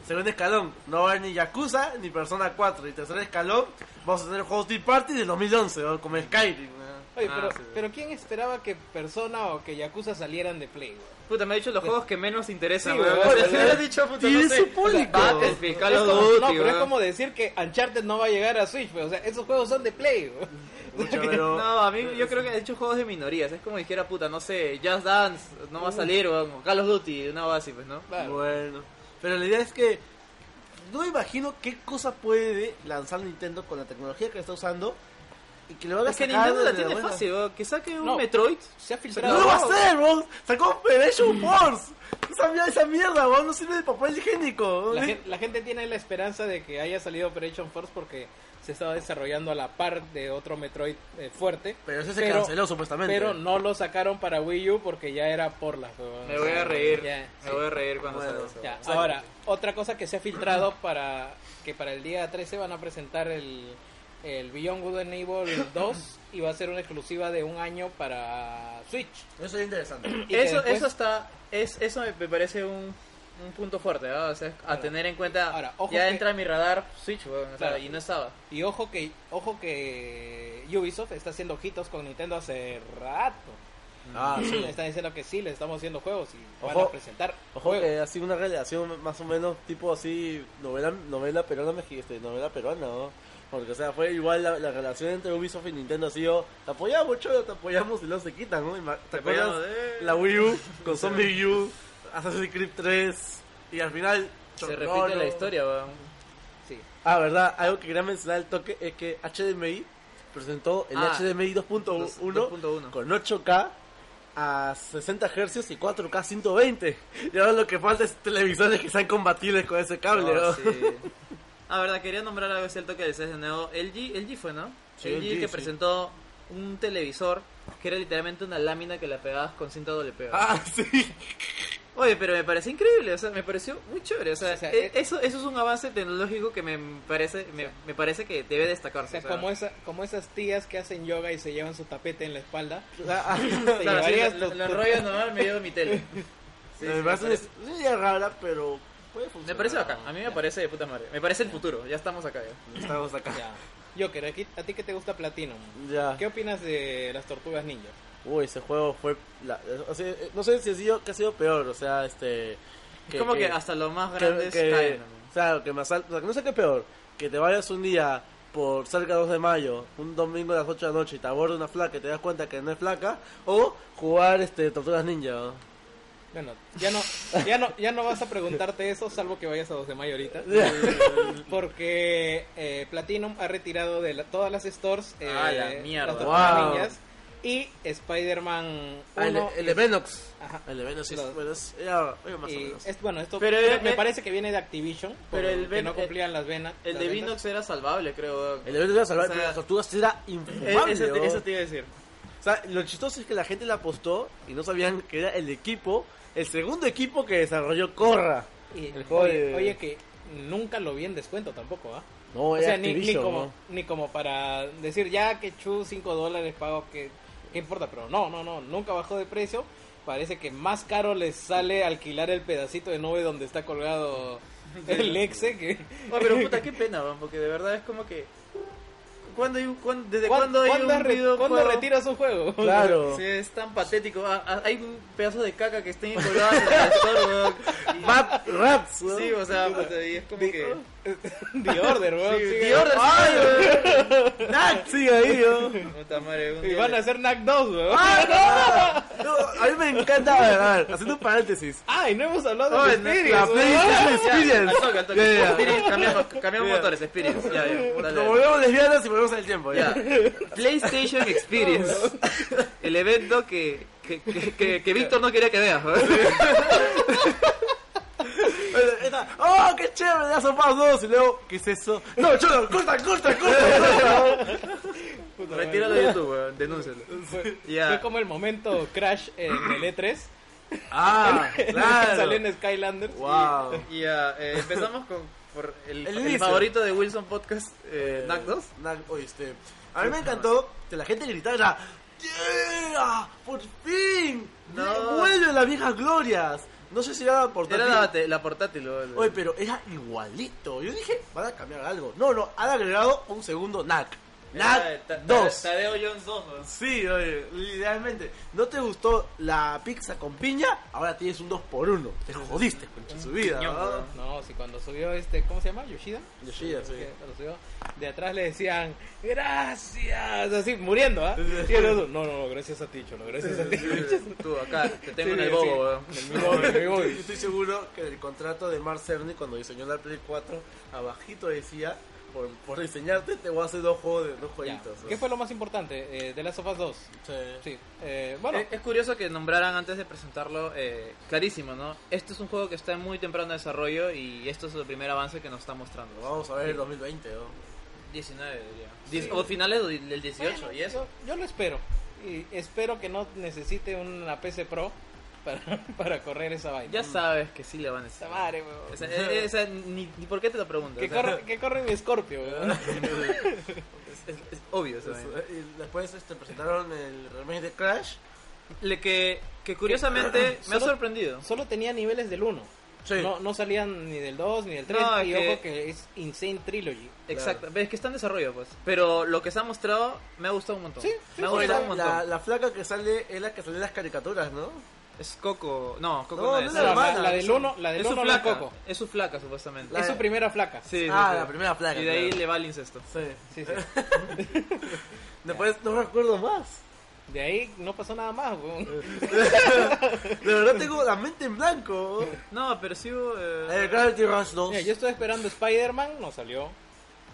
[SPEAKER 5] Segundo escalón, no va a haber ni Yakuza ni Persona 4. Y tercer escalón, vamos a tener juegos Tea Party del 2011, ¿no? como
[SPEAKER 2] *laughs*
[SPEAKER 5] Skyrim. ¿no?
[SPEAKER 6] Oye,
[SPEAKER 2] Ah,
[SPEAKER 6] pero,
[SPEAKER 2] sí, sí.
[SPEAKER 6] pero ¿quién esperaba que Persona o que Yakuza salieran de Play? güey?
[SPEAKER 2] Puta, me ha dicho los juegos que menos interesan,
[SPEAKER 6] Pues Sí,
[SPEAKER 2] weón.
[SPEAKER 6] weón.
[SPEAKER 2] O sea, si *laughs* me has dicho, puta,
[SPEAKER 5] Tiene
[SPEAKER 2] no sé,
[SPEAKER 5] su público.
[SPEAKER 2] Battlefield, Call of
[SPEAKER 6] Es como-
[SPEAKER 2] Duty,
[SPEAKER 6] no, pero es
[SPEAKER 2] weón.
[SPEAKER 6] como decir que Uncharted no va a llegar a Switch, güey, o sea, esos juegos son de Play. güey.
[SPEAKER 5] Pucha,
[SPEAKER 2] *laughs*
[SPEAKER 5] pero-
[SPEAKER 2] No, a mí yo creo que he hecho juegos de minorías. Es como dijera, puta, no sé, Just Dance no va a salir, weón, o Call of Duty, una cosa así, pues, ¿no?
[SPEAKER 6] Claro.
[SPEAKER 5] Bueno, pero la idea es que no imagino qué cosa puede lanzar Nintendo con la tecnología que está usando y que le va a
[SPEAKER 2] Es que
[SPEAKER 5] sacar
[SPEAKER 2] Nintendo la
[SPEAKER 5] de
[SPEAKER 2] tiene
[SPEAKER 5] buena.
[SPEAKER 2] fácil, weón. Que saque un
[SPEAKER 6] No.
[SPEAKER 2] Metroid.
[SPEAKER 6] Se ha
[SPEAKER 5] No
[SPEAKER 6] filtrado.
[SPEAKER 5] lo va a hacer, bro. Sacó Federation Force. Esa, mier- esa mierda, bro, no sirve de papel higiénico.
[SPEAKER 6] La gen- la gente, tiene la esperanza de que haya salido Operation Force porque se estaba desarrollando a la par de otro Metroid eh, fuerte.
[SPEAKER 5] Pero ese se canceló, supuestamente.
[SPEAKER 6] Pero no lo sacaron para Wii U porque ya era por la.
[SPEAKER 2] Me voy a reír.
[SPEAKER 6] Ya,
[SPEAKER 2] Me
[SPEAKER 6] sí.
[SPEAKER 2] voy a reír cuando
[SPEAKER 5] Bueno,
[SPEAKER 2] salga eso.
[SPEAKER 6] Ya, Ahora, otra cosa que se ha filtrado *clears throat* para que para el día 13 van a presentar el, el Beyond Good and Evil *clears throat* 2 y va a ser una exclusiva de un año para Switch.
[SPEAKER 5] Eso es interesante.
[SPEAKER 6] Y que
[SPEAKER 2] Eso,
[SPEAKER 6] después-
[SPEAKER 2] eso está. Es, eso me- me parece un, un punto fuerte, ¿no? O sea, a tener en cuenta.
[SPEAKER 6] Ahora, ojo
[SPEAKER 2] ya
[SPEAKER 6] que-
[SPEAKER 2] entra en mi radar Switch, weón. O sea,
[SPEAKER 6] Claro.
[SPEAKER 2] y no estaba.
[SPEAKER 6] Y ojo que, ojo que Ubisoft está haciendo ojitos con Nintendo hace rato.
[SPEAKER 5] Ah, sí.
[SPEAKER 6] Están diciendo que sí, le estamos haciendo juegos y van
[SPEAKER 5] Ojo.
[SPEAKER 6] a presentar
[SPEAKER 5] Ojo
[SPEAKER 6] juegos.
[SPEAKER 5] que ha sido una relación más o menos tipo así, novela, novela peruana, mexi- este, novela peruana, ¿no? Porque, o sea, fue igual la, la relación entre Ubisoft y Nintendo ha sido, te apoyamos, cholo, te apoyamos y luego se quitan, ¿no? Ima- ¿Te acuerdas?
[SPEAKER 2] apoyamos, eh.
[SPEAKER 5] La Wii U con Zombie U, Assassin's Creed 3 y al final...
[SPEAKER 2] Se
[SPEAKER 5] Chocolo.
[SPEAKER 2] repite la historia, weón.
[SPEAKER 6] Sí.
[SPEAKER 5] Ah, verdad, algo que quería mencionar al toque es que HDMI presentó el
[SPEAKER 2] Ah,
[SPEAKER 5] HDMI 2.1
[SPEAKER 2] 2.1.
[SPEAKER 5] con 8K a 60 Hz y 4K 120. Y ahora lo que falta es televisores que sean compatibles con ese cable.
[SPEAKER 2] Ah,
[SPEAKER 5] ¿no?
[SPEAKER 2] sí. *laughs* Ah, verdad, quería nombrar algo cierto que decías de nuevo. LG, LG fue, ¿no?
[SPEAKER 5] Sí,
[SPEAKER 2] LG,
[SPEAKER 5] LG,
[SPEAKER 2] que
[SPEAKER 5] sí.
[SPEAKER 2] presentó un televisor que era literalmente una lámina que la pegabas con cinta doble pega.
[SPEAKER 5] *laughs* Ah, sí.
[SPEAKER 2] Oye, pero me pareció increíble, o sea, me pareció muy chévere. O sea,
[SPEAKER 6] O sea,
[SPEAKER 2] eh,
[SPEAKER 6] eh,
[SPEAKER 2] eso, eso es un avance tecnológico que me parece, me, me parece que debe
[SPEAKER 6] O
[SPEAKER 2] destacarse.
[SPEAKER 6] sea, como, esa, como esas tías que hacen yoga y se llevan su tapete en la espalda.
[SPEAKER 5] *laughs*
[SPEAKER 2] Claro,
[SPEAKER 6] te
[SPEAKER 2] sí,
[SPEAKER 6] llevarías
[SPEAKER 2] lo,
[SPEAKER 6] tu-
[SPEAKER 2] lo
[SPEAKER 6] tu-
[SPEAKER 2] enrollo normal, me llevo mi tele. Sí,
[SPEAKER 5] me,
[SPEAKER 2] sí,
[SPEAKER 5] parece
[SPEAKER 2] me parece-
[SPEAKER 5] una idea rara, pero puede
[SPEAKER 2] me
[SPEAKER 5] funcionar.
[SPEAKER 2] parece bacán, a mí me parece de puta madre. Me parece el futuro, ya estamos acá. ya.
[SPEAKER 5] Estamos acá.
[SPEAKER 6] Ya. Joker, aquí, a ti que te gusta Platinum.
[SPEAKER 5] Ya.
[SPEAKER 6] ¿Qué opinas de las tortugas ninja?
[SPEAKER 5] Uy, ese juego fue. la- o sea, eh, no sé si ha sido, que ha sido peor, o sea, este.
[SPEAKER 2] Es como que, hasta lo más
[SPEAKER 5] que,
[SPEAKER 2] grande
[SPEAKER 5] que-
[SPEAKER 2] caen.
[SPEAKER 5] claro, que me asal- o sea, que no sé qué es peor, que te vayas un día por cerca de 2 de mayo, un domingo a las 8 de la noche y te aborda una flaca y te das cuenta que no es flaca, o jugar este Tortugas Ninja. ¿no?
[SPEAKER 6] Bueno, ya no, ya no, ya no vas a preguntarte eso, salvo que vayas a 2 de
[SPEAKER 5] *laughs*
[SPEAKER 6] mayo ahorita. Porque eh, Platinum ha retirado de la- todas las stores eh,
[SPEAKER 2] Ah, la mierda.
[SPEAKER 6] las tortugas
[SPEAKER 5] Wow.
[SPEAKER 6] ninjas y Spider-Man
[SPEAKER 5] Ah, el,
[SPEAKER 6] 1.
[SPEAKER 5] el de Venox.
[SPEAKER 6] Ajá.
[SPEAKER 5] El de Venox sí,
[SPEAKER 6] Los-
[SPEAKER 5] bueno, es- era- era más o
[SPEAKER 6] Y
[SPEAKER 5] menos.
[SPEAKER 6] Eh, es, bueno, esto
[SPEAKER 2] Pero
[SPEAKER 6] creo-
[SPEAKER 2] el-
[SPEAKER 6] me
[SPEAKER 2] el-
[SPEAKER 6] parece que viene de Activision,
[SPEAKER 2] pero el
[SPEAKER 6] que
[SPEAKER 2] Ben-
[SPEAKER 6] no cumplían las venas.
[SPEAKER 2] El de Vinox era salvable, creo.
[SPEAKER 5] El de Venox era salvar,
[SPEAKER 2] O sea,
[SPEAKER 5] pero las tortugas era
[SPEAKER 2] Eh,
[SPEAKER 5] infumable.
[SPEAKER 2] eso,
[SPEAKER 5] ¿no?
[SPEAKER 2] eso te iba a decir.
[SPEAKER 5] O sea, lo chistoso es que la gente la apostó y no sabían que era el equipo, el segundo equipo que desarrolló Corra. el juego
[SPEAKER 6] oye,
[SPEAKER 5] de-
[SPEAKER 6] oye, que nunca lo vi en descuento tampoco, ¿ah?
[SPEAKER 5] No,
[SPEAKER 6] O
[SPEAKER 5] era
[SPEAKER 6] sea, ni, ni
[SPEAKER 5] Activision,
[SPEAKER 6] como,
[SPEAKER 5] ¿no?
[SPEAKER 6] ni como para decir ya que chu 5 dólares pago, que, ¿qué importa? Pero no, no, no, nunca bajó de precio. Parece que más caro les sale alquilar el pedacito de nube donde
[SPEAKER 2] *laughs*
[SPEAKER 6] está colgado el exe que...
[SPEAKER 2] Oye, pero puta, qué pena, man, porque de verdad es como que. ¿Cuándo hay, un- cuán- ¿Desde cuándo hay
[SPEAKER 6] ¿Cuándo
[SPEAKER 2] un
[SPEAKER 6] re-
[SPEAKER 2] video
[SPEAKER 6] cuándo retiras un juego?
[SPEAKER 5] Claro.
[SPEAKER 2] Sí, es tan patético. Ah, ah, hay un pedazo de caca que está colgado en el store, weón. Y-
[SPEAKER 5] Map Raps, ¿no?
[SPEAKER 2] Sí, o sea, puta, y es como que.
[SPEAKER 6] *laughs* The Order, weón.
[SPEAKER 2] Sí,
[SPEAKER 6] sí,
[SPEAKER 2] The Order, sí,
[SPEAKER 5] Nah, sigue ahí, ¿no?
[SPEAKER 2] weón. Puta madre, un
[SPEAKER 6] Y
[SPEAKER 2] día-
[SPEAKER 6] van a hacer NAC 2, weón.
[SPEAKER 2] Ah,
[SPEAKER 5] No, a mí me encanta, a ver, a ver, haciendo un paréntesis.
[SPEAKER 6] ¡Ay, no hemos hablado
[SPEAKER 2] Oh,
[SPEAKER 6] de
[SPEAKER 2] el-
[SPEAKER 6] Spirit,
[SPEAKER 5] La
[SPEAKER 6] weón.
[SPEAKER 5] PlayStation
[SPEAKER 2] Ya,
[SPEAKER 5] Experience.
[SPEAKER 2] al toque, al toque.
[SPEAKER 5] Ya, ya, ya.
[SPEAKER 2] Experience, Cambiamos, cambiamos motores, Experience. Ya, ya, dale,
[SPEAKER 5] Nos
[SPEAKER 2] dale.
[SPEAKER 5] volvemos lesbianas y volvemos al tiempo, ya.
[SPEAKER 2] Ya. PlayStation Experience. El evento que, que, que, que, que Víctor no quería que veas. ¿eh?
[SPEAKER 5] Bueno, esta- ¡Oh, qué chévere! Ya son más dos. Y luego, ¿qué es eso? No, chulo, corta, corta, corta.
[SPEAKER 2] Retíralo de YouTube, weón. Denúncialo.
[SPEAKER 6] Fue,
[SPEAKER 2] Ya.
[SPEAKER 6] fue como el momento Crash en el *laughs* E3.
[SPEAKER 5] ah,
[SPEAKER 6] Salió
[SPEAKER 5] claro.
[SPEAKER 6] en Skylanders.
[SPEAKER 5] Wow.
[SPEAKER 2] Y ya, eh, empezamos con por el,
[SPEAKER 5] El
[SPEAKER 2] el
[SPEAKER 5] inicio.
[SPEAKER 2] favorito de Wilson Podcast, eh, NAC 2.
[SPEAKER 5] Na- oye, este, a mí me encantó que la gente gritara ¡Yeah! ¡Por fin!
[SPEAKER 2] No.
[SPEAKER 5] ¡Vuelven las viejas glorias! No sé si era portátil.
[SPEAKER 2] Era la, te- la portátil, weón.
[SPEAKER 5] Oye, pero era igualito. Yo dije, van a cambiar algo. No, no, han agregado un segundo NAC.
[SPEAKER 2] Era
[SPEAKER 5] NAC
[SPEAKER 2] eh, Ta-
[SPEAKER 5] 2.
[SPEAKER 2] Ta- Tadeo Jones 2, weón.
[SPEAKER 5] Sí, oye, literalmente. ¿No te gustó la pizza con piña? Ahora tienes un 2x1. Te jodiste, con su vida. ¿verdad?
[SPEAKER 6] No, si cuando subió este, ¿cómo se llama? Yoshida.
[SPEAKER 5] Yoshida, sí.
[SPEAKER 6] Que cuando subió, de atrás le decían, gracias, así, muriendo, ¿ah? Y el otro, no, no, no, gracias a ti, Cholo, gracias a ti.
[SPEAKER 2] Tú, acá, te tengo en
[SPEAKER 6] Sí,
[SPEAKER 2] el bobo, ¿eh?
[SPEAKER 6] sí.
[SPEAKER 2] weón.
[SPEAKER 6] Me voy, me
[SPEAKER 5] Yo
[SPEAKER 6] voy.
[SPEAKER 5] estoy seguro que en el contrato de Mark Cerny cuando diseñó la Play 4, abajito decía, por, por diseñarte te voy a hacer dos juegos de dos *laughs*
[SPEAKER 6] Ya.
[SPEAKER 5] jueguitos.
[SPEAKER 6] ¿Qué fue lo más importante? Eh, The Last of Us 2. Sí. Eh, bueno,
[SPEAKER 2] Es, es curioso que nombraran antes de presentarlo, eh, clarísimo, ¿no? Este es un juego que está en muy temprano desarrollo y esto es el primer avance que nos está mostrando.
[SPEAKER 5] Lo vamos a ver en 2020, ¿no?
[SPEAKER 2] 19, diría. Diez- O finales del del 18,
[SPEAKER 6] Bueno,
[SPEAKER 2] y eso.
[SPEAKER 6] Yo, yo lo espero. Y espero que no necesite una PC Pro para, *laughs* para correr esa vaina.
[SPEAKER 2] Ya sabes que sí le van a
[SPEAKER 6] Esa
[SPEAKER 2] estar.
[SPEAKER 6] madre, weón.
[SPEAKER 2] O sea, eh, eh, o sea, ni, ni por qué te lo pregunto.
[SPEAKER 6] Que
[SPEAKER 2] o sea,
[SPEAKER 6] corre, que corre mi Scorpio,
[SPEAKER 2] Ah.
[SPEAKER 6] weón.
[SPEAKER 2] es, es- es obvio. eso,
[SPEAKER 5] Entonces,
[SPEAKER 2] ¿eh?
[SPEAKER 5] *laughs* y después este, presentaron el remake de Crash.
[SPEAKER 2] Le que, que curiosamente me ha
[SPEAKER 6] Solo-
[SPEAKER 2] sorprendido.
[SPEAKER 6] Solo tenía niveles del 1.
[SPEAKER 5] Sí.
[SPEAKER 6] No, no salían ni del 2 ni del 3.
[SPEAKER 2] No, es
[SPEAKER 6] y
[SPEAKER 2] que-
[SPEAKER 6] ojo que es Insane Trilogy.
[SPEAKER 2] Exacto, es que está en desarrollo, pues. Pero lo que se ha mostrado me ha gustado un montón. me ha
[SPEAKER 5] Oye,
[SPEAKER 2] gustado
[SPEAKER 5] la,
[SPEAKER 2] Ah, un montón.
[SPEAKER 5] la, la flaca que sale es la que sale en las caricaturas, ¿no?
[SPEAKER 2] Es Coco. No, Coco
[SPEAKER 5] No,
[SPEAKER 2] no,
[SPEAKER 5] no
[SPEAKER 2] es.
[SPEAKER 5] es
[SPEAKER 6] No, la,
[SPEAKER 5] hermana,
[SPEAKER 6] la del
[SPEAKER 5] son-
[SPEAKER 6] 1, la del
[SPEAKER 2] es su
[SPEAKER 6] 1 no es
[SPEAKER 2] flaca.
[SPEAKER 6] Coco.
[SPEAKER 2] Es su flaca, supuestamente.
[SPEAKER 5] La-
[SPEAKER 6] Es su primera flaca.
[SPEAKER 2] Sí, sí,
[SPEAKER 5] ah,
[SPEAKER 2] sí.
[SPEAKER 5] la primera flaca.
[SPEAKER 2] Y de ahí
[SPEAKER 5] claro.
[SPEAKER 2] le va el incesto.
[SPEAKER 5] Sí.
[SPEAKER 6] Sí, sí.
[SPEAKER 2] *laughs*
[SPEAKER 5] Después no recuerdo más.
[SPEAKER 6] De ahí no pasó nada más, weón.
[SPEAKER 5] De verdad tengo la mente en blanco.
[SPEAKER 2] No, pero sí hubo. eh,
[SPEAKER 5] Eh, Gravity Rush 2.
[SPEAKER 6] Mira, yo estoy esperando Spider-Man, no salió.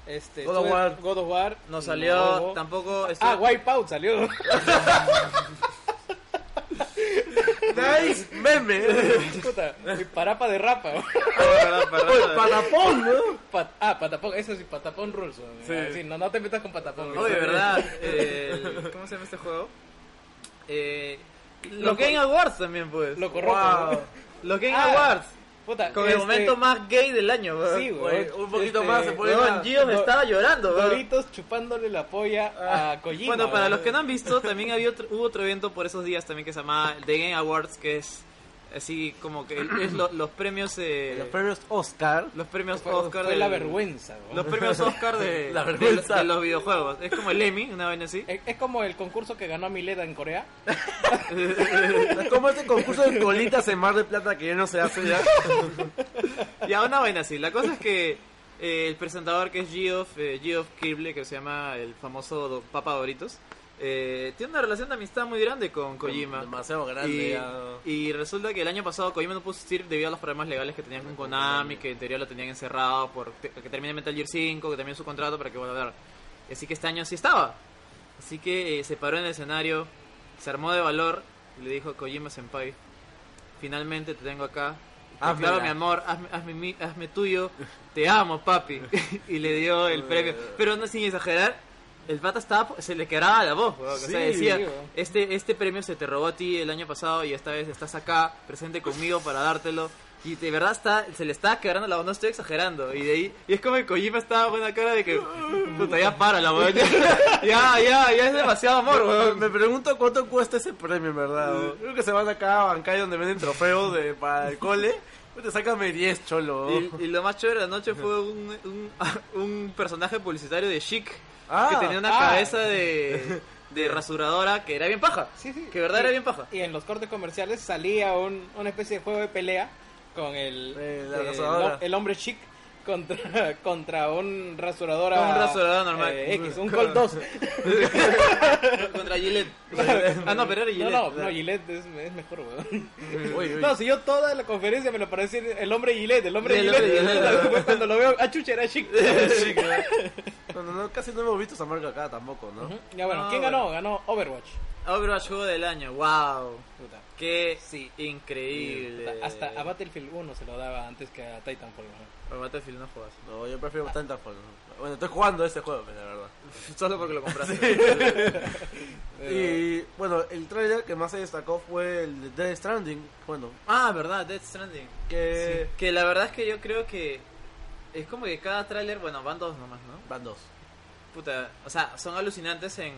[SPEAKER 6] Este,
[SPEAKER 5] God of
[SPEAKER 6] estuve-
[SPEAKER 5] War.
[SPEAKER 6] God of War,
[SPEAKER 2] no salió,
[SPEAKER 6] hubo.
[SPEAKER 2] tampoco. estuvo-
[SPEAKER 6] Ah, Wipeout salió. *laughs*
[SPEAKER 2] *laughs*
[SPEAKER 5] Nice meme.
[SPEAKER 6] *laughs* Puta, y parapa de rapa. weón.
[SPEAKER 2] Perdón, perdón. Eh,
[SPEAKER 5] Patapón, Oh, ¿no?
[SPEAKER 6] Pat- ah, patapón, eso sí, patapón rules. weón. Ah, sí, no, no te metas con patapón.
[SPEAKER 2] Oye,
[SPEAKER 6] weón.
[SPEAKER 2] ¿verdad?
[SPEAKER 6] *laughs*
[SPEAKER 2] El- ¿Cómo se llama este juego? Eh, los Game Awards también, pues.
[SPEAKER 6] Lo corrojo.
[SPEAKER 5] Wow.
[SPEAKER 6] weón.
[SPEAKER 2] Los Game
[SPEAKER 6] Ah,
[SPEAKER 2] Awards.
[SPEAKER 6] Puta,
[SPEAKER 2] Con el
[SPEAKER 6] este-
[SPEAKER 2] momento más gay del año, weón.
[SPEAKER 6] Sí, weón.
[SPEAKER 5] Oye, un poquito
[SPEAKER 6] Este,
[SPEAKER 5] más se puede.
[SPEAKER 2] Weón, Gio me
[SPEAKER 6] Do-
[SPEAKER 2] estaba llorando, weón.
[SPEAKER 6] Doritos chupándole la polla a Kojima.
[SPEAKER 2] Ah, Bueno, para
[SPEAKER 6] weón.
[SPEAKER 2] los que no han visto, también había otro- hubo otro evento por esos días también que se llamaba The Game Awards, que es así como que es lo- los premios...
[SPEAKER 6] *laughs*
[SPEAKER 2] eh,
[SPEAKER 5] Los premios Oscar.
[SPEAKER 2] los premios
[SPEAKER 6] Fue,
[SPEAKER 2] Oscar
[SPEAKER 6] fue
[SPEAKER 2] del-
[SPEAKER 6] la vergüenza. weón.
[SPEAKER 2] Los
[SPEAKER 6] *laughs*
[SPEAKER 2] premios Oscar de,
[SPEAKER 5] La
[SPEAKER 2] de-
[SPEAKER 5] vergüenza.
[SPEAKER 2] de los videojuegos. Es como el Emmy, una vaina así.
[SPEAKER 6] Es, es como el concurso que ganó Mileda en Corea. Eh,
[SPEAKER 2] *laughs*
[SPEAKER 5] Es como este concurso de colitas en Mar de Plata que ya no se hace ya.
[SPEAKER 2] *laughs* Ya, una vaina así. La cosa es que eh, el presentador que es Geoff, eh, Geoff Kirble, que se llama el famoso do- Papa Doritos, eh, tiene una relación de amistad muy grande con *laughs* Kojima.
[SPEAKER 5] Demasiado
[SPEAKER 2] Y-
[SPEAKER 5] grande. ya.
[SPEAKER 2] Y, resulta que el año pasado Kojima no pudo asistir debido a los problemas legales que tenían con Konami, que en teoría lo tenían encerrado, por te- que termine Metal Gear 5, que termine su contrato para que vuelva a hablar. Así que este año sí estaba. Así que eh, se paró en el escenario, se armó de valor y le dijo Kojima Senpai, finalmente te tengo acá. Te
[SPEAKER 5] Házmela.
[SPEAKER 2] Claro, mi amor, hazme, hazme mi- hazme tuyo, te amo, papi. *laughs* y le dio
[SPEAKER 5] *laughs*
[SPEAKER 2] el premio. Pero no sin exagerar, el pata estaba, se le quebraba la voz. weón. o sea,
[SPEAKER 6] Sí,
[SPEAKER 2] decía,
[SPEAKER 6] digo.
[SPEAKER 2] este, este premio se te robó a ti el año pasado y esta vez estás acá, presente conmigo para dártelo. Y de verdad está, se le estaba quebrando la voz, no estoy exagerando. Y de ahí, y es como el Kojima estaba con una cara de que, puta, ya para la weón. *laughs* Ya, ya, ya es demasiado amor, weón.
[SPEAKER 5] Me pregunto cuánto cuesta ese premio, en verdad. bro. Creo que se van acá a Bancay donde venden trofeos de, para el cole. Pues Te sácame 10, cholo.
[SPEAKER 2] Y, y lo más chévere de la noche fue un, un, un *laughs* personaje publicitario de Chic
[SPEAKER 5] Ah,
[SPEAKER 2] que tenía una
[SPEAKER 6] ah.
[SPEAKER 2] cabeza
[SPEAKER 6] *laughs*
[SPEAKER 2] de, de rasuradora que era bien paja.
[SPEAKER 6] Sí, sí.
[SPEAKER 2] Que verdad
[SPEAKER 6] Y-
[SPEAKER 2] era bien
[SPEAKER 6] *laughs*
[SPEAKER 2] paja.
[SPEAKER 6] Y en los cortes comerciales salía un, una especie de juego de pelea con el,
[SPEAKER 5] Eh, la rasuradora.
[SPEAKER 6] el hombre chic contra, *laughs* contra un rasuradora.
[SPEAKER 2] Un rasurador normal.
[SPEAKER 6] eh,
[SPEAKER 2] *laughs*
[SPEAKER 6] X, un Colt *laughs* 2.
[SPEAKER 2] Contra
[SPEAKER 6] *laughs*
[SPEAKER 2] Gillette. Ah, no, pero era
[SPEAKER 6] No,
[SPEAKER 2] Gillette.
[SPEAKER 6] no, no, Gillette es, es mejor, weón.
[SPEAKER 5] Uy, uy.
[SPEAKER 6] No, si yo toda la conferencia me lo parecía el hombre Gillette, el hombre
[SPEAKER 2] El
[SPEAKER 6] Gillette.
[SPEAKER 2] hombre Gillette,
[SPEAKER 6] Después Cuando lo veo, ah, chucha,
[SPEAKER 2] *laughs*
[SPEAKER 6] era chic.
[SPEAKER 5] No, no, no, casi no hemos visto esa marca acá tampoco, ¿no?
[SPEAKER 6] Ya bueno,
[SPEAKER 2] Ah,
[SPEAKER 6] ¿quién
[SPEAKER 2] bueno.
[SPEAKER 6] ganó? Ganó Overwatch.
[SPEAKER 2] Overwatch juego del año. Wow.
[SPEAKER 6] Puta.
[SPEAKER 2] Qué
[SPEAKER 6] Sí.
[SPEAKER 2] increíble.
[SPEAKER 6] Hasta a Battlefield 1 se lo daba antes que a Titanfall. ¿no?
[SPEAKER 2] Pero Battlefield no juegas.
[SPEAKER 5] No, yo prefiero bastante Titanfall. ¿no? Bueno, estoy jugando ese juego, pero la *laughs* verdad.
[SPEAKER 2] Solo porque lo compraste.
[SPEAKER 5] *laughs* Y bueno, el trailer que más se destacó fue el de Dead Stranding. Bueno,
[SPEAKER 2] Ah, verdad, Death Stranding.
[SPEAKER 5] que.
[SPEAKER 2] Que la verdad es que yo creo que es como que cada tráiler, bueno, van dos nomás, ¿no?
[SPEAKER 5] Van dos.
[SPEAKER 2] Puta, o sea, son alucinantes en,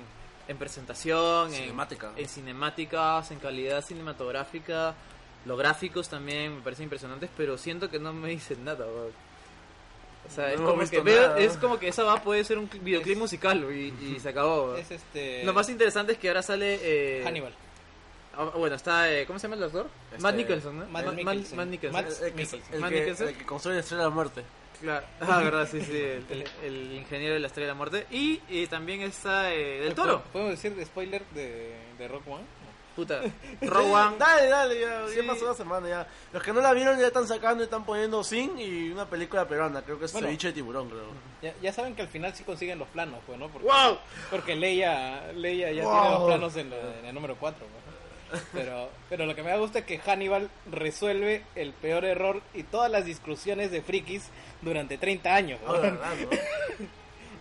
[SPEAKER 2] en presentación, en-
[SPEAKER 5] Cinemática.
[SPEAKER 2] en, cinemáticas, en calidad cinematográfica, los gráficos también me parecen impresionantes, pero siento que no me dicen nada, weón. O sea,
[SPEAKER 5] No
[SPEAKER 2] es,
[SPEAKER 5] hemos
[SPEAKER 2] como
[SPEAKER 5] visto
[SPEAKER 2] que veo-
[SPEAKER 5] nada.
[SPEAKER 2] es como que esa va puede ser un cl- videoclip
[SPEAKER 6] Es-
[SPEAKER 2] musical y, y se acabó. weón.
[SPEAKER 6] Es este.
[SPEAKER 2] Lo más interesante es que ahora sale... eh,
[SPEAKER 6] Hannibal.
[SPEAKER 2] ah, bueno, está... eh, ¿Cómo se llama el actor? Matt Nicholson, ¿no?
[SPEAKER 6] Matt
[SPEAKER 2] Ma- Ma-
[SPEAKER 6] Mikkelsen.
[SPEAKER 2] Matt Nicholson.
[SPEAKER 6] Matt-
[SPEAKER 5] El, el que, el
[SPEAKER 2] Matt
[SPEAKER 5] que,
[SPEAKER 2] Mikkelsen.
[SPEAKER 5] el que construye la estrella de la muerte.
[SPEAKER 2] Claro. *laughs* Ah, verdad, sí, sí. El, el- el ingeniero de la Estrella de la Muerte. Y, eh, también está eh, Del Toro.
[SPEAKER 6] ¿Podemos decir de spoiler de, de Rock One?
[SPEAKER 2] Puta.
[SPEAKER 6] *laughs*
[SPEAKER 2] Rowan.
[SPEAKER 5] *laughs* Dale, dale, ya, ya
[SPEAKER 2] Sí.
[SPEAKER 5] pasó la semana ya. Los que no la vieron ya están sacando y están poniendo sin y una película peruana, creo que es
[SPEAKER 6] Bueno.
[SPEAKER 5] ceviche de tiburón, *laughs* creo.
[SPEAKER 6] Ya, ya saben que al final sí consiguen los planos, pues, ¿no? Porque,
[SPEAKER 2] ¡Wow!
[SPEAKER 6] porque Leia, Leia ya
[SPEAKER 5] Wow.
[SPEAKER 6] tiene los planos en, la- en el número 4. Pero, pero lo que me gusta es que Hannibal resuelve el peor error y todas las discusiones de frikis durante 30 años, ¿no?
[SPEAKER 5] Ah, ¿verdad, no?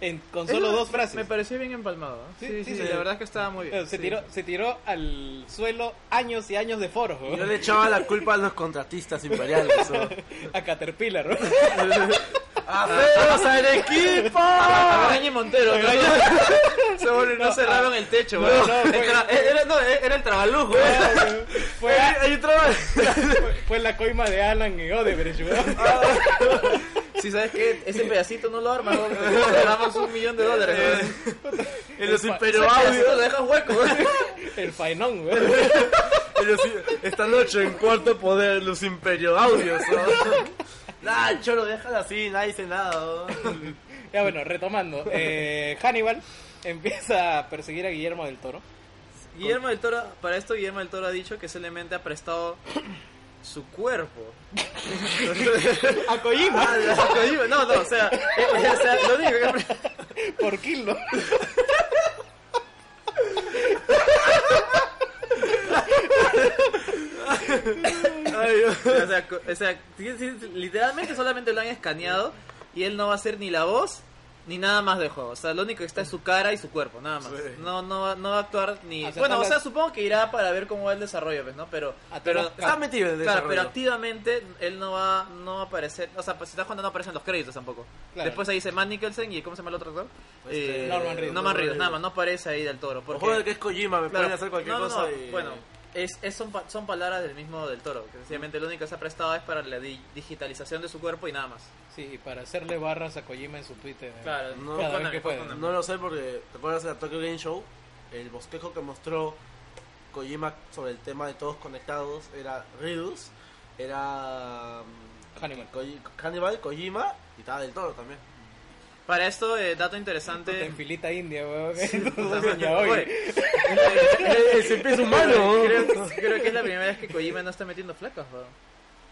[SPEAKER 6] En- con solo
[SPEAKER 2] Eso
[SPEAKER 6] dos frases.
[SPEAKER 2] Me pareció bien empalmado. ¿eh?
[SPEAKER 6] Sí,
[SPEAKER 2] Sí, sí,
[SPEAKER 6] sí,
[SPEAKER 2] sí,
[SPEAKER 6] sí.
[SPEAKER 2] la verdad es que estaba muy bien.
[SPEAKER 6] Pero se,
[SPEAKER 2] Sí.
[SPEAKER 6] tiró, se tiró al suelo años y años de foros, ¿no?
[SPEAKER 5] Yo le echaba la culpa a los contratistas imperiales. *laughs* ¿no?
[SPEAKER 6] *laughs* a Caterpillar, ¿no? *laughs*
[SPEAKER 2] Ah,
[SPEAKER 5] ¡Hacemos el equipo!
[SPEAKER 2] A Brañe Montero, ¿no? *laughs* Se volvió- no cerraron el techo, güey.
[SPEAKER 6] ah,
[SPEAKER 2] El
[SPEAKER 6] no, fue-
[SPEAKER 2] tra- era, no, era el trabalujo, güey.
[SPEAKER 6] fue, a- fue- fue la coima de Alan y Odebrecht,
[SPEAKER 2] Ah,
[SPEAKER 6] ¿no?
[SPEAKER 2] Si sabes que ese pedacito no lo armas, güey. Te damos un millón de dólares, güey.
[SPEAKER 5] En los
[SPEAKER 2] Pero
[SPEAKER 5] imperios
[SPEAKER 2] pedacito lo dejas hueco, güey.
[SPEAKER 6] *laughs* El Fainón, ¿no?
[SPEAKER 5] Esta noche en cuarto poder, los imperio audios. *laughs* Nah, cholo, déjala así, nadie dice nada. ¿no?
[SPEAKER 6] Ya bueno, retomando. Eh, Hannibal empieza a perseguir a Guillermo del Toro.
[SPEAKER 2] *laughs* Guillermo del Toro, para esto Guillermo del Toro ha dicho que simplemente ha prestado su cuerpo. *laughs*
[SPEAKER 6] A Kojima,
[SPEAKER 2] Ah, A Kojima. No, no, o sea, eh, o sea, lo único que ha pre-
[SPEAKER 6] por kilo.
[SPEAKER 2] O sea, co- o sea, sí, sí, sí, literalmente solamente lo han escaneado y él no va a hacer ni la voz ni nada más de juego. O sea, lo único que está es su cara y su cuerpo, nada más. No, no, va- no va a actuar ni.
[SPEAKER 6] O sea,
[SPEAKER 2] bueno,
[SPEAKER 6] no
[SPEAKER 2] o
[SPEAKER 6] lo-
[SPEAKER 2] sea, supongo que irá para ver cómo va el desarrollo, pues, ¿no? Pero.
[SPEAKER 6] Ah,
[SPEAKER 2] pero
[SPEAKER 6] pero-
[SPEAKER 5] Está metido en el
[SPEAKER 2] claro, pero
[SPEAKER 5] desarrollo.
[SPEAKER 2] activamente él no va, no va a aparecer. O sea, pues, si estás jugando no aparecen los créditos tampoco.
[SPEAKER 6] Claro.
[SPEAKER 2] Después ahí dice Matt Nicholson y ¿cómo se llama el otro actor? Eh,
[SPEAKER 5] Este,
[SPEAKER 6] Norman Reedus.
[SPEAKER 2] Norman Reedus, nada más, no aparece ahí del toro. Porque...
[SPEAKER 5] Ojo de que es Kojima, me
[SPEAKER 2] Claro.
[SPEAKER 5] pueden hacer cualquier
[SPEAKER 2] No, no, no,
[SPEAKER 5] cosa. y-
[SPEAKER 2] Bueno, es, es- son, pa- son palabras del mismo del toro. Que sencillamente lo único que se ha prestado es para la di- digitalización de su cuerpo y nada más.
[SPEAKER 6] Sí, y para hacerle barras a Kojima en su Twitter. ¿eh?
[SPEAKER 2] Claro,
[SPEAKER 5] no,
[SPEAKER 6] cada
[SPEAKER 2] Konami,
[SPEAKER 6] vez que puede.
[SPEAKER 2] Konami.
[SPEAKER 5] No lo sé porque, ¿te acuerdas de la Tokyo Game Show? El bosquejo que mostró Kojima sobre el tema de todos conectados era Ridus, era um,
[SPEAKER 6] Hannibal.
[SPEAKER 5] Koji- Hannibal, Kojima y estaba del toro también.
[SPEAKER 2] Para esto, eh, dato
[SPEAKER 6] Puta,
[SPEAKER 2] interesante. *laughs*
[SPEAKER 6] En filita india, weón. Entonces,
[SPEAKER 2] Oye,
[SPEAKER 6] ya, oye.
[SPEAKER 5] Siempre es
[SPEAKER 2] creo, creo que es la primera vez que Kojima no está metiendo flacas, weón.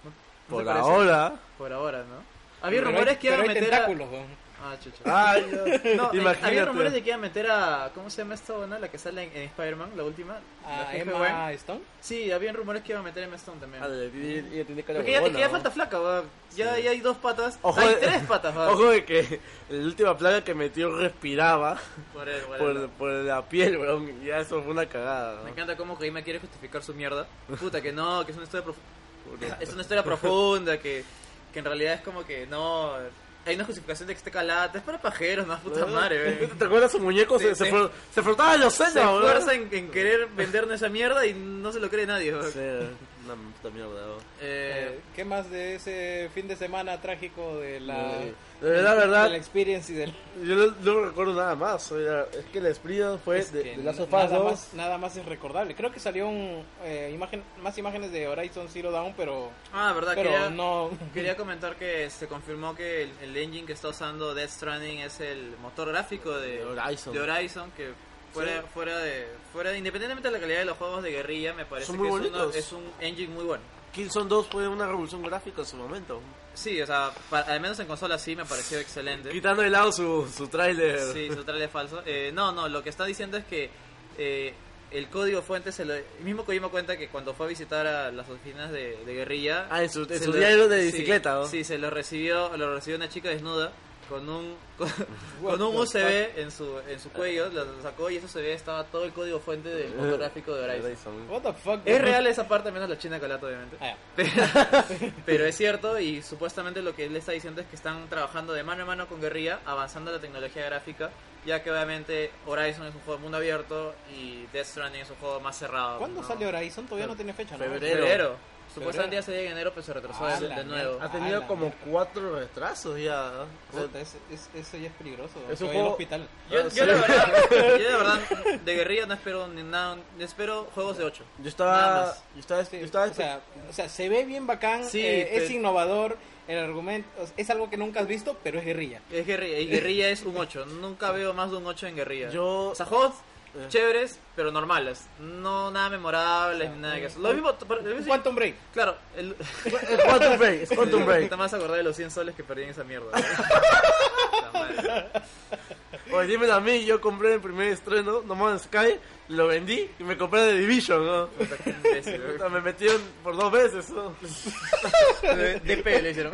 [SPEAKER 2] ¿No- no
[SPEAKER 5] Por
[SPEAKER 2] te parece?
[SPEAKER 5] ahora.
[SPEAKER 2] Por ahora, ¿no? Había
[SPEAKER 6] Pero
[SPEAKER 2] rumores
[SPEAKER 6] hay-
[SPEAKER 2] que iban a
[SPEAKER 6] pero hay
[SPEAKER 2] meter a...
[SPEAKER 6] tentáculos, weón.
[SPEAKER 2] Ah, chucha.
[SPEAKER 5] *laughs* Ay,
[SPEAKER 2] No, eh,
[SPEAKER 5] imagínate.
[SPEAKER 2] había rumores de que iban a meter a... ¿Cómo se llama esta buena? La que sale en, en Spider-Man, la última. la
[SPEAKER 6] A
[SPEAKER 2] jefe
[SPEAKER 6] Ah, Emma
[SPEAKER 2] buena.
[SPEAKER 6] Stone.
[SPEAKER 2] Sí, había rumores que iban a meter a Emma Stone también.
[SPEAKER 5] Ah, de- y- y- y tiene cara
[SPEAKER 2] Porque ya,
[SPEAKER 5] huevona,
[SPEAKER 2] que ya
[SPEAKER 5] ¿no?
[SPEAKER 2] falta flaca, weón. Ya, ya hay dos patas.
[SPEAKER 5] Ojo
[SPEAKER 2] hay
[SPEAKER 5] de-
[SPEAKER 2] tres patas, weón.
[SPEAKER 5] *laughs* Ojo de que la última plaga que metió respiraba
[SPEAKER 2] Por él, por él.
[SPEAKER 5] por, por la piel, weón. y Ya eso fue una cagada.
[SPEAKER 2] Me
[SPEAKER 5] ¿no?
[SPEAKER 2] encanta cómo Kojima quiere justificar su mierda. Puta, que no, que es una historia, profu- es una historia profunda, que, que en realidad es como que no... Hay una justificación de que esté calada. Es para pajeros, no puta
[SPEAKER 5] *laughs*
[SPEAKER 2] madre, weón.
[SPEAKER 5] ¿Te acuerdas su muñeco?
[SPEAKER 2] Sí,
[SPEAKER 5] se, se
[SPEAKER 2] sí.
[SPEAKER 5] fro- se frotaba los senos,
[SPEAKER 2] Se
[SPEAKER 5] weón.
[SPEAKER 2] esfuerza en, en querer vendernos esa mierda y no se lo cree nadie, Eh, weón.
[SPEAKER 5] Sí, una puta mierda. weón.
[SPEAKER 2] Eh,
[SPEAKER 6] Eh, ¿Qué más de ese fin de semana trágico de la...
[SPEAKER 5] Sí. De verdad, verdad.
[SPEAKER 6] De la experience y del...
[SPEAKER 5] Yo no, no recuerdo nada más. o sea, es que la experiencia fue
[SPEAKER 6] Es
[SPEAKER 5] de,
[SPEAKER 6] que
[SPEAKER 5] de Last of Us
[SPEAKER 6] nada
[SPEAKER 5] 2.
[SPEAKER 6] más, nada más es recordable. Creo que salió un, eh, imagen, más imágenes de Horizon Zero Dawn, pero,
[SPEAKER 2] ah, verdad,
[SPEAKER 6] pero
[SPEAKER 2] quería,
[SPEAKER 6] no.
[SPEAKER 2] quería comentar que se confirmó que el, el engine que está usando Death Stranding es el motor gráfico de,
[SPEAKER 5] De Horizon.
[SPEAKER 2] de Horizon, que fuera, fuera de, fuera de- independientemente de la calidad de los juegos de guerrilla, me parece
[SPEAKER 5] Son
[SPEAKER 2] que
[SPEAKER 5] muy
[SPEAKER 2] es, uno-
[SPEAKER 5] bonitos.
[SPEAKER 2] es un engine muy bueno.
[SPEAKER 5] Killzone 2 fue una revolución gráfica en su momento.
[SPEAKER 2] Sí, o sea, pa- al menos en consola sí me pareció excelente.
[SPEAKER 5] Quitando de lado su, su tráiler. *laughs*
[SPEAKER 2] Sí, su trailer falso. Eh, no, no, lo que está diciendo es que eh, el código fuente se lo... el mismo Kojima cuenta que cuando fue a visitar a las oficinas de, de guerrilla...
[SPEAKER 5] Ah, en su- en
[SPEAKER 2] se
[SPEAKER 5] su diario de
[SPEAKER 2] sí,
[SPEAKER 5] bicicleta, ¿no?
[SPEAKER 2] Sí, se lo recibió, lo recibió una chica desnuda con un *laughs* con,
[SPEAKER 6] What
[SPEAKER 2] con un
[SPEAKER 6] the
[SPEAKER 2] USB en su en su cuello, lo sacó y eso se ve estaba todo el código fuente del
[SPEAKER 5] Eh.
[SPEAKER 2] motor gráfico de Horizon.
[SPEAKER 6] What the fuck?
[SPEAKER 2] Es real esa parte, menos la china colata, obviamente.
[SPEAKER 6] Ah, ya.
[SPEAKER 2] Pero es cierto y supuestamente lo que él está diciendo es que están trabajando de mano a mano con Guerrilla, avanzando la tecnología gráfica, ya que obviamente Horizon es un juego de mundo abierto y Death Stranding es un juego más cerrado.
[SPEAKER 6] ¿Cuándo
[SPEAKER 2] ¿no?
[SPEAKER 6] sale Horizon? Todavía no tiene fecha, ¿no?
[SPEAKER 5] Febrero.
[SPEAKER 2] Febrero. Supuestamente ya se llega en enero, pero se retrasó
[SPEAKER 6] Ah,
[SPEAKER 2] de,
[SPEAKER 6] la
[SPEAKER 2] de nuevo.
[SPEAKER 5] Ha
[SPEAKER 6] Ah,
[SPEAKER 5] tenido
[SPEAKER 6] la
[SPEAKER 5] como
[SPEAKER 6] mierda.
[SPEAKER 5] cuatro retrasos ya. O sea,
[SPEAKER 6] Puta, es- es- eso ya es peligroso.
[SPEAKER 5] Es un
[SPEAKER 6] Te voy al
[SPEAKER 5] juego-
[SPEAKER 6] hospital.
[SPEAKER 2] Yo, yo, la verdad, yo la verdad, de Guerrilla no espero ni nada, espero juegos de 8.
[SPEAKER 5] yo
[SPEAKER 2] Nada
[SPEAKER 5] estaba.
[SPEAKER 2] más.
[SPEAKER 5] Yo estaba.
[SPEAKER 6] Sí,
[SPEAKER 5] yo estaba- *laughs*
[SPEAKER 6] o, sea, o sea, se ve bien bacán,
[SPEAKER 2] Sí,
[SPEAKER 6] eh, es
[SPEAKER 2] pero-
[SPEAKER 6] innovador, el argumento o sea, es algo que nunca has visto, pero es guerrilla.
[SPEAKER 2] Es guerrilla, y guerrilla es un 8. Nunca veo más de un 8 en guerrilla.
[SPEAKER 5] Yo-
[SPEAKER 2] O sea, juegos
[SPEAKER 5] Eh.
[SPEAKER 2] chéveres, pero normales. No nada memorables, ni nada que eso. Lo mismo. pero- lo mismo-
[SPEAKER 5] *clears throat*
[SPEAKER 6] Quantum Break.
[SPEAKER 2] Claro,
[SPEAKER 5] *laughs*
[SPEAKER 2] el.
[SPEAKER 5] Es Quantum Break. Es
[SPEAKER 2] *laughs*
[SPEAKER 5] Quantum Break.
[SPEAKER 6] *laughs*
[SPEAKER 2] Te vas a acordar de los 100 soles que perdí en esa
[SPEAKER 5] *laughs*
[SPEAKER 2] mierda. Puta madre.
[SPEAKER 5] Oye, dímelo a mí, yo compré el primer estreno, No Man's Sky, lo vendí y me compré The Division, ¿no?
[SPEAKER 2] Puta, qué imbécil, güey.
[SPEAKER 5] Puta, Me metieron por dos veces, ¿no?
[SPEAKER 2] DP le hicieron.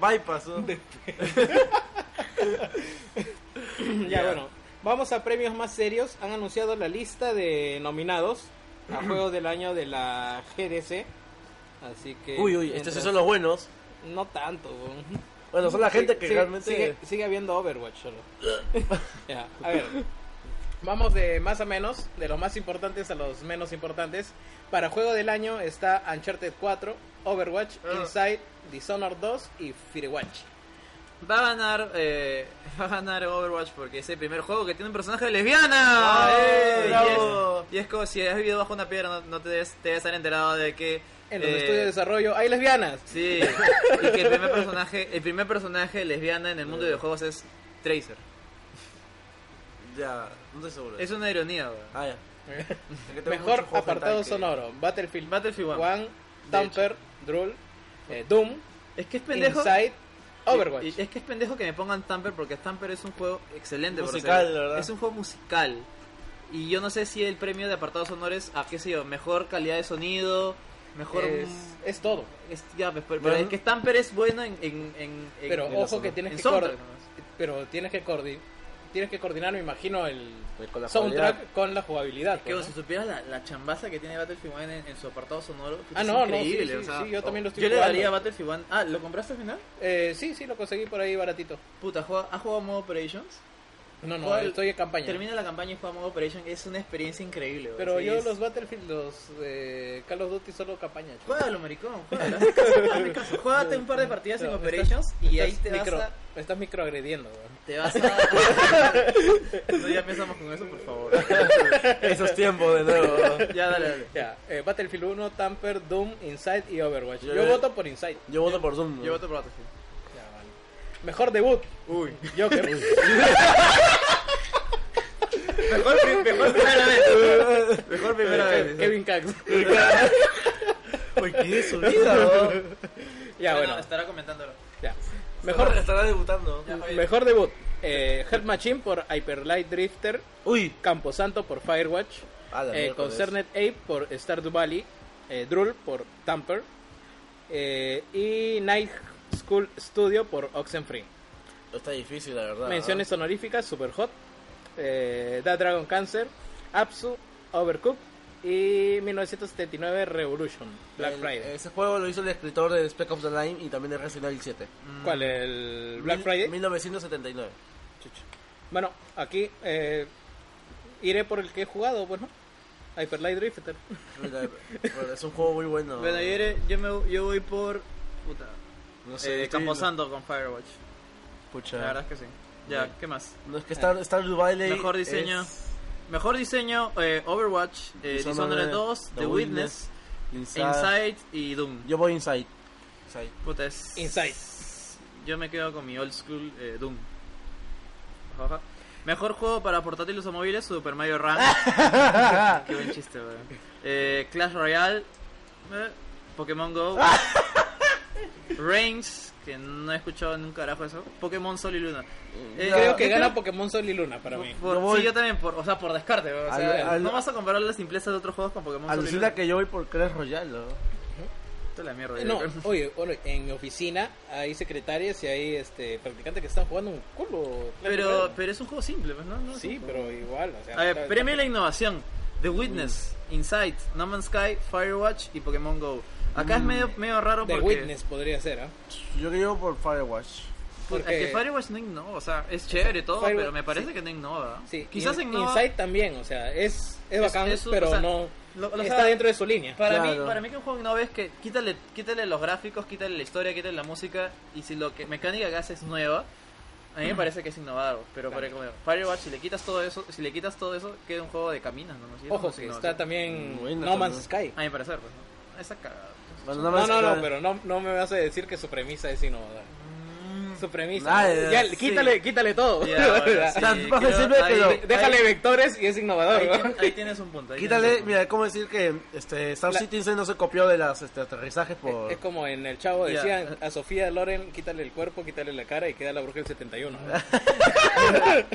[SPEAKER 5] Bypass, ¿no?
[SPEAKER 6] ya, bueno. Vamos a premios más serios. Han anunciado la lista de nominados
[SPEAKER 5] *clears throat*
[SPEAKER 6] a Juegos del Año de la GDC. Así que...
[SPEAKER 5] Uy, uy, estos sí son los buenos.
[SPEAKER 6] No tanto, weón.
[SPEAKER 5] Bueno, son la gente que
[SPEAKER 6] Sí, sí,
[SPEAKER 5] realmente...
[SPEAKER 6] Sigue, sigue habiendo Overwatch
[SPEAKER 5] *laughs*
[SPEAKER 6] solo. Ya, a ver. Vamos de más a menos, de los más importantes a los menos importantes. Para juego del año está Uncharted 4, Overwatch,
[SPEAKER 5] Ah.
[SPEAKER 6] Inside, Dishonored 2 y Firewatch.
[SPEAKER 2] Va a ganar. eh, va a ganar Overwatch porque es el primer juego que tiene un personaje lesbiana.
[SPEAKER 5] ¡Ay,
[SPEAKER 2] ¡Eh!
[SPEAKER 5] Ah, bravo!
[SPEAKER 2] Y, es, y es como si has vivido bajo una piedra, no, no te debes, te debes haber enterado de que.
[SPEAKER 6] En los
[SPEAKER 2] eh,
[SPEAKER 6] estudios de desarrollo hay lesbianas.
[SPEAKER 2] Sí, y que el primer personaje, el primer personaje lesbiana en el mundo de los juegos es Tracer.
[SPEAKER 5] Ya, no estoy seguro.
[SPEAKER 2] Es una ironía, weón.
[SPEAKER 5] Ah,
[SPEAKER 6] *laughs*
[SPEAKER 5] ya. Es que tengo
[SPEAKER 6] Mejor
[SPEAKER 5] mucho juego
[SPEAKER 6] apartado
[SPEAKER 5] hentai que-
[SPEAKER 6] sonoro: Battlefield,
[SPEAKER 2] Battlefield one.
[SPEAKER 6] One, Tamper, Drool, eh, Doom,
[SPEAKER 2] Es que es pendejo.
[SPEAKER 6] Inside, Overwatch.
[SPEAKER 2] y- y es que es pendejo que me pongan Tamper porque Tamper es un juego excelente. por
[SPEAKER 5] Musical,
[SPEAKER 2] ser-
[SPEAKER 5] la verdad.
[SPEAKER 2] Es un juego musical. Y yo no sé si el premio de apartados sonores a qué sé yo, mejor calidad de sonido, mejor.
[SPEAKER 6] es, es todo.
[SPEAKER 2] es- ya, pues, pero,
[SPEAKER 5] Bueno.
[SPEAKER 2] es que Tamper es bueno en. en, en- en-
[SPEAKER 6] Pero
[SPEAKER 2] en-
[SPEAKER 6] ojo que
[SPEAKER 2] en
[SPEAKER 6] tienes que
[SPEAKER 2] soundtrack
[SPEAKER 6] cor-
[SPEAKER 2] nomás.
[SPEAKER 6] Pero tienes que coordinar. Tienes que coordinar, me imagino, el
[SPEAKER 5] Pues con la
[SPEAKER 6] soundtrack
[SPEAKER 5] jugabilidad.
[SPEAKER 6] con la jugabilidad.
[SPEAKER 2] Que
[SPEAKER 6] pues,
[SPEAKER 2] bueno, si
[SPEAKER 6] ¿no?
[SPEAKER 2] supieras la, la chambaza que tiene Battlefield 1 en, en su apartado sonoro, puta,
[SPEAKER 6] Ah,
[SPEAKER 2] es
[SPEAKER 6] no, no, sí,
[SPEAKER 2] increíble.
[SPEAKER 6] sí,
[SPEAKER 2] o sea, oh,
[SPEAKER 6] sí, yo también lo estoy
[SPEAKER 2] Yo le
[SPEAKER 6] jugando.
[SPEAKER 2] daría Battlefield 1. Ah, ¿lo compraste al final?
[SPEAKER 6] Eh, sí, sí, lo conseguí por ahí baratito.
[SPEAKER 2] Puta, ¿juega- ¿has jugado modo Operations?
[SPEAKER 6] No, no,
[SPEAKER 2] ¿Cuál?
[SPEAKER 6] estoy en campaña.
[SPEAKER 2] Termina la campaña y juega modo Operation, es una experiencia increíble. güey.
[SPEAKER 6] Pero
[SPEAKER 2] Sí,
[SPEAKER 6] yo
[SPEAKER 2] es-
[SPEAKER 6] los Battlefield, los eh, Call of Duty solo campaña. chico.
[SPEAKER 2] *laughs* Juégalo, maricón, juégalo. *laughs* hazme caso, hazme *laughs* caso. Juégate un par de partidas en
[SPEAKER 6] No, estás-
[SPEAKER 2] Operations y ahí
[SPEAKER 6] estás
[SPEAKER 2] te vas
[SPEAKER 6] micro-
[SPEAKER 2] a...
[SPEAKER 6] me estás microagrediendo. weón.
[SPEAKER 2] Te vas a... *laughs* no, ya empezamos con eso, por *laughs* favor.
[SPEAKER 5] Esos tiempos de nuevo.
[SPEAKER 2] Ya, dale, dale.
[SPEAKER 6] Ya, eh, Battlefield 1, Tamper, Doom, Inside y Overwatch. Yo,
[SPEAKER 5] Yo-
[SPEAKER 6] voto por Inside.
[SPEAKER 5] Yo voto por Doom. ¿no?
[SPEAKER 2] Yo voto por Battlefield.
[SPEAKER 6] Ya, vale. Mejor debut,
[SPEAKER 2] *laughs* Uy.
[SPEAKER 6] *laughs* Joker.
[SPEAKER 2] Mejor, pri-
[SPEAKER 5] *laughs*
[SPEAKER 2] mejor primera vez. Mejor primera vez.
[SPEAKER 6] Kevin Cax.
[SPEAKER 5] Eh,
[SPEAKER 2] *laughs*
[SPEAKER 5] Uy, ¿qué es su vida, bro?
[SPEAKER 6] ya, bueno.
[SPEAKER 2] estará comentándolo.
[SPEAKER 6] ya. Mejor,
[SPEAKER 5] Estará debutando.
[SPEAKER 2] Ya, oye.
[SPEAKER 6] mejor debut. Eh, Hurt Machine por Hyperlight Drifter.
[SPEAKER 5] Uy.
[SPEAKER 6] Camposanto por Firewatch.
[SPEAKER 5] A Ah, la
[SPEAKER 6] Eh,
[SPEAKER 5] miércoles.
[SPEAKER 6] Concerned Ape por Stardew Valley. Eh, Drool por Tamper. eh, y Night School Studio por Oxenfree.
[SPEAKER 5] Está difícil, la verdad.
[SPEAKER 6] Menciones honoríficas, Superhot, eh, Da Dragon Cancer, Apsu, Overcooked y 1979 Revolution, Black
[SPEAKER 5] El-
[SPEAKER 6] Friday.
[SPEAKER 5] Ese juego lo hizo el escritor de Spec Ops The Line y también de Resident Evil 7.
[SPEAKER 6] ¿Cuál? ¿El Black
[SPEAKER 5] mm, Mil-
[SPEAKER 6] Friday?
[SPEAKER 5] 1979.
[SPEAKER 2] *laughs*
[SPEAKER 6] Bueno, aquí eh, iré por el que he jugado, bueno. Hyper Light Drifter.
[SPEAKER 5] Bueno, es un juego muy bueno.
[SPEAKER 2] Bueno, yo, iré- yo, me, yo voy por... Puta.
[SPEAKER 5] no
[SPEAKER 2] Eh,
[SPEAKER 5] estoy-
[SPEAKER 2] Camposanto con Firewatch.
[SPEAKER 5] Pucha.
[SPEAKER 2] La verdad es que sí. Ya, ¿qué más?
[SPEAKER 5] No es que Star, Star Valley.
[SPEAKER 2] Mejor diseño.
[SPEAKER 5] es
[SPEAKER 2] Mejor diseño, eh, Overwatch, eh,
[SPEAKER 5] Dishonored,
[SPEAKER 2] Dishonored 2, The,
[SPEAKER 5] The
[SPEAKER 2] Witness,
[SPEAKER 5] Inside.
[SPEAKER 2] Inside y Doom.
[SPEAKER 5] Yo voy Inside. Inside.
[SPEAKER 2] Puta, es-
[SPEAKER 6] Inside.
[SPEAKER 2] Yo me quedo con mi old school eh, Doom. Ajá, ajá. Mejor juego para portátiles o móviles, Super Mario Run. *laughs*
[SPEAKER 5] *laughs*
[SPEAKER 2] Qué buen chiste, weón. Eh, Clash Royale, eh, Pokémon Go, Reigns, que no he escuchado ni un carajo eso, Pokémon Sol y Luna. Eh,
[SPEAKER 6] Creo
[SPEAKER 5] Ya,
[SPEAKER 6] que
[SPEAKER 2] yo
[SPEAKER 6] gana
[SPEAKER 2] creo-
[SPEAKER 6] Pokémon Sol y Luna para mí.
[SPEAKER 2] Por,
[SPEAKER 5] Yo voy-
[SPEAKER 2] Sí, yo también, por, o sea, por descarte. O sea,
[SPEAKER 5] Al- al-
[SPEAKER 2] no vas a comparar las simplezas de otros juegos con Pokémon Sol y
[SPEAKER 5] Alucina
[SPEAKER 2] Luna.
[SPEAKER 5] que yo voy por Clash Royale. ¿no?
[SPEAKER 2] Esto es la mierda.
[SPEAKER 6] Eh, No,
[SPEAKER 2] yo creo.
[SPEAKER 6] oye, oye, en mi oficina hay secretarias y hay este, practicantes que están jugando un culo.
[SPEAKER 2] pero, pero es un juego simple, pues, ¿no? No es
[SPEAKER 6] Sí,
[SPEAKER 2] un juego-
[SPEAKER 6] pero igual. O sea,
[SPEAKER 2] A ver,
[SPEAKER 6] está-
[SPEAKER 2] premio a la innovación. The Witness, Insight, No Man's Sky, Firewatch y Pokémon Go. Acá es medio, medio raro
[SPEAKER 6] Mm, The
[SPEAKER 2] porque...
[SPEAKER 6] Witness podría ser, ¿ah?
[SPEAKER 5] Yo que llevo por Firewatch.
[SPEAKER 2] porque...
[SPEAKER 6] porque-
[SPEAKER 2] que Firewatch no innova, o sea, es chévere y todo,
[SPEAKER 6] Firewatch-
[SPEAKER 2] pero me parece
[SPEAKER 6] sí.
[SPEAKER 2] que no innova.
[SPEAKER 6] Sí,
[SPEAKER 2] Quizás
[SPEAKER 6] In-
[SPEAKER 2] innova...
[SPEAKER 6] Inside también, o sea, es, es bacán,
[SPEAKER 2] es un-
[SPEAKER 6] pero
[SPEAKER 2] o sea,
[SPEAKER 6] no
[SPEAKER 2] lo- lo- o
[SPEAKER 6] está
[SPEAKER 2] sea,
[SPEAKER 6] dentro de su línea.
[SPEAKER 2] Para, mí,
[SPEAKER 5] Claro.
[SPEAKER 2] para mí que un juego innove es que quítale, quítale los gráficos, quítale la historia, quítale la música y si lo que mecánica que hace es nueva, a mí me parece que es innovador. Pero para como Firewatch, si le quitas todo eso, si le quitas todo eso, queda un juego de caminas, ¿no? Y eso no
[SPEAKER 6] Ojo,
[SPEAKER 2] es
[SPEAKER 6] que
[SPEAKER 2] innovación.
[SPEAKER 6] está también
[SPEAKER 5] Bueno,
[SPEAKER 6] No Man's Sky.
[SPEAKER 2] A mi parecer, pues, ¿no? Esa cagada. pues.
[SPEAKER 5] Bueno,
[SPEAKER 6] No,
[SPEAKER 5] más-
[SPEAKER 6] no, no, pero no, no me vas a decir que su premisa es innovadora. Su premisa.
[SPEAKER 5] Nah,
[SPEAKER 6] ya,
[SPEAKER 5] sí.
[SPEAKER 6] quítale, quítale todo.
[SPEAKER 2] Mm. Ya,
[SPEAKER 6] *laughs*
[SPEAKER 2] bueno, sí,
[SPEAKER 5] *laughs* Tan fácil
[SPEAKER 2] creo-
[SPEAKER 5] siempre
[SPEAKER 2] ahí-
[SPEAKER 5] que lo-
[SPEAKER 2] ahí-
[SPEAKER 6] Déjale vectores y es innovador.
[SPEAKER 2] ahí,
[SPEAKER 6] ¿no?
[SPEAKER 2] tien- ahí tienes un punto. ahí tienes
[SPEAKER 5] Quítale,
[SPEAKER 2] un punto.
[SPEAKER 5] mira, ¿cómo decir que este, Star
[SPEAKER 6] La-
[SPEAKER 5] Citizen no se copió de las este,
[SPEAKER 2] E-
[SPEAKER 5] aterrizajes por.
[SPEAKER 6] Es como en el chavo
[SPEAKER 2] Ya.
[SPEAKER 6] decían a Sofía Loren, quítale el cuerpo, quítale la cara y queda la bruja
[SPEAKER 2] *laughs*
[SPEAKER 6] del 71. ¿no?
[SPEAKER 2] Ah.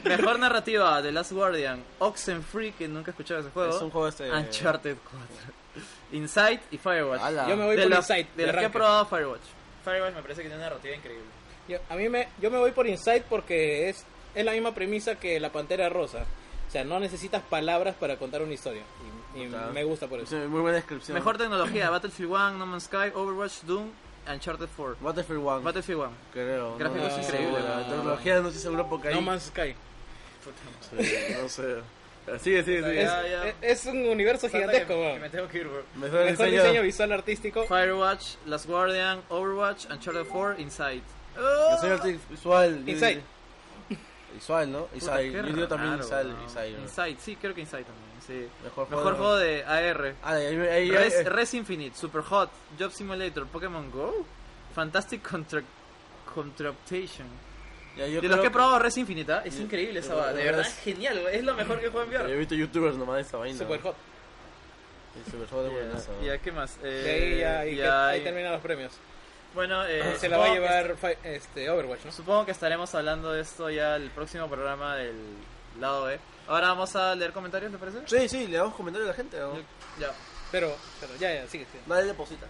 [SPEAKER 2] Mejor narrativa: The Last Guardian, Oxenfree, que nunca he escuchado ese juego.
[SPEAKER 5] Es un juego este.
[SPEAKER 2] Uncharted 4, Inside y Firewatch.
[SPEAKER 5] Ala.
[SPEAKER 6] Yo me voy
[SPEAKER 2] de
[SPEAKER 6] por
[SPEAKER 2] los-
[SPEAKER 6] Inside.
[SPEAKER 2] De
[SPEAKER 6] de
[SPEAKER 2] los que he
[SPEAKER 6] arranque.
[SPEAKER 2] probado Firewatch. Firewatch me parece que tiene una narrativa increíble.
[SPEAKER 6] Yo, a mí me, yo me voy por Inside porque es, es la misma premisa que La Pantera Rosa. O sea, no necesitas palabras para contar una historia. Y, y
[SPEAKER 5] Puta.
[SPEAKER 6] me gusta por
[SPEAKER 5] Sí,
[SPEAKER 6] eso.
[SPEAKER 5] muy buena descripción.
[SPEAKER 2] Mejor tecnología: Battlefield 1, No Man's Sky, Overwatch, Doom, Uncharted 4.
[SPEAKER 5] Battlefield 1.
[SPEAKER 2] Battlefield 1.
[SPEAKER 5] creo.
[SPEAKER 2] Gráficos
[SPEAKER 5] no,
[SPEAKER 2] increíbles,
[SPEAKER 5] La
[SPEAKER 2] no.
[SPEAKER 5] tecnología no estoy seguro porque
[SPEAKER 6] No
[SPEAKER 5] ahí.
[SPEAKER 6] Man's Sky.
[SPEAKER 5] Sí, no sé. Sigue, sigue, sigue.
[SPEAKER 6] Es,
[SPEAKER 2] Ya, ya.
[SPEAKER 6] es- es un universo gigantesco.
[SPEAKER 2] Que- que
[SPEAKER 6] weón.
[SPEAKER 2] me tengo que ir, bro.
[SPEAKER 5] Mejor,
[SPEAKER 6] Mejor
[SPEAKER 5] diseño.
[SPEAKER 6] diseño visual artístico.
[SPEAKER 2] Firewatch, Last Guardian, Overwatch, Uncharted 4, Inside. ¡Oh!
[SPEAKER 5] Diseño arti- visual. yo-
[SPEAKER 6] Inside.
[SPEAKER 5] Visual, ¿no?
[SPEAKER 2] Puta,
[SPEAKER 5] Inside.
[SPEAKER 2] qué
[SPEAKER 5] Yo digo también
[SPEAKER 2] raro,
[SPEAKER 5] Inside.
[SPEAKER 2] ¿no?
[SPEAKER 5] Inside. ¿no?
[SPEAKER 2] Inside, sí, creo que Inside también. Sí.
[SPEAKER 5] Mejor,
[SPEAKER 2] Mejor juego de AR.
[SPEAKER 5] Ah, ahí, ahí, ahí-
[SPEAKER 2] Res,
[SPEAKER 5] eh,
[SPEAKER 2] Res Infinite, Super Hot, Job Simulator, Pokémon Go, Fantastic Contra Contraptation.
[SPEAKER 5] Ya, yo
[SPEAKER 2] De
[SPEAKER 5] creo
[SPEAKER 2] los que he
[SPEAKER 5] que-
[SPEAKER 2] probado Res Infinita, es increíble esa vaina. De
[SPEAKER 5] verdad
[SPEAKER 2] verdad es genial, güey, es lo mejor que puedo
[SPEAKER 5] Yo he
[SPEAKER 2] enviar.
[SPEAKER 5] visto youtubers nomás de esa vaina.
[SPEAKER 6] Super hot.
[SPEAKER 5] El super hot de buenazo.
[SPEAKER 2] Ya, ¿qué más? Eh,
[SPEAKER 6] De ahí ya, y que-
[SPEAKER 2] ya,
[SPEAKER 6] ahí
[SPEAKER 2] y-
[SPEAKER 6] terminan los premios.
[SPEAKER 2] Bueno, eh,
[SPEAKER 6] Se la va a
[SPEAKER 2] supongo que-
[SPEAKER 6] llevar fi- este, Overwatch, ¿no?
[SPEAKER 2] Supongo que estaremos hablando de esto ya el próximo programa del lado B. Ahora vamos a leer comentarios, ¿te parece?
[SPEAKER 5] Sí, sí, le damos comentarios a la gente. ¿no?
[SPEAKER 2] Yo- Ya.
[SPEAKER 6] Pero, pero ya, ya, sigue, sigue.
[SPEAKER 5] Nadie deposita.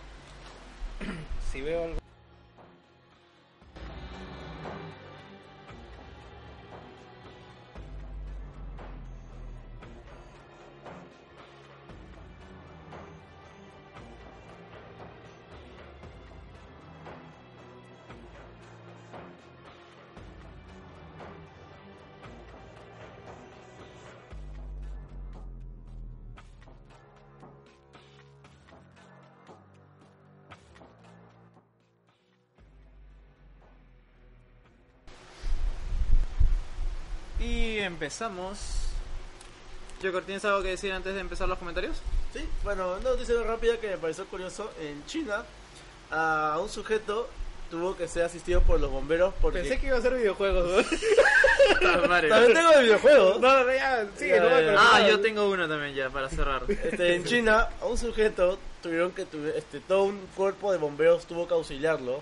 [SPEAKER 6] Si veo algo.
[SPEAKER 2] Y empezamos. Joker, ¿tienes algo que decir antes de empezar los
[SPEAKER 6] *laughs*
[SPEAKER 2] comentarios?
[SPEAKER 5] Sí, bueno, una noticia rápida que me pareció curioso. En China, a un sujeto tuvo que ser asistido por los bomberos porque...
[SPEAKER 6] Pensé que iba a ser videojuegos, ¿no? Ah,
[SPEAKER 5] También tengo el videojuego.
[SPEAKER 6] *laughs* No, no, ya, sigue,
[SPEAKER 5] Ya,
[SPEAKER 6] no
[SPEAKER 5] ya,
[SPEAKER 6] me
[SPEAKER 5] ya.
[SPEAKER 6] acuerdo.
[SPEAKER 2] Ah, yo tengo uno también ya para
[SPEAKER 6] *laughs*
[SPEAKER 2] cerrar.
[SPEAKER 5] Este, en China, a un sujeto tuvieron que tuvi- este todo un cuerpo de bomberos tuvo que auxiliarlo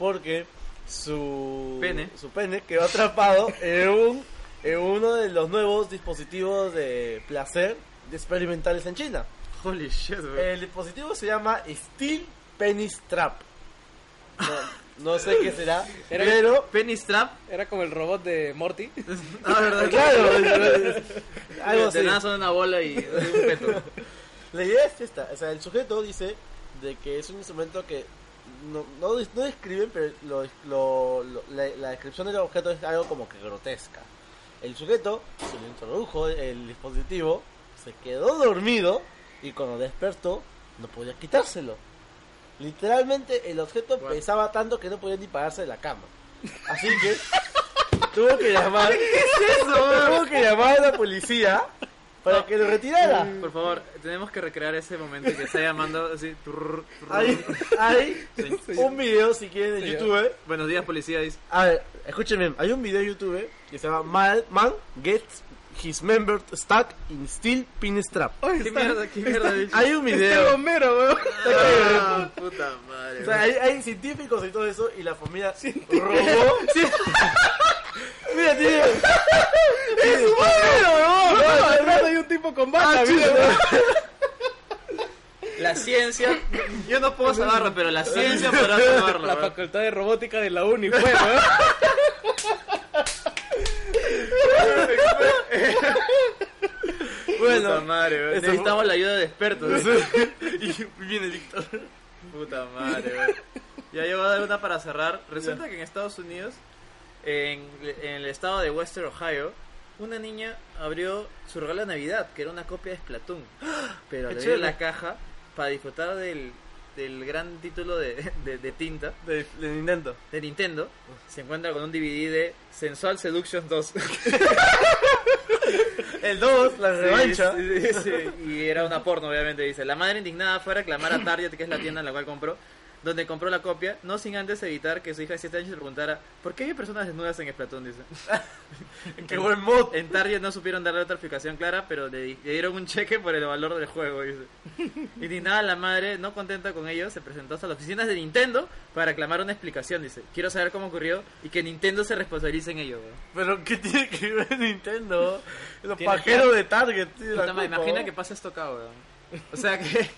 [SPEAKER 5] porque su
[SPEAKER 2] Pene.
[SPEAKER 5] su pene quedó atrapado en un en uno de los nuevos dispositivos de placer de experimentales en China.
[SPEAKER 2] Holy shit, güey.
[SPEAKER 6] Eh,
[SPEAKER 5] El dispositivo se llama Steel Penis Trap. No, no sé qué será,
[SPEAKER 6] Era-
[SPEAKER 5] pero
[SPEAKER 2] Penny Strap. *laughs*
[SPEAKER 6] Era como el robot de Morty.
[SPEAKER 2] Ah, ¿verdad? *laughs*
[SPEAKER 5] claro, es- es- algo
[SPEAKER 2] de
[SPEAKER 5] así.
[SPEAKER 2] nada son una bola y un peto.
[SPEAKER 5] La idea es esta, o sea, el sujeto dice de que es un instrumento que no, no, des- no describen, pero lo- lo- lo- la, la descripción del objeto es algo como que grotesca. El sujeto se le introdujo el dispositivo, se quedó dormido y cuando despertó no podía quitárselo. Literalmente el objeto
[SPEAKER 2] What?
[SPEAKER 5] pesaba tanto que no podía ni pararse de la cama. Así que *laughs* tuvo que llamar, tuvo que llamar a la policía para que lo retirara.
[SPEAKER 2] Por favor, tenemos que recrear ese momento que está llamando así. turr, turr.
[SPEAKER 5] Hay, hay un video, si quieren, en
[SPEAKER 6] Sí.
[SPEAKER 5] YouTube.
[SPEAKER 2] Buenos días, policía. dice.
[SPEAKER 5] A ver, escúchenme. Hay un video en YouTube que se llama Mal Man Gets His Member Stuck in Steel Pinstrap.
[SPEAKER 2] ¿Qué mierda? ¿Qué mierda? bicho?
[SPEAKER 5] Hay un video.
[SPEAKER 6] bombero, weón.
[SPEAKER 2] Ah, puta madre.
[SPEAKER 5] O sea, hay, hay científicos y todo eso. Y la familia robó. Sí. Mira, tío. ¡Es
[SPEAKER 6] Atrás hay un tipo con
[SPEAKER 2] Ah,
[SPEAKER 6] bata, mira.
[SPEAKER 2] La ciencia, yo no puedo salvarlo, pero la ciencia
[SPEAKER 6] *laughs*
[SPEAKER 2] podrá salvarlo. eh.
[SPEAKER 6] La
[SPEAKER 2] weón.
[SPEAKER 6] facultad de robótica de la uni fue, *laughs* weón.
[SPEAKER 2] Puta madre, weón.
[SPEAKER 5] eso-
[SPEAKER 2] necesitamos la ayuda de *laughs* expertos. weón. y viene Víctor. Puta madre, weón. Ya yo voy a dar una para cerrar. Resulta que en Estados Unidos, en, en el estado de Western Ohio, una niña abrió su regalo de Navidad, que era una copia de Splatoon. Pero
[SPEAKER 5] Qué
[SPEAKER 2] le dio
[SPEAKER 5] chévere.
[SPEAKER 2] la caja para disfrutar del, del gran título de- de- de tinta.
[SPEAKER 5] De, de Nintendo.
[SPEAKER 2] de Nintendo se encuentra con un DVD de Sensual Seduction 2.
[SPEAKER 5] El 2, la
[SPEAKER 2] Sí,
[SPEAKER 5] revancha.
[SPEAKER 2] sí, sí, sí. *laughs* Y era una porno, obviamente, dice. La madre indignada fue a reclamar a Target, que es la tienda en la cual compró, donde compró la copia, no sin antes evitar que su hija de 7 años le preguntara, ¿por qué hay personas desnudas en Splatoon? *laughs* Dice.
[SPEAKER 5] Qué buen mod.
[SPEAKER 2] En Target no supieron darle otra explicación clara, pero le, di- le dieron un cheque por el valor del juego, *laughs* dice. Indignada la madre, no contenta con ello, se presentó hasta las oficinas de Nintendo para reclamar una explicación, dice. Quiero saber cómo ocurrió y que Nintendo se responsabilice en ello, weón.
[SPEAKER 5] Pero ¿qué tiene que ver *laughs* Nintendo? Los
[SPEAKER 6] Tiene
[SPEAKER 5] pajeros de Target. tiene la
[SPEAKER 2] Puta madre,
[SPEAKER 5] culpa,
[SPEAKER 2] imagina
[SPEAKER 5] ¿no?
[SPEAKER 2] que pases tocado, weón. O sea que *laughs*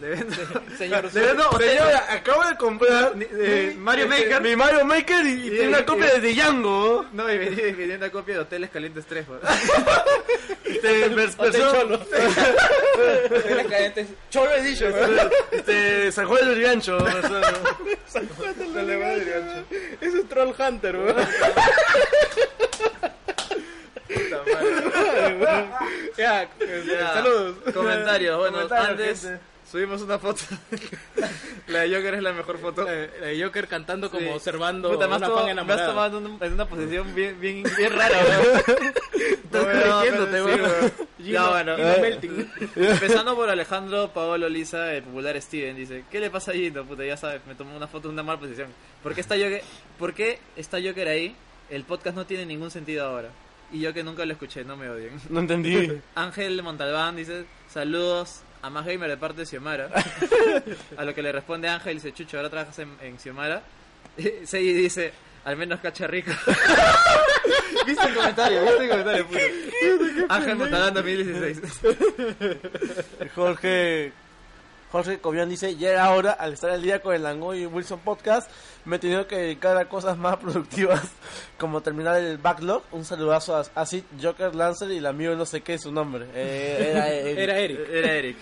[SPEAKER 2] le vendo *laughs*
[SPEAKER 6] Señor,
[SPEAKER 5] Le vendo, señora, acabo de comprar
[SPEAKER 2] Ni- de
[SPEAKER 5] eh,
[SPEAKER 2] Mario
[SPEAKER 5] este,
[SPEAKER 2] Maker.
[SPEAKER 5] Mi Mario Maker y, y
[SPEAKER 2] Y-
[SPEAKER 5] tiene una
[SPEAKER 2] y-
[SPEAKER 5] copia de
[SPEAKER 2] *laughs*
[SPEAKER 5] Django.
[SPEAKER 2] No, y venía, y venía una copia de Hoteles Calientes 3, weón.
[SPEAKER 5] Este, vers- versión-
[SPEAKER 6] Las cadentes. Cholo Edition, weón.
[SPEAKER 5] este, San Juan del Gancho.
[SPEAKER 6] Es un troll hunter, weón.
[SPEAKER 2] Puta madre.
[SPEAKER 6] *laughs* Ya, este,
[SPEAKER 2] Ya,
[SPEAKER 6] saludos.
[SPEAKER 2] Comentarios, bueno,
[SPEAKER 5] Comentarios,
[SPEAKER 2] antes
[SPEAKER 5] gente.
[SPEAKER 2] subimos una foto. *laughs* la de Joker es la mejor foto.
[SPEAKER 6] La de eh, Joker cantando como
[SPEAKER 2] Sí.
[SPEAKER 6] observando
[SPEAKER 2] Puta, me has
[SPEAKER 6] una
[SPEAKER 2] tomado-
[SPEAKER 6] fan
[SPEAKER 2] me has
[SPEAKER 6] enamorada.
[SPEAKER 2] tomado en un- en una posición bien, bien,
[SPEAKER 6] *laughs*
[SPEAKER 2] bien rara, weón. Estás corrigiéndote, weón. Ya, bueno. Eh.
[SPEAKER 6] Gino Melting.
[SPEAKER 2] *laughs* Empezando por Alejandro Paolo Lisa, el popular Steven, dice, ¿qué le pasa a Gino? Puta, ya sabes, me tomó una foto en una mala posición. ¿Por qué está Joker, ¿por qué está Joker ahí? el podcast no tiene ningún sentido ahora. Y yo que nunca lo escuché, no me odien.
[SPEAKER 5] No entendí.
[SPEAKER 2] Ángel Montalbán dice, saludos a más gamer de parte de Xiomara. *laughs* a lo que le responde Ángel, dice, chucho, ahora trabajas en, en Xiomara. *laughs* Sei dice, al menos cacha rico. *laughs* viste el comentario, viste el comentario, puto. Ángel Montalbán 2016.
[SPEAKER 5] Jorge. Jorge Cobian dice, ya era hora, al estar al día con el Langoy y Wilson Podcast, me he tenido que dedicar a cosas más *laughs* productivas, como terminar el backlog. Un saludazo a Acid, Joker, Lancer y el amigo no sé qué es su nombre. Eh, era Eric.
[SPEAKER 6] Era Eric.
[SPEAKER 2] Era Eric.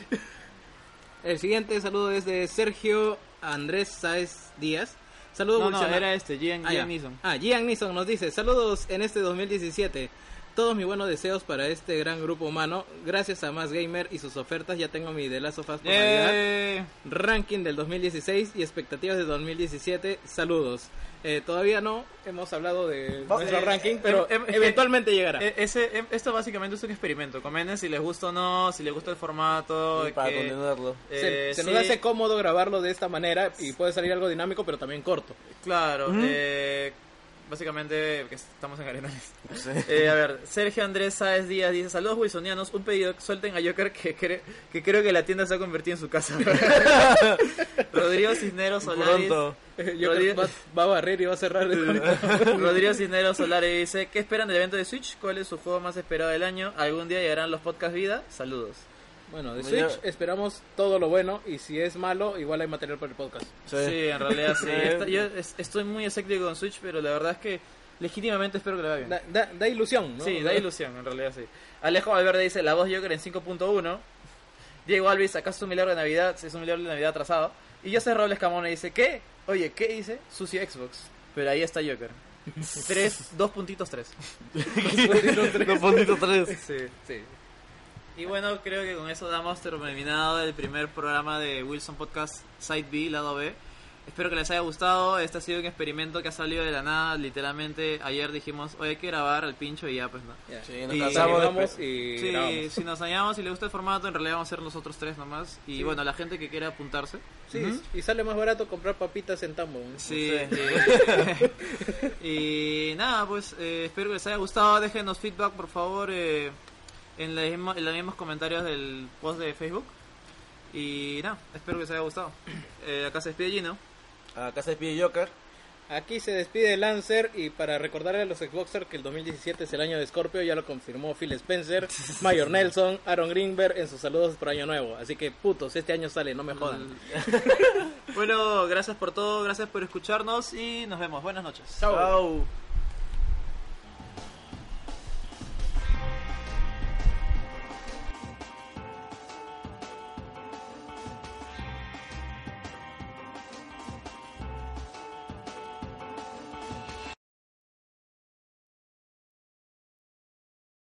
[SPEAKER 6] El siguiente saludo es de Sergio Andrés Sáez Díaz. Saludos,
[SPEAKER 2] No, no,
[SPEAKER 6] Wilson.
[SPEAKER 2] era este, Gian,
[SPEAKER 6] Ah, ya.
[SPEAKER 2] Gian Neeson.
[SPEAKER 6] Ah, Gian Neeson nos dice, saludos en este 2017. Todos mis buenos deseos para este gran grupo humano. Gracias a Más Gamer y sus ofertas ya tengo mi de las sofás por Navidad.
[SPEAKER 2] Eh,
[SPEAKER 6] Ranking del 2016 y expectativas de 2017. Saludos. Eh, todavía no hemos hablado de
[SPEAKER 2] Va-
[SPEAKER 6] nuestro
[SPEAKER 2] eh,
[SPEAKER 6] ranking,
[SPEAKER 2] eh,
[SPEAKER 6] pero
[SPEAKER 2] em- em-
[SPEAKER 6] eventualmente llegará.
[SPEAKER 2] eh, ese, em- esto básicamente es un experimento. Comenten si les gusta o no, si les gusta el formato.
[SPEAKER 5] Y Para
[SPEAKER 2] que-
[SPEAKER 5] condenarlo.
[SPEAKER 6] se
[SPEAKER 2] eh,
[SPEAKER 6] se
[SPEAKER 2] sí.
[SPEAKER 6] nos hace cómodo grabarlo de esta manera y puede salir algo dinámico, pero también corto.
[SPEAKER 2] Claro, eh, básicamente que estamos en Arenales. Eh, a ver, Sergio Andrés Sáez Díaz dice, saludos wilsonianos, un pedido, suelten a Joker que, cre- que creo que la tienda se ha convertido en su
[SPEAKER 5] *laughs*
[SPEAKER 2] casa. Rodrigo Cisneros Solares.
[SPEAKER 5] Pronto.
[SPEAKER 6] Yo
[SPEAKER 2] Rodrigo-
[SPEAKER 6] va, va a barrer y va a cerrar.
[SPEAKER 2] *laughs* Rodrigo Cisneros Solares dice, ¿qué esperan del evento de Switch? ¿Cuál es su juego más esperado del año? ¿Algún día llegarán los podcast vida? Saludos.
[SPEAKER 6] Bueno, de
[SPEAKER 5] Mira.
[SPEAKER 6] Switch esperamos todo lo bueno y si es malo, igual hay material para el podcast.
[SPEAKER 5] Sí.
[SPEAKER 2] Sí, en realidad sí.
[SPEAKER 5] *laughs* Sí.
[SPEAKER 2] Esta- yo es- estoy muy escéptico con Switch, pero la verdad es que legítimamente espero que le vaya bien.
[SPEAKER 6] Da, da- da ilusión, ¿no?
[SPEAKER 2] Sí, da ilusión, en realidad sí. Alejo Valverde dice la voz Joker en 5.1. Diego Alvis, acá es un milagro de Navidad, sí, es un milagro de Navidad atrasado. Y José Robles Camona dice, ¿qué? Oye, ¿qué dice? Sucio Xbox. Pero ahí está *laughs* Joker. Tres, dos puntitos tres.
[SPEAKER 5] Los *laughs* puntitos tres.
[SPEAKER 2] Sí, sí. Y bueno, creo que con eso damos terminado el primer programa de Wilson Podcast Side B, lado B. Espero que les haya gustado. Este ha sido un experimento que ha salido de la nada. Literalmente ayer dijimos, oye, hay que grabar al pincho y ya, pues no.
[SPEAKER 6] Ya.
[SPEAKER 5] Sí, nos
[SPEAKER 2] Y-
[SPEAKER 5] cansamos de-
[SPEAKER 6] Animamos y
[SPEAKER 2] Sí,
[SPEAKER 6] grabamos.
[SPEAKER 2] si nos añadamos, si le gusta el formato, en realidad vamos a ser nosotros tres nomás. Y bueno, la gente que quiera apuntarse.
[SPEAKER 6] Sí, y sale más barato comprar papitas en tambo. ¿no?
[SPEAKER 2] Sí. *laughs* y nada, pues eh, espero que les haya gustado. Déjenos feedback, por favor, eh, en, la misma- en los mismos comentarios del post de Facebook. Y nada, espero que les haya *clears throat* gustado. Eh, acá se despide Gino.
[SPEAKER 5] Acá se despide Joker.
[SPEAKER 6] Aquí se despide Lancer y para recordarle a los Xboxers que el 2017 es el año de Scorpio, ya lo confirmó Phil
[SPEAKER 2] *laughs*
[SPEAKER 6] Spencer, Mayor Nelson, Aaron Greenberg en sus saludos por Año Nuevo. Así que putos, este año sale, no me
[SPEAKER 2] Mm.
[SPEAKER 6] jodan.
[SPEAKER 2] Bueno, gracias por todo, gracias por escucharnos y nos vemos. Buenas noches.
[SPEAKER 5] Chao.